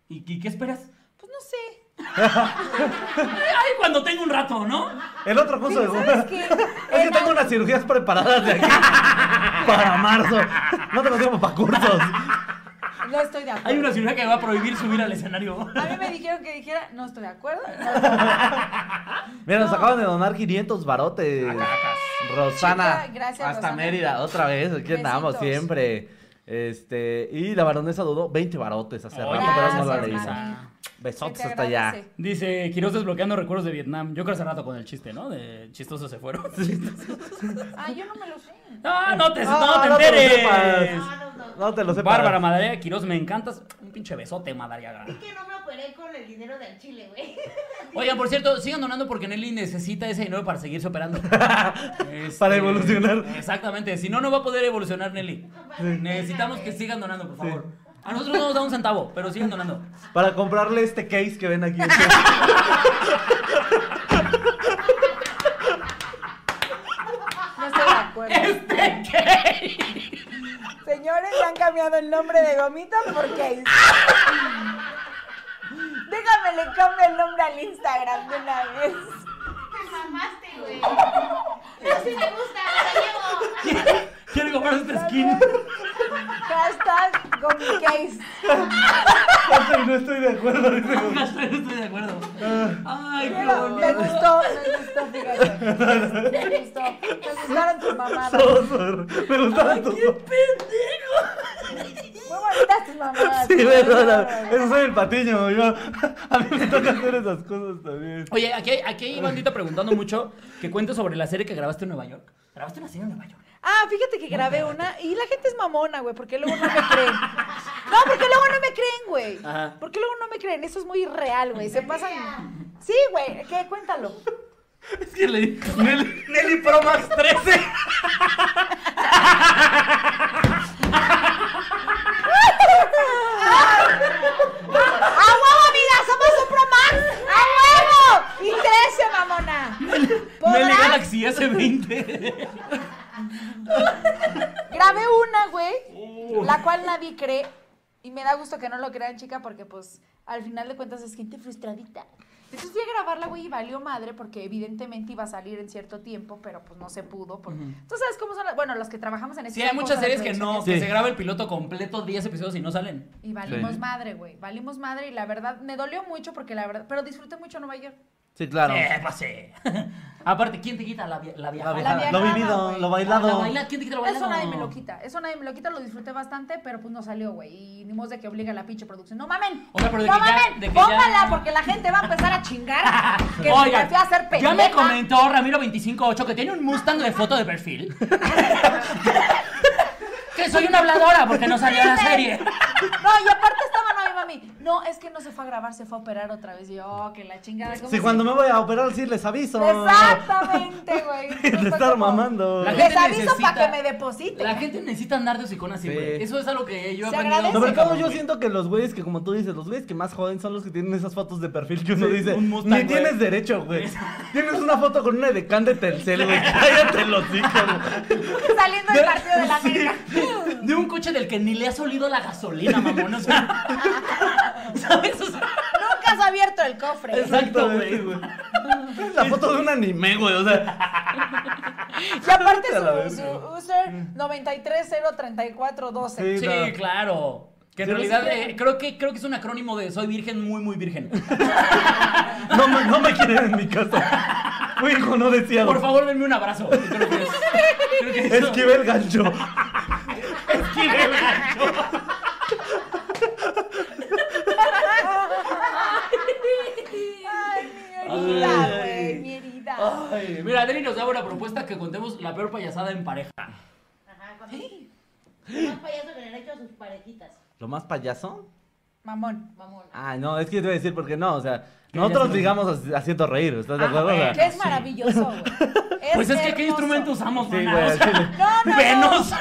[SPEAKER 4] ¿Y, y qué esperas?
[SPEAKER 5] Pues no sé.
[SPEAKER 4] Ay, cuando tengo un rato, ¿no?
[SPEAKER 3] El otro curso de
[SPEAKER 5] ¿Sabes qué?
[SPEAKER 3] Es que tengo unas cirugías preparadas de aquí para marzo. No tengo tiempo para cursos.
[SPEAKER 5] No estoy de acuerdo.
[SPEAKER 4] Hay una ciudad que va a prohibir subir al escenario.
[SPEAKER 5] A mí me dijeron que dijera, no estoy de acuerdo. no estoy de acuerdo.
[SPEAKER 3] Mira, nos acaban de donar 500 barotes.
[SPEAKER 4] Ah,
[SPEAKER 3] Rosana.
[SPEAKER 5] Chica, gracias,
[SPEAKER 3] Hasta
[SPEAKER 5] Rosana.
[SPEAKER 3] Mérida, otra vez. Aquí andamos
[SPEAKER 5] Besitos.
[SPEAKER 3] siempre. Este, y la baronesa dudó 20 barotes hace
[SPEAKER 4] Oye,
[SPEAKER 3] rato, pero no
[SPEAKER 5] gracias,
[SPEAKER 3] la
[SPEAKER 5] mami.
[SPEAKER 3] revisamos.
[SPEAKER 5] Se
[SPEAKER 3] Besotes
[SPEAKER 5] te
[SPEAKER 3] hasta allá.
[SPEAKER 5] agradece.
[SPEAKER 4] Dice Quiroz desbloqueando recuerdos de Vietnam. Yo creo hace rato con el chiste, ¿no? De chistosos se fueron.
[SPEAKER 5] Ah, yo no me lo sé.
[SPEAKER 4] no, no te,
[SPEAKER 3] Ah,
[SPEAKER 4] no,
[SPEAKER 3] no
[SPEAKER 4] te
[SPEAKER 3] te lo
[SPEAKER 4] enteres.
[SPEAKER 3] sepas. No te lo sepas.
[SPEAKER 4] Bárbara Madariaga Quiroz, me encantas. Un pinche besote, Madariaga.
[SPEAKER 7] Que no me operé con el dinero del chile, güey.
[SPEAKER 4] Oigan, por cierto, sigan donando porque Nelly necesita ese dinero para seguirse operando. Este,
[SPEAKER 3] Para evolucionar.
[SPEAKER 4] Exactamente. Si no, no va a poder evolucionar Nelly. Necesitamos que sigan donando, por favor. A nosotros no nos da un centavo, pero sigan donando.
[SPEAKER 3] Para comprarle este case que ven aquí.
[SPEAKER 5] No estoy de acuerdo.
[SPEAKER 4] ¿Este qué?
[SPEAKER 5] Señores, le han cambiado el nombre de gomita por case. Déjame le cambio el nombre al Instagram de una vez.
[SPEAKER 7] Jamás güey. Pero sí me gusta, me la llevo.
[SPEAKER 4] Quiero comprar esta skin.
[SPEAKER 5] Hashtag con mi case.
[SPEAKER 8] Hasta y no estoy de acuerdo. dice como-
[SPEAKER 4] Estoy estoy de acuerdo. Ay, qué
[SPEAKER 5] Pero
[SPEAKER 4] bonito.
[SPEAKER 5] me gustó, me gustó, fíjate. Me gustó. Me gustaron tus mamadas.
[SPEAKER 3] Sosor. Me gustaron tus ojos.
[SPEAKER 5] Muy bonitas tus mamadas.
[SPEAKER 3] Sí,
[SPEAKER 5] Muy
[SPEAKER 3] perdóname.
[SPEAKER 5] bonitas.
[SPEAKER 3] Eso soy el patiño, yo. A mí me toca hacer esas cosas también.
[SPEAKER 4] Oye, aquí hay, aquí hay bandita preguntando mucho que cuentes sobre la serie que grabaste en Nueva York. ¿Grabaste una serie en Nueva York?
[SPEAKER 5] Ah, fíjate que grabé una y la gente es mamona, güey, porque luego no me creen. No, porque luego no me creen, güey.
[SPEAKER 4] Ajá.
[SPEAKER 5] Porque luego no me creen, eso es muy irreal, güey. Se pasan. Sí, güey, ¿qué? Cuéntalo.
[SPEAKER 4] Es que le Nelly, Pro Max 13.
[SPEAKER 5] ¡A huevo, amiga! ¡Somos Supromax! ¡A huevo! ¡Y 13, mamona!
[SPEAKER 4] Nelly
[SPEAKER 5] ¿Podrás?
[SPEAKER 4] Galaxy S20.
[SPEAKER 5] Grabé una,
[SPEAKER 4] Uh.
[SPEAKER 5] güey, la cual nadie cree. Y me da gusto que no lo crean, chica, porque pues al final de cuentas es gente frustradita. Entonces fui a grabarla, güey, y valió madre porque evidentemente iba a salir en cierto tiempo, pero pues no se pudo. Por... Tú sabes cómo son las... Bueno, los que trabajamos en este
[SPEAKER 4] Sí, hay muchas series que no, que
[SPEAKER 3] Sí.
[SPEAKER 4] se graba el piloto completo, 10 episodios y no salen.
[SPEAKER 5] Y valimos
[SPEAKER 3] Sí.
[SPEAKER 5] madre, güey. Valimos madre y la verdad me dolió mucho porque la verdad... Pero disfruté mucho Nueva York.
[SPEAKER 3] Sí, claro.
[SPEAKER 4] Eh, pasé. Aparte, ¿quién te quita la, via- la viajada?
[SPEAKER 5] viajada.
[SPEAKER 4] La
[SPEAKER 5] viajada.
[SPEAKER 3] Lo
[SPEAKER 5] viajaba,
[SPEAKER 3] vivido,
[SPEAKER 5] güey. Ah,
[SPEAKER 3] lo
[SPEAKER 4] La
[SPEAKER 3] bailado.
[SPEAKER 4] baila- ¿Quién te quita la
[SPEAKER 5] Eso
[SPEAKER 4] bailada?
[SPEAKER 5] nadie me lo quita, eso nadie me lo quita, lo disfruté bastante, pero pues no salió, güey. Y ni modo de que obliga a la pinche producción. ¡No mamen!
[SPEAKER 4] O sea, pero de
[SPEAKER 5] ¡No
[SPEAKER 4] que ya-
[SPEAKER 5] mamen!
[SPEAKER 4] de que ya-
[SPEAKER 5] ¡Póngala! Porque la gente va a empezar a chingar. que me
[SPEAKER 4] Ah, Oigan,
[SPEAKER 5] fui a hacer
[SPEAKER 4] ya
[SPEAKER 5] pendeja.
[SPEAKER 4] me comentó Ramiro258 que tiene un Mustang de foto de perfil. que soy una habladora porque no salió la serie.
[SPEAKER 5] No, y aparte estaba no, mi mami. No, es que no se fue a grabar, se fue a operar otra vez. Y Yo, oh, que la chingada. ¿cómo
[SPEAKER 3] Si
[SPEAKER 5] se-
[SPEAKER 3] cuando me voy a operar, sí les aviso.
[SPEAKER 5] Exactamente, güey.
[SPEAKER 3] De
[SPEAKER 5] Fue
[SPEAKER 3] estar
[SPEAKER 5] como-
[SPEAKER 3] mamando.
[SPEAKER 4] La
[SPEAKER 5] Les
[SPEAKER 4] gente
[SPEAKER 5] aviso
[SPEAKER 4] necesita-
[SPEAKER 5] para que me depositen.
[SPEAKER 4] La gente necesita andar de hocicón así,
[SPEAKER 3] Sí.
[SPEAKER 4] güey. Eso es algo que yo he
[SPEAKER 5] Se
[SPEAKER 4] aprendido.
[SPEAKER 5] agradece.
[SPEAKER 3] Sobre
[SPEAKER 5] Ese
[SPEAKER 3] todo
[SPEAKER 4] cabrón,
[SPEAKER 3] yo
[SPEAKER 4] güey.
[SPEAKER 3] siento que los güeyes que como tú dices, los güeyes que más joden son los que tienen esas fotos de perfil que uno
[SPEAKER 4] Sí,
[SPEAKER 3] dice,
[SPEAKER 4] un Mustang,
[SPEAKER 3] ni
[SPEAKER 4] güey".
[SPEAKER 3] tienes derecho, güey. tienes una foto con una edecán de Telcel, güey. Cállate los hijos.
[SPEAKER 5] Saliendo del partido de la América.
[SPEAKER 4] De un coche del que ni le ha olido la gasolina, mamón. O sea, ¿sabes? O sea,
[SPEAKER 5] Nunca has abierto el cofre.
[SPEAKER 4] exacto, güey.
[SPEAKER 3] Es la foto de un anime, güey, o sea.
[SPEAKER 5] Y aparte
[SPEAKER 3] A la verga. Mm.
[SPEAKER 5] su, su user 93034212.
[SPEAKER 3] Sí.
[SPEAKER 4] Sí,
[SPEAKER 3] no.
[SPEAKER 4] claro. Que en
[SPEAKER 3] Yo no
[SPEAKER 4] realidad
[SPEAKER 3] sé.
[SPEAKER 4] eh, creo, que, creo que es un acrónimo de soy virgen, muy, muy virgen.
[SPEAKER 3] No, me- no me quieren en mi casa. Uy, hijo, no decía.
[SPEAKER 4] Por favor, denme un abrazo. Creo que es- creo que eso-
[SPEAKER 3] Esquive el gancho.
[SPEAKER 4] Esquive el gancho.
[SPEAKER 5] Ay, mi herida, güey, mi herida.
[SPEAKER 3] Ah.
[SPEAKER 4] Ay, Mira, Adri nos da una propuesta que contemos la peor payasada en pareja.
[SPEAKER 7] Ajá, cuando. Más payaso que le han hecho a sus parejitas.
[SPEAKER 3] ¿Lo más payaso?
[SPEAKER 5] Mamón.
[SPEAKER 7] Mamón.
[SPEAKER 3] Ah, no, es que te voy a decir porque no, o sea,
[SPEAKER 4] Que ya
[SPEAKER 3] nosotros
[SPEAKER 4] se-
[SPEAKER 3] digamos as- haciendo reír, ¿estás de
[SPEAKER 4] Ah,
[SPEAKER 3] acuerdo? O
[SPEAKER 4] güey,
[SPEAKER 3] sea,
[SPEAKER 5] Que es maravilloso, güey.
[SPEAKER 4] pues es que, ¿qué
[SPEAKER 5] hermoso.
[SPEAKER 4] instrumento usamos,
[SPEAKER 3] Sí,
[SPEAKER 4] mana?
[SPEAKER 3] güey,
[SPEAKER 4] O
[SPEAKER 3] al
[SPEAKER 4] sea,
[SPEAKER 3] chile.
[SPEAKER 5] No, no,
[SPEAKER 4] ¡Venos!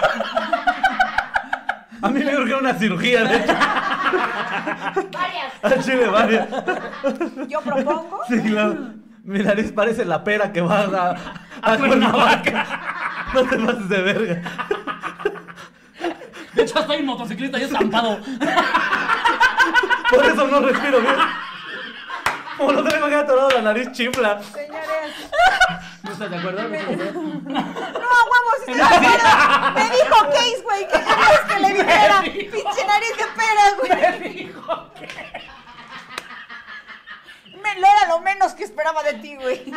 [SPEAKER 3] A mí me urge una cirugía, de hecho,
[SPEAKER 7] Varias.
[SPEAKER 3] al chile, varias.
[SPEAKER 5] no. Yo propongo.
[SPEAKER 3] Sí, claro. Mi nariz parece la pera que va a, a,
[SPEAKER 4] A Cuernavaca.
[SPEAKER 3] Cuernavaca. No te pases de verga.
[SPEAKER 4] De hecho, soy motociclista y estampado.
[SPEAKER 3] Por eso no respiro bien. Como lo tengo aquí atorado, la nariz chifla.
[SPEAKER 5] Señores.
[SPEAKER 4] ¿No estás de acuerdo?
[SPEAKER 5] No, a huevos, sí estoy de acuerdo. Me dijo Case, güey. ¿Qué querías que le dijera?
[SPEAKER 4] dijo.
[SPEAKER 5] Pinche nariz de pera, güey.
[SPEAKER 4] Me dijo que-
[SPEAKER 5] Me- Lo era lo menos que esperaba de ti, güey.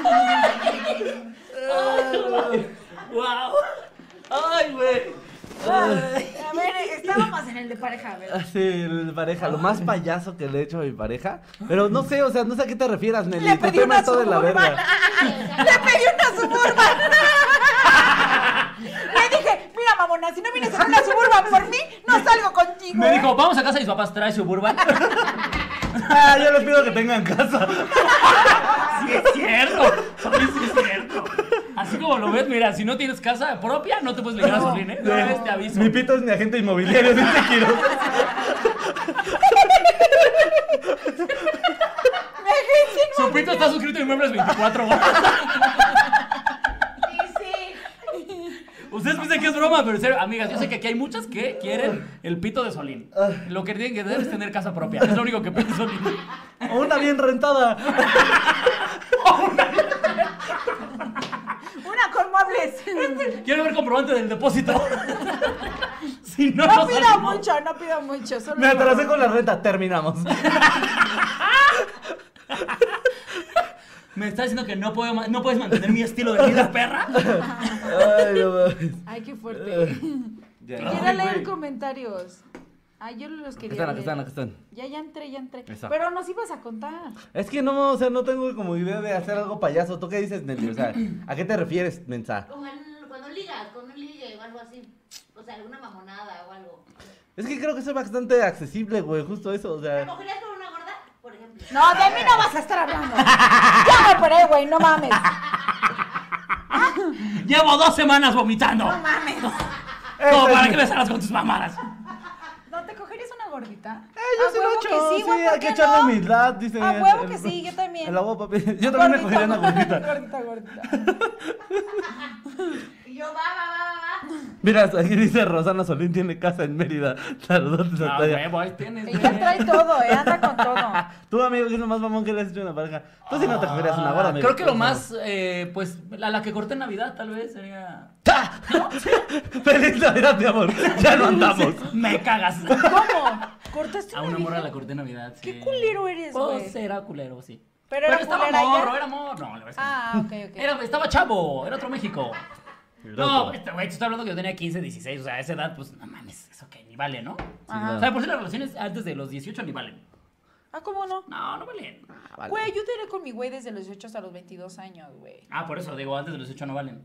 [SPEAKER 4] ¡Wow! ¡Ay, güey!
[SPEAKER 5] A ver, estábamos en el de pareja, a ver.
[SPEAKER 3] Así, el pareja, lo más payaso que le he hecho a mi pareja. Pero no sé, o sea, no sé a qué te refieras, Nelly.
[SPEAKER 5] Le
[SPEAKER 3] tu
[SPEAKER 5] pedí
[SPEAKER 3] tema
[SPEAKER 5] una
[SPEAKER 3] está de la
[SPEAKER 5] suburban.
[SPEAKER 3] verga.
[SPEAKER 5] Le pedí una suburban. Le dije, mira, mamona, si no vienes en una suburban por mí, no salgo contigo. ¿eh?".
[SPEAKER 4] Me dijo, vamos a casa de mis papás, trae Suburban.
[SPEAKER 3] Ah, yo les pido que tengan casa.
[SPEAKER 4] ¡Sí es cierto! Soy, sí es cierto! Así como lo ves, mira, si no tienes casa propia, no te puedes ligar a Solín, ¿eh? No, te aviso.
[SPEAKER 3] Mi pito es mi agente inmobiliario, dice Quiroz.
[SPEAKER 5] Me dije,
[SPEAKER 4] Su pito está suscrito a Inmuebles 24. güey.
[SPEAKER 7] Sí, sí.
[SPEAKER 4] Ustedes piensan que es broma, pero en serio, amigas, yo sé que aquí hay muchas que quieren el pito de Solín. Lo que tienen que hacer es tener casa propia. Es lo único que pide Solín.
[SPEAKER 3] O una bien rentada.
[SPEAKER 5] Pues,
[SPEAKER 4] Quiero ver comprobante del depósito. si no,
[SPEAKER 5] no
[SPEAKER 4] nos
[SPEAKER 5] pido
[SPEAKER 4] salimos.
[SPEAKER 5] mucho, no pido mucho. Solo
[SPEAKER 3] Me atrasé con la renta, terminamos.
[SPEAKER 4] ¿Me estás diciendo que no, puedo, ma- no puedes mantener mi estilo de vida, perra?
[SPEAKER 3] Ay, no mames.
[SPEAKER 5] Ay, qué
[SPEAKER 3] Eh.
[SPEAKER 5] fuerte. Quiero
[SPEAKER 4] Ay,
[SPEAKER 5] leer
[SPEAKER 4] güey.
[SPEAKER 5] comentarios. Ay, yo los
[SPEAKER 3] Aquí
[SPEAKER 5] quería
[SPEAKER 3] están, aquí
[SPEAKER 5] leer.
[SPEAKER 3] están, aquí están.
[SPEAKER 5] Ya, ya entré, ya entré.
[SPEAKER 3] Esa.
[SPEAKER 5] Pero nos ibas a contar.
[SPEAKER 3] Es que no, o sea, no tengo como idea de hacer algo payaso. ¿Tú qué dices, Nelly? O sea, ¿a qué te refieres, mensa?
[SPEAKER 7] Como el- cuando ligas, con un ligue o algo así. O sea, alguna mamonada o algo.
[SPEAKER 3] Es que creo que soy bastante accesible, güey, justo eso, o
[SPEAKER 7] ¿Te
[SPEAKER 3] sea.
[SPEAKER 7] cogerías con una gorda? Por ejemplo.
[SPEAKER 5] No, de mí no vas a estar hablando. Ya me operé, güey, no mames.
[SPEAKER 4] Llevo dos semanas vomitando.
[SPEAKER 5] No mames.
[SPEAKER 4] Como para que me salgas con tus mamadas.
[SPEAKER 5] ¿No te cogerías una gordita?
[SPEAKER 3] Eh, yo
[SPEAKER 5] A
[SPEAKER 3] sí lo
[SPEAKER 5] Ah, huevo
[SPEAKER 3] he hecho,
[SPEAKER 5] que
[SPEAKER 3] sí,
[SPEAKER 5] güey, ¿por
[SPEAKER 3] hay que
[SPEAKER 5] qué
[SPEAKER 3] echarle
[SPEAKER 5] no?
[SPEAKER 3] humildad, dice.
[SPEAKER 5] A huevo
[SPEAKER 3] el-
[SPEAKER 5] que sí, yo también.
[SPEAKER 3] El agua, papi. Yo también me cogería una gordita.
[SPEAKER 5] Gordita, gordita.
[SPEAKER 7] Y yo, va, va, va, va, va.
[SPEAKER 3] Mira, aquí dice Rosana Solín tiene casa en Mérida. Saludos,
[SPEAKER 5] Ah,
[SPEAKER 4] No,
[SPEAKER 3] Natalia.
[SPEAKER 4] huevo, ahí tienes.
[SPEAKER 5] Ella trae todo, eh, anda con todo.
[SPEAKER 3] Tú, amigo, que es lo más mamón que le has hecho a una pareja. Tú sí no te cogerías una gorda,
[SPEAKER 4] Ah,
[SPEAKER 3] amigo.
[SPEAKER 4] Creo que lo más, eh, pues, la, la que corté en Navidad, tal vez, sería...
[SPEAKER 3] ¡Ta! ¡Feliz Navidad, mi amor! Ya no andamos.
[SPEAKER 4] Me cagas.
[SPEAKER 5] ¿Cómo? ¿Cortaste
[SPEAKER 4] A
[SPEAKER 5] una
[SPEAKER 4] una morra
[SPEAKER 5] virgen?
[SPEAKER 4] la corté en Navidad, sí.
[SPEAKER 5] ¿Qué culero eres,
[SPEAKER 4] Oh,
[SPEAKER 5] güey?
[SPEAKER 4] será culero, sí.
[SPEAKER 5] Pero era
[SPEAKER 4] estaba
[SPEAKER 5] culera
[SPEAKER 4] morro,
[SPEAKER 5] ella.
[SPEAKER 4] era morro. No, la verdad es que no.
[SPEAKER 5] Ah, ok, ok.
[SPEAKER 4] Era- estaba chavo, era otro México.
[SPEAKER 3] loco.
[SPEAKER 4] No, este, güey, te estoy hablando que yo tenía 15, 16, o sea, a esa edad, pues, no mames, eso que ni vale, ¿no?
[SPEAKER 5] Ajá.
[SPEAKER 4] O sea, por si las relaciones antes de los 18 ni valen.
[SPEAKER 5] Ah, ¿cómo no?
[SPEAKER 4] No, no valen.
[SPEAKER 3] Ah,
[SPEAKER 5] Güey, yo tiré con mi güey desde los 18 hasta los 22 años, güey.
[SPEAKER 4] Ah, por eso digo, antes de los 18 no valen.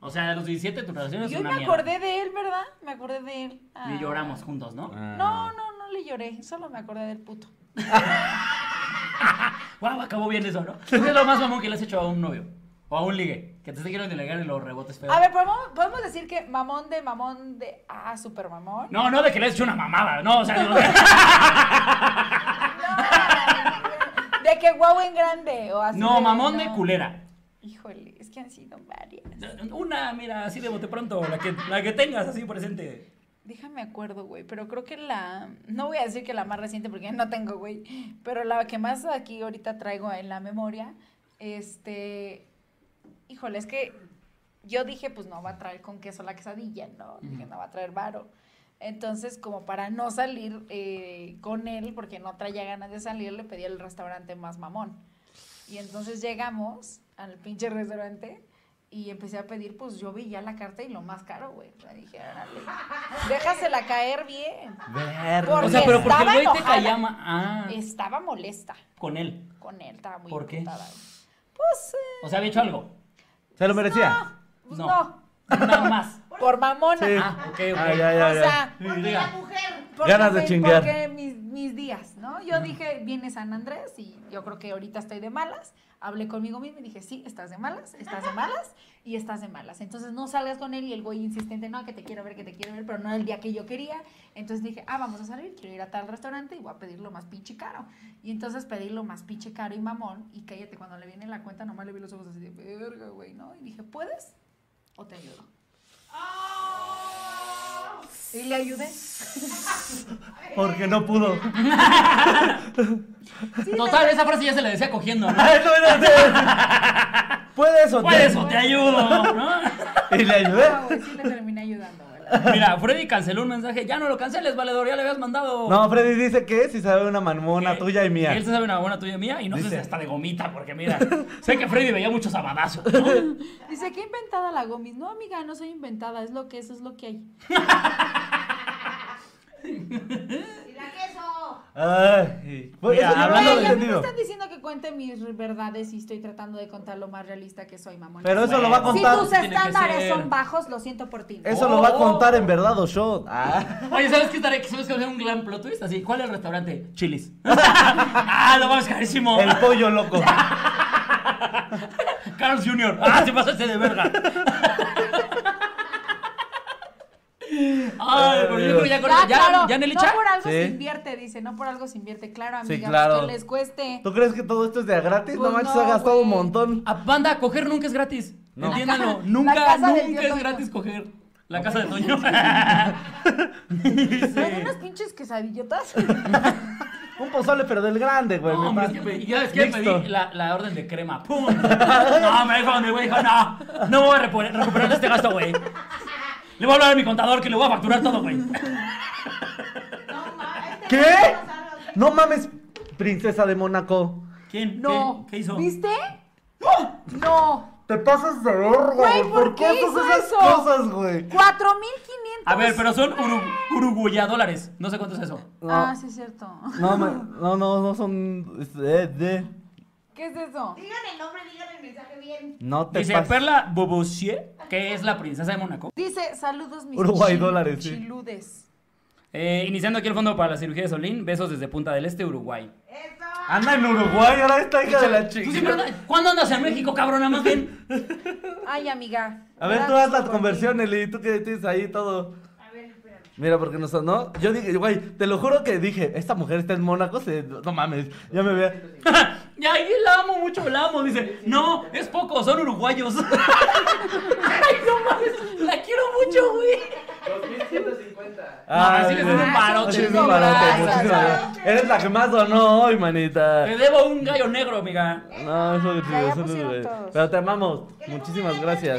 [SPEAKER 4] o sea, a los 17 tu relación es
[SPEAKER 5] Yo
[SPEAKER 4] una
[SPEAKER 5] me
[SPEAKER 4] mierda.
[SPEAKER 5] acordé de él, ¿verdad? Me acordé de él. Ah.
[SPEAKER 4] Y lloramos juntos, ¿no?
[SPEAKER 5] No, no, no le lloré. Solo me acordé del puto.
[SPEAKER 4] Guau, acabó bien eso, ¿no? ¿Qué es lo más mamón que le has hecho a un novio? O a un ligue. Que te quiero delegar y los rebotes feos.
[SPEAKER 5] A ver, ¿podemos, podemos decir que mamón de mamón de. Ah, super mamón.
[SPEAKER 4] No, no de que le has hecho una mamada. No, o sea, digo,
[SPEAKER 5] No, De que guau en grande o así.
[SPEAKER 4] no,
[SPEAKER 5] de-
[SPEAKER 4] mamón de
[SPEAKER 5] no.
[SPEAKER 4] culera.
[SPEAKER 5] Híjole, es que han sido varias.
[SPEAKER 4] Una, mira, así de bote pronto, la que, la que tengas así presente.
[SPEAKER 5] Déjame acuerdo, güey, pero creo que la... No voy a decir que la más reciente porque no tengo, güey, pero la que más aquí ahorita traigo en la memoria, este... Híjole, es que yo dije, pues no va a traer con queso la quesadilla, no, dije, no va a traer varo. Entonces, como para no salir eh, con él, porque no traía ganas de salir, le pedí al restaurante más mamón. Y entonces llegamos al pinche restaurante y empecé a pedir, pues yo vi ya la carta y lo más caro, güey. O sea, dije, órale, déjasela caer bien.
[SPEAKER 3] Verga.
[SPEAKER 5] Porque
[SPEAKER 4] o sea, pero porque el
[SPEAKER 5] estaba
[SPEAKER 4] güey te
[SPEAKER 5] enojada.
[SPEAKER 4] callama. Ah,
[SPEAKER 5] Estaba molesta
[SPEAKER 4] con él.
[SPEAKER 5] con él, estaba muy
[SPEAKER 4] ¿Por qué?
[SPEAKER 5] emputada, güey. Pues, eh,
[SPEAKER 4] O sea, había hecho algo.
[SPEAKER 3] ¿Se lo merecía?
[SPEAKER 5] no, pues
[SPEAKER 4] No.
[SPEAKER 5] no.
[SPEAKER 4] Nada más.
[SPEAKER 5] por mamona.
[SPEAKER 3] Sí.
[SPEAKER 4] Ah, ok, ok.
[SPEAKER 3] Ah, ya, ya, ya.
[SPEAKER 5] o sea,
[SPEAKER 7] Porque la mujer.
[SPEAKER 5] porque
[SPEAKER 3] Ganas de
[SPEAKER 5] me-
[SPEAKER 3] chingar.
[SPEAKER 5] Porque mis, mis días, ¿no? Yo dije, viene San Andrés y yo creo que ahorita estoy de malas. Hablé conmigo misma y dije, sí, estás de malas, estás de malas y estás de malas. Entonces no salgas con él y el güey insistente, no, que te quiero ver, que te quiero ver, pero no era el día que yo quería. Entonces dije, ah, vamos a salir, quiero ir a tal restaurante y voy a pedir lo más pinche caro. Y entonces pedí lo más pinche caro y mamón y cállate, cuando le viene la cuenta nomás le vi los ojos así de, verga, güey, ¿no? Y dije, ¿puedes o te ayudo? Y le ayudé.
[SPEAKER 4] eh.
[SPEAKER 3] Porque no pudo.
[SPEAKER 4] Total, esa frase ya se le decía cogiendo, ¿no?
[SPEAKER 3] Ay, no, Ah, no, no. ¿Puedes o
[SPEAKER 4] Pues eso, te ayudo, ¿no?
[SPEAKER 3] Y le
[SPEAKER 4] ¿Eh?
[SPEAKER 3] ayudé.
[SPEAKER 5] No, güey, sí le terminé ayudando, güey.
[SPEAKER 4] Mira, Freddy canceló un mensaje. Ya no lo canceles, valedor, ya le habías mandado.
[SPEAKER 3] No, Freddy dice que si sabe una manmona
[SPEAKER 4] Que-
[SPEAKER 3] tuya y mía.
[SPEAKER 4] Él se sabe una buena tuya y mía y no sé
[SPEAKER 3] Dice.
[SPEAKER 4] si hasta de gomita, porque mira, sé que Freddy veía muchos sabadazo, ¿no?
[SPEAKER 5] Dice, ¿qué inventada la Gomis? No, amiga, no soy inventada, es lo que es, es lo que hay.
[SPEAKER 7] Y la queso.
[SPEAKER 3] Ay, pues,
[SPEAKER 4] Mira,
[SPEAKER 3] eso yo no
[SPEAKER 4] Ah, hablando
[SPEAKER 3] lo he
[SPEAKER 5] Güey, a mí me
[SPEAKER 3] entendido.
[SPEAKER 5] están diciendo que cuente mis verdades y estoy tratando de contar lo más realista que soy, mamón.
[SPEAKER 3] Pero eso lo va a
[SPEAKER 5] si
[SPEAKER 3] contar.
[SPEAKER 5] tus
[SPEAKER 4] Tiene que
[SPEAKER 5] estándares
[SPEAKER 4] ser.
[SPEAKER 5] son bajos, lo siento por ti.
[SPEAKER 3] Eso lo va
[SPEAKER 4] Oh.
[SPEAKER 3] a contar en verdad o yo. Ah.
[SPEAKER 4] Oye, ¿sabes qué estaré? ¿Sabes qué va a ser un gran plot twist? Así, ¿cuál es el restaurante? Chilis. ah, lo vamos carísimo.
[SPEAKER 3] El pollo loco.
[SPEAKER 4] Carlos Jr. Ah, te pasaste de verga. Ay, pero yo creo que ya con
[SPEAKER 5] Ya,
[SPEAKER 4] ya,
[SPEAKER 5] Ah, claro,
[SPEAKER 4] ya Nelicha.
[SPEAKER 5] no por algo se
[SPEAKER 3] Sí.
[SPEAKER 5] invierte, dice, no por algo se invierte, claro,
[SPEAKER 3] Sí,
[SPEAKER 5] amiga, pues,
[SPEAKER 3] claro.
[SPEAKER 5] que les cueste.
[SPEAKER 3] ¿Tú crees que todo esto es de a gratis? no
[SPEAKER 5] Pues
[SPEAKER 3] manches,
[SPEAKER 5] no,
[SPEAKER 3] ha gastado un
[SPEAKER 5] güey.
[SPEAKER 3] montón.
[SPEAKER 4] A- banda, coger nunca es gratis.
[SPEAKER 3] No.
[SPEAKER 5] La
[SPEAKER 4] Entiéndanlo.
[SPEAKER 5] casa- la
[SPEAKER 4] Nunca,
[SPEAKER 5] casa del
[SPEAKER 4] nunca
[SPEAKER 5] tío
[SPEAKER 4] es
[SPEAKER 5] Toño.
[SPEAKER 4] gratis coger. La casa de Toño.
[SPEAKER 5] Me dan unas pinches quesadillotas.
[SPEAKER 3] Un pozole, pero del grande, güey.
[SPEAKER 4] No,
[SPEAKER 3] me
[SPEAKER 4] hombre, es
[SPEAKER 3] pasa.
[SPEAKER 4] que pedí- ya es que
[SPEAKER 3] Mixto.
[SPEAKER 4] pedí la, la orden de crema. ¡Pum! No, me dijo mi güey, dijo, no, no voy a reponer- recuperar este gasto, güey. Le voy a hablar a mi contador que le voy a facturar todo, güey.
[SPEAKER 7] No, ma, este
[SPEAKER 3] ¿Qué?
[SPEAKER 7] güey no sabe.
[SPEAKER 3] No mames, princesa de Mónaco.
[SPEAKER 4] ¿Quién?
[SPEAKER 5] No.
[SPEAKER 4] ¿Qué, qué hizo?
[SPEAKER 5] ¿Viste? No.
[SPEAKER 3] Te pasas de verga,
[SPEAKER 5] Güey, ¿por qué
[SPEAKER 3] haces
[SPEAKER 5] hizo
[SPEAKER 3] esas
[SPEAKER 5] eso?
[SPEAKER 3] cosas, güey?
[SPEAKER 5] 4500.
[SPEAKER 4] A ver, pero son uru- uruguaya dólares. No sé cuánto es eso.
[SPEAKER 3] No,
[SPEAKER 5] Ah, sí es cierto.
[SPEAKER 3] no, ma- no, no, no son. es- eh, de-
[SPEAKER 5] ¿Qué es eso?
[SPEAKER 7] Digan el nombre, digan el mensaje bien.
[SPEAKER 3] No te
[SPEAKER 4] Dice
[SPEAKER 3] pases.
[SPEAKER 4] Perla Bobossier, que es la princesa de Mónaco.
[SPEAKER 5] Dice, saludos mis
[SPEAKER 3] Uruguay,
[SPEAKER 5] chil-
[SPEAKER 3] dólares, sí.
[SPEAKER 5] chiludes.
[SPEAKER 4] Eh, iniciando aquí el fondo para la cirugía de Solín, besos desde Punta del Este, Uruguay.
[SPEAKER 7] Eso.
[SPEAKER 3] Anda en Uruguay, ahora esta hija de la
[SPEAKER 4] Tú
[SPEAKER 3] chica.
[SPEAKER 4] siempre andas- ¿Cuándo andas en México, cabrona? Más bien.
[SPEAKER 5] Ay, amiga.
[SPEAKER 3] A ver, tú
[SPEAKER 5] gracias
[SPEAKER 3] haz la
[SPEAKER 5] por
[SPEAKER 3] conversión,
[SPEAKER 5] ti.
[SPEAKER 3] Eli, tú que tienes ahí todo.
[SPEAKER 7] A ver, espérame.
[SPEAKER 3] Mira, porque no sonó. Yo dije, güey, te lo juro que dije, esta mujer está en Mónaco, se... no mames, ya me vea.
[SPEAKER 4] Ya, ahí la amo mucho, la amo. Dice, no, es poco, son uruguayos. Ay, no mames, la quiero mucho, güey. Ah, sí les doy un parote.
[SPEAKER 3] sí les doy un
[SPEAKER 5] Gracias.
[SPEAKER 3] parote, muchísimas gracias. Eres la que más donó hoy, manita.
[SPEAKER 4] Te debo un gallo negro, amiga.
[SPEAKER 3] No, eso es
[SPEAKER 5] Ah, Ya, ya
[SPEAKER 3] eso es-
[SPEAKER 5] pusieron todos.
[SPEAKER 3] Pero te amamos,
[SPEAKER 7] Que le
[SPEAKER 3] muchísimas
[SPEAKER 7] pongan like al
[SPEAKER 3] gracias.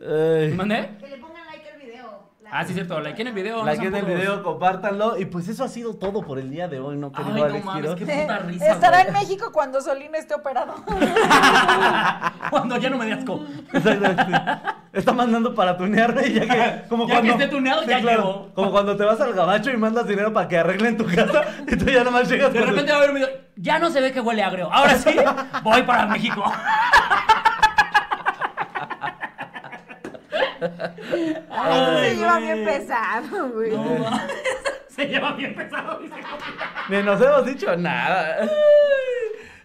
[SPEAKER 7] video,
[SPEAKER 3] Ay.
[SPEAKER 4] ¿Mandé?
[SPEAKER 7] Que le pongan like al video. La-
[SPEAKER 4] Ah, sí, cierto, like en el video. no
[SPEAKER 3] Like
[SPEAKER 4] sean
[SPEAKER 3] en el
[SPEAKER 4] putos.
[SPEAKER 3] video, compártanlo. Y pues eso ha sido todo por el día de hoy, ¿no, querido
[SPEAKER 4] Ay, no
[SPEAKER 3] Alex
[SPEAKER 4] mames,
[SPEAKER 3] Quiroz?
[SPEAKER 4] qué
[SPEAKER 5] Eh,
[SPEAKER 4] puta risa.
[SPEAKER 5] Estará en
[SPEAKER 4] güey.
[SPEAKER 5] México cuando Solín esté operado.
[SPEAKER 4] Cuando ya no me dé asco.
[SPEAKER 3] Exacto, sí. Está mandando para tunearme y ya que. Como
[SPEAKER 4] Ya que
[SPEAKER 3] cuando,
[SPEAKER 4] esté tuneado, ya llegó.
[SPEAKER 3] Como cuando te vas al gabacho y mandas dinero para que arreglen tu casa y tú ya nomás llegas.
[SPEAKER 4] De
[SPEAKER 3] con-
[SPEAKER 4] repente va a haber un video. Ya no se ve que huele agrio. Ahora sí, voy para México.
[SPEAKER 5] Ay,
[SPEAKER 4] Ay,
[SPEAKER 5] se lleva
[SPEAKER 4] güey.
[SPEAKER 5] bien pesado, güey.
[SPEAKER 4] Se lleva bien pesado, dice.
[SPEAKER 3] Ni nos hemos dicho nada.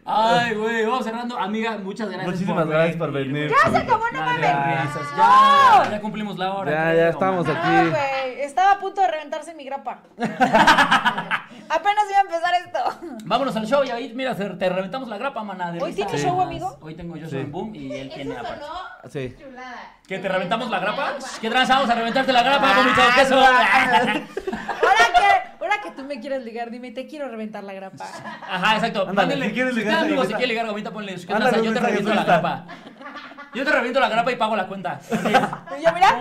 [SPEAKER 4] Ay, güey, vamos cerrando. Amiga, muchas gracias.
[SPEAKER 3] Muchísimas gracias por venir.
[SPEAKER 5] Ya se acabó, no
[SPEAKER 4] Madre
[SPEAKER 5] mames.
[SPEAKER 4] risas, Ya,
[SPEAKER 5] No.
[SPEAKER 4] ya cumplimos la hora.
[SPEAKER 3] Ya,
[SPEAKER 4] creo,
[SPEAKER 3] ya estamos
[SPEAKER 4] man.
[SPEAKER 5] No,
[SPEAKER 3] aquí.
[SPEAKER 5] güey. Estaba a punto de reventarse mi grapa. Apenas iba a empezar esto.
[SPEAKER 4] Vámonos al show y ahí, mira, se- te reventamos la grapa, maná. de
[SPEAKER 5] ¿Hoy
[SPEAKER 4] risa.
[SPEAKER 5] tienes show, amigo?
[SPEAKER 4] Hoy tengo yo
[SPEAKER 3] Sí.
[SPEAKER 4] soy Boom y él tiene
[SPEAKER 7] Eso
[SPEAKER 4] la parte.
[SPEAKER 7] sonó
[SPEAKER 3] Sí.
[SPEAKER 7] chulada.
[SPEAKER 4] ¿Que te reventamos la grapa? ¿Qué tranza? Vamos a reventarte la grapa, bonito
[SPEAKER 5] Ah,
[SPEAKER 4] queso.
[SPEAKER 5] Ahora que, ahora que tú me quieres ligar, dime, te quiero reventar la grapa.
[SPEAKER 4] Ajá, exacto.
[SPEAKER 3] Ándale,
[SPEAKER 4] Mándale.
[SPEAKER 3] si quieres
[SPEAKER 4] si
[SPEAKER 3] ligar,
[SPEAKER 4] usted, amigo, si
[SPEAKER 3] revienta.
[SPEAKER 4] quiere ligar, gomita, ponle. ¿Qué
[SPEAKER 3] Ándale,
[SPEAKER 4] tranza?
[SPEAKER 3] un
[SPEAKER 4] Yo te
[SPEAKER 3] mensaje
[SPEAKER 4] reviento la
[SPEAKER 3] solista.
[SPEAKER 4] grapa. Yo te reviento la grapa y pago la cuenta. Así
[SPEAKER 5] Y yo, mira,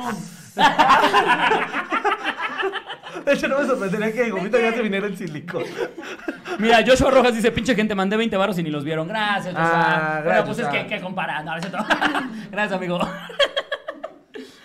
[SPEAKER 3] De hecho, no me sorprendería que Gomita ya se viniera en silicón.
[SPEAKER 4] Mira, Joshua Rojas dice, pinche gente, mandé 20 baros y ni los vieron. Gracias, Joshua.
[SPEAKER 3] Ah,
[SPEAKER 4] Pero
[SPEAKER 3] gracias,
[SPEAKER 4] pues es que,
[SPEAKER 3] Joshua.
[SPEAKER 4] que comparar. No, es cierto. gracias, amigo.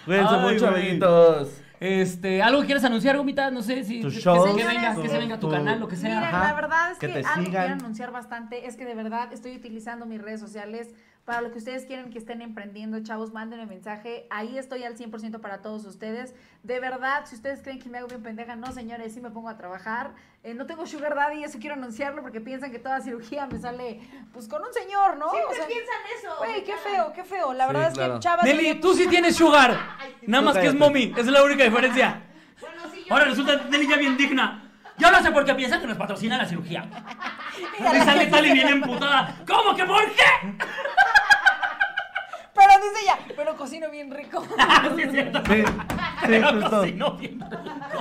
[SPEAKER 3] Cuídense
[SPEAKER 4] Ay,
[SPEAKER 3] mucho,
[SPEAKER 4] güey.
[SPEAKER 3] amiguitos.
[SPEAKER 4] Este, ¿algo quieres anunciar, Gomita? No sé si
[SPEAKER 3] Tu
[SPEAKER 4] que- que,
[SPEAKER 3] show,
[SPEAKER 4] se venga,
[SPEAKER 5] tu-
[SPEAKER 4] que se venga tu,
[SPEAKER 3] tu-
[SPEAKER 4] canal, lo que sea.
[SPEAKER 5] Mira,
[SPEAKER 3] Ajá.
[SPEAKER 5] la verdad es que,
[SPEAKER 3] Que te
[SPEAKER 5] algo que
[SPEAKER 3] sigan.
[SPEAKER 5] quiero anunciar bastante es que de verdad estoy utilizando mis redes sociales para lo que ustedes quieren que estén emprendiendo, chavos, mándenme mensaje. Ahí estoy al 100% para todos ustedes. De verdad, si ustedes creen que me hago bien pendeja, no, señores, sí me pongo a trabajar. Eh, no tengo sugar daddy, eso quiero anunciarlo porque piensan que toda cirugía me sale pues con un señor, ¿no?
[SPEAKER 7] Siempre
[SPEAKER 5] O sea,
[SPEAKER 7] piensan eso.
[SPEAKER 5] güey, qué
[SPEAKER 7] cara.
[SPEAKER 5] feo, qué feo. La
[SPEAKER 3] Sí,
[SPEAKER 5] verdad es
[SPEAKER 3] claro.
[SPEAKER 5] que chavas
[SPEAKER 4] Nelly, tú sí tienes sugar. Nada más que es
[SPEAKER 3] cállate.
[SPEAKER 4] mommy. Esa es la única diferencia.
[SPEAKER 7] Bueno, sí, yo.
[SPEAKER 4] Ahora resulta Nelly ya bien digna. Yo no sé por qué piensa que nos patrocina la cirugía. Y sale tal y bien emputada. ¿Cómo que por qué?
[SPEAKER 5] Pero dice ella, pero cocino bien rico.
[SPEAKER 4] Sí, es cierto.
[SPEAKER 3] Sí, sí,
[SPEAKER 4] Pero
[SPEAKER 3] justo.
[SPEAKER 4] cocinó bien.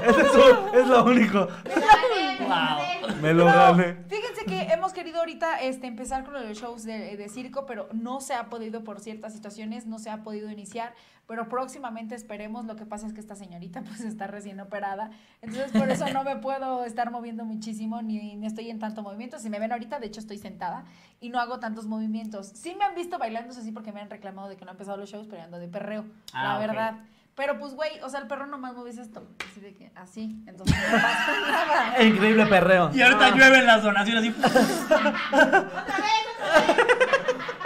[SPEAKER 3] Ese es, su- es lo único.
[SPEAKER 7] Me lo gané,
[SPEAKER 4] pues, Wow.
[SPEAKER 7] me lo gané.
[SPEAKER 3] Me lo
[SPEAKER 5] No,
[SPEAKER 3] gané.
[SPEAKER 5] Fíjense que hemos querido ahorita este, empezar con los shows de, de circo, pero no se ha podido por ciertas situaciones, no se ha podido iniciar, pero próximamente esperemos. Lo que pasa es que esta señorita pues está recién operada, entonces por eso no me puedo estar moviendo muchísimo ni, ni estoy en tanto movimiento. Si me ven ahorita, de hecho estoy sentada y no hago tantos movimientos. Sí me han visto bailando, eso sí, porque me han reclamado de que no he empezado los shows, pero ando de perreo, la
[SPEAKER 4] Ah, ok.
[SPEAKER 5] verdad. Pero pues, güey, o sea, el perro nomás movies esto, así de que así, entonces no pasa nada.
[SPEAKER 3] Increíble perreo.
[SPEAKER 4] Y ahorita llueven las donaciones así.
[SPEAKER 7] Otra vez, otra vez.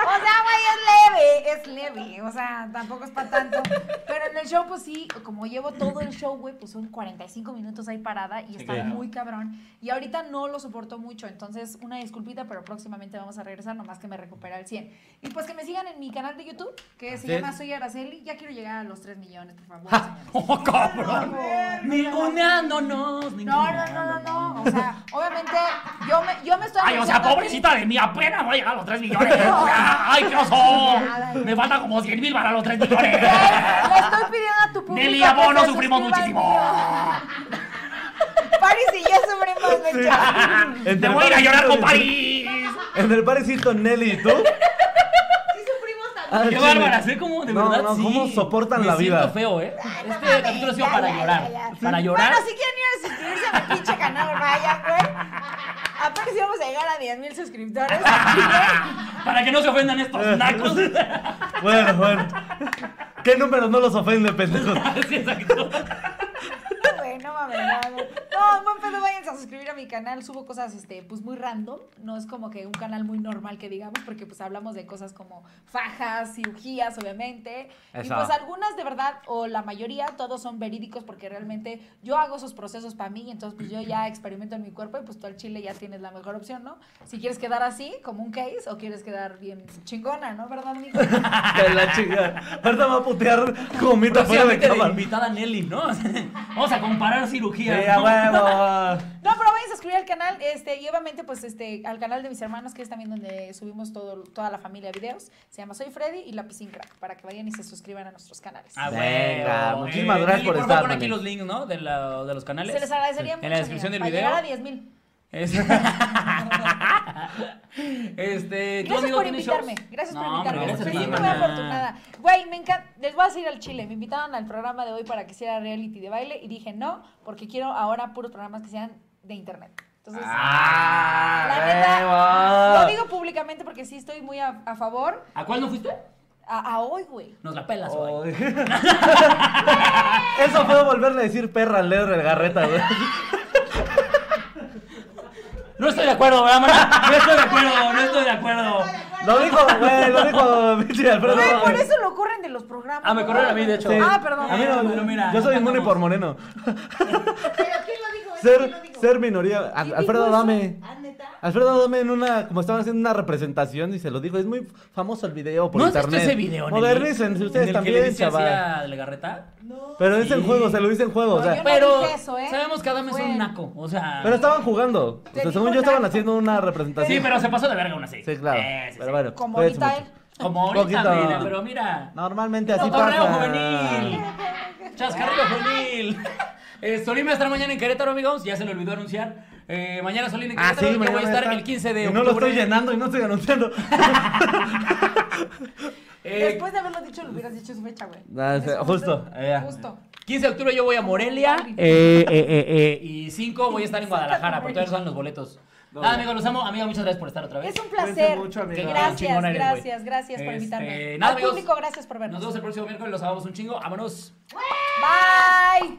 [SPEAKER 5] O sea, güey, es leve, es leve. O sea, tampoco es para tanto. Pero en el show, pues sí, como llevo todo el show, güey, pues son 45 minutos ahí parada y está
[SPEAKER 4] claro.
[SPEAKER 5] muy cabrón. Y ahorita no lo soporto mucho. Entonces, una disculpita, pero próximamente vamos a regresar, nomás que me recupera el 100. Y pues que me sigan en mi canal de YouTube, que se
[SPEAKER 3] Así es.
[SPEAKER 5] llama Soy Araceli. Ya quiero llegar a los 3 millones, por favor. señores.
[SPEAKER 4] ¡Oh, cabrón! Ninguneándonos.
[SPEAKER 5] No, no, no, no, no. O sea, obviamente, yo me, yo me estoy.
[SPEAKER 4] Ay, o sea,
[SPEAKER 5] anunciando aquí.
[SPEAKER 4] pobrecita de mí, apenas voy a llegar a los 3 millones. ¡Ay, qué oso! Me falta como 100 mil para los 3 millones.
[SPEAKER 5] Le estoy pidiendo a tu público.
[SPEAKER 4] Nelly y
[SPEAKER 5] que
[SPEAKER 4] Abono
[SPEAKER 5] se
[SPEAKER 4] sufrimos
[SPEAKER 5] suscriba al
[SPEAKER 4] muchísimo.
[SPEAKER 5] mío. Paris y yo sufrimos mucho.
[SPEAKER 3] Entre ¿eh?
[SPEAKER 4] ¡Te voy a ir a llorar con
[SPEAKER 3] Paris!
[SPEAKER 4] París!
[SPEAKER 3] Entre el Paris Hilton, Nelly y tú.
[SPEAKER 7] Sí sufrimos
[SPEAKER 3] Ah,
[SPEAKER 7] también.
[SPEAKER 4] ¡Qué
[SPEAKER 3] sí.
[SPEAKER 4] bárbaras! ¿eh? Como de
[SPEAKER 3] No,
[SPEAKER 4] verdad
[SPEAKER 3] no,
[SPEAKER 4] sí.
[SPEAKER 3] ¿cómo soportan
[SPEAKER 4] Me
[SPEAKER 3] la
[SPEAKER 4] siento
[SPEAKER 3] vida?
[SPEAKER 4] feo, ¿eh?
[SPEAKER 5] Ah, no
[SPEAKER 4] Este
[SPEAKER 5] mames,
[SPEAKER 4] capítulo ha sido
[SPEAKER 5] ya,
[SPEAKER 4] para
[SPEAKER 5] ya,
[SPEAKER 4] llorar.
[SPEAKER 5] ya,
[SPEAKER 4] Para llorar.
[SPEAKER 5] Bueno, si quieren ir a suscribirse a mi pinche canal, vayan, güey. Apenas íbamos a llegar a 10.000 suscriptores.
[SPEAKER 4] Para que no se ofendan estos nacos.
[SPEAKER 3] Bueno, bueno. ¿Qué número no los ofende, pendejos?
[SPEAKER 4] Sí, exacto.
[SPEAKER 5] No, güey, no mames, no mames. No, buen pedo, váyanse a suscribir a mi canal. Subo cosas, este, pues muy random. No es como que un canal muy normal que digamos, porque pues hablamos de cosas como fajas, cirugías, obviamente. Y
[SPEAKER 3] Eso.
[SPEAKER 5] pues algunas de verdad, o la mayoría, todos son verídicos porque realmente yo hago esos procesos para mí. Entonces, pues yo ya experimento en mi cuerpo y pues tú al chile ya tienes la mejor opción, ¿no? Si quieres quedar así, como un case, o quieres quedar bien chingona, ¿no? ¿Verdad, amigo?
[SPEAKER 3] Te la chingada. Ahorita me va a putear comita fuera de
[SPEAKER 4] Próximamente de
[SPEAKER 3] cámara.
[SPEAKER 4] invitada Nelly, ¿no? Vamos a comparar cirugías.
[SPEAKER 3] Sí, a
[SPEAKER 4] ¿no?
[SPEAKER 3] huevo.
[SPEAKER 5] No, pero vayan a suscribir al canal, este, y obviamente, pues, este, al canal de mis hermanos, que es también donde subimos todo, toda la familia videos. Se llama Soy Freddy y Lapicín Crack, para que vayan y se suscriban a nuestros canales.
[SPEAKER 4] Ah,
[SPEAKER 3] Venga,
[SPEAKER 4] huevo. Eh,
[SPEAKER 3] muchísimas gracias
[SPEAKER 4] Nelly,
[SPEAKER 3] por
[SPEAKER 4] favor,
[SPEAKER 3] estar,
[SPEAKER 4] Pon aquí
[SPEAKER 3] Nelly.
[SPEAKER 4] los links, ¿no? De, la- de los canales.
[SPEAKER 5] Se les agradecería mucho.
[SPEAKER 4] En la descripción del
[SPEAKER 5] mira,
[SPEAKER 4] video.
[SPEAKER 5] Para llegar a 10.000.
[SPEAKER 4] Es- este, ¿tú,
[SPEAKER 5] Gracias
[SPEAKER 4] amigo,
[SPEAKER 5] por
[SPEAKER 4] tienes
[SPEAKER 5] invitarme.
[SPEAKER 4] shows?
[SPEAKER 5] Gracias por
[SPEAKER 4] No,
[SPEAKER 5] invitarme.
[SPEAKER 4] hombre, gracias
[SPEAKER 5] Estoy
[SPEAKER 4] a ti,
[SPEAKER 5] muy
[SPEAKER 4] mana.
[SPEAKER 5] afortunada. Güey, me encanta. Les voy a seguir al Chile. Me invitaron al programa de hoy para que hiciera reality de baile y dije no, porque quiero ahora puros programas que sean de internet. Entonces, la
[SPEAKER 3] ¡Ah,
[SPEAKER 5] neta, lo
[SPEAKER 3] huevo!
[SPEAKER 5] digo públicamente porque sí estoy muy a, a favor.
[SPEAKER 4] ¿A cuál no fuiste?
[SPEAKER 5] A, a hoy, güey.
[SPEAKER 4] Nos la pelas hoy.
[SPEAKER 3] Oy. Oh, Eso fue volverle a decir perra al Leder del Garreta, güey.
[SPEAKER 4] No estoy de acuerdo, ¿verdad, mana? No estoy de acuerdo, no estoy de acuerdo.
[SPEAKER 3] Lo dijo, güey, lo dijo pinche Alfredo.
[SPEAKER 5] Güey, por
[SPEAKER 3] güey.
[SPEAKER 5] eso lo corren de los programas.
[SPEAKER 4] Ah, me corrieron a mí, de hecho.
[SPEAKER 3] Sí.
[SPEAKER 5] Ah, perdón.
[SPEAKER 3] A mí no,
[SPEAKER 4] Bueno, mira,
[SPEAKER 3] yo soy inmune
[SPEAKER 4] andamos.
[SPEAKER 3] por moreno.
[SPEAKER 7] ¿Pero quién lo dijo? eso? ¿Quién lo
[SPEAKER 3] Ser,
[SPEAKER 7] dijo?
[SPEAKER 3] ser minoría. Al-
[SPEAKER 7] ¿Quién
[SPEAKER 3] Alfredo
[SPEAKER 7] dijo eso?
[SPEAKER 3] Adame.
[SPEAKER 7] ¿Ah, neta?
[SPEAKER 3] Alfredo Adame en una, como estaban haciendo una representación y se lo dijo, es muy famoso el video por
[SPEAKER 4] ¿No has visto
[SPEAKER 3] internet.
[SPEAKER 4] ese video, Nelly?
[SPEAKER 3] Modernícense
[SPEAKER 4] En el
[SPEAKER 3] ustedes
[SPEAKER 4] que le
[SPEAKER 3] también,
[SPEAKER 4] dice así
[SPEAKER 3] chaval.
[SPEAKER 4] a la garreta?
[SPEAKER 7] No.
[SPEAKER 3] Pero es en
[SPEAKER 4] Sí.
[SPEAKER 3] juego, se lo dice en juego, o
[SPEAKER 5] No,
[SPEAKER 3] sea.
[SPEAKER 5] yo no
[SPEAKER 4] Pero
[SPEAKER 5] dije eso, ¿eh?
[SPEAKER 4] sabemos que Adam es
[SPEAKER 5] Fue
[SPEAKER 4] un
[SPEAKER 5] él.
[SPEAKER 4] naco, o sea...
[SPEAKER 3] Pero estaban jugando. O
[SPEAKER 5] Te
[SPEAKER 3] sea,
[SPEAKER 5] dijo
[SPEAKER 3] según yo estaban
[SPEAKER 5] naco.
[SPEAKER 3] haciendo una representación.
[SPEAKER 4] Sí, pero se pasó de verga aún así.
[SPEAKER 3] Sí, claro.
[SPEAKER 4] Eh, sí, sí.
[SPEAKER 3] pero bueno.
[SPEAKER 5] Como
[SPEAKER 3] cuídense
[SPEAKER 5] ahorita
[SPEAKER 3] mucho.
[SPEAKER 5] él.
[SPEAKER 4] Como ahorita,
[SPEAKER 3] Poquito.
[SPEAKER 4] mira, pero mira.
[SPEAKER 3] Normalmente así
[SPEAKER 4] Cotorreo
[SPEAKER 3] pasa.
[SPEAKER 4] juvenil. Chascarrillo juvenil. Eh, Solima estar mañana en Querétaro, amigos. Ya se le olvidó anunciar. Eh, mañana Solima en
[SPEAKER 3] Ah,
[SPEAKER 4] Querétaro.
[SPEAKER 3] sí,
[SPEAKER 4] Yo
[SPEAKER 3] mañana
[SPEAKER 4] voy a estar el 15 de
[SPEAKER 3] Y
[SPEAKER 4] octubre.
[SPEAKER 3] No lo estoy llenando y no estoy anunciando.
[SPEAKER 4] Eh,
[SPEAKER 5] Después de haberlo dicho, lo hubieras dicho su fecha, güey.
[SPEAKER 3] Ah, sí,
[SPEAKER 5] Es
[SPEAKER 3] justo, eh.
[SPEAKER 5] Justo.
[SPEAKER 4] 15 de octubre yo voy a Morelia. Eh, eh, eh, eh, y 5 voy a estar en Guadalajara. Pero todavía no salen los boletos. Nada, amigos, los amo. Amiga, muchas gracias por estar otra vez.
[SPEAKER 5] Es un
[SPEAKER 3] Cuídense
[SPEAKER 5] placer.
[SPEAKER 3] mucho, amigos.
[SPEAKER 4] Qué
[SPEAKER 5] gracias,
[SPEAKER 4] chingón eres, güey.
[SPEAKER 5] gracias, gracias por
[SPEAKER 4] Este,
[SPEAKER 5] invitarme.
[SPEAKER 4] nada,
[SPEAKER 5] Al
[SPEAKER 4] amigos.
[SPEAKER 5] público, gracias por
[SPEAKER 4] Nos
[SPEAKER 5] vernos.
[SPEAKER 4] vemos el próximo miércoles. Los amamos un chingo. Vámonos.
[SPEAKER 5] Bye.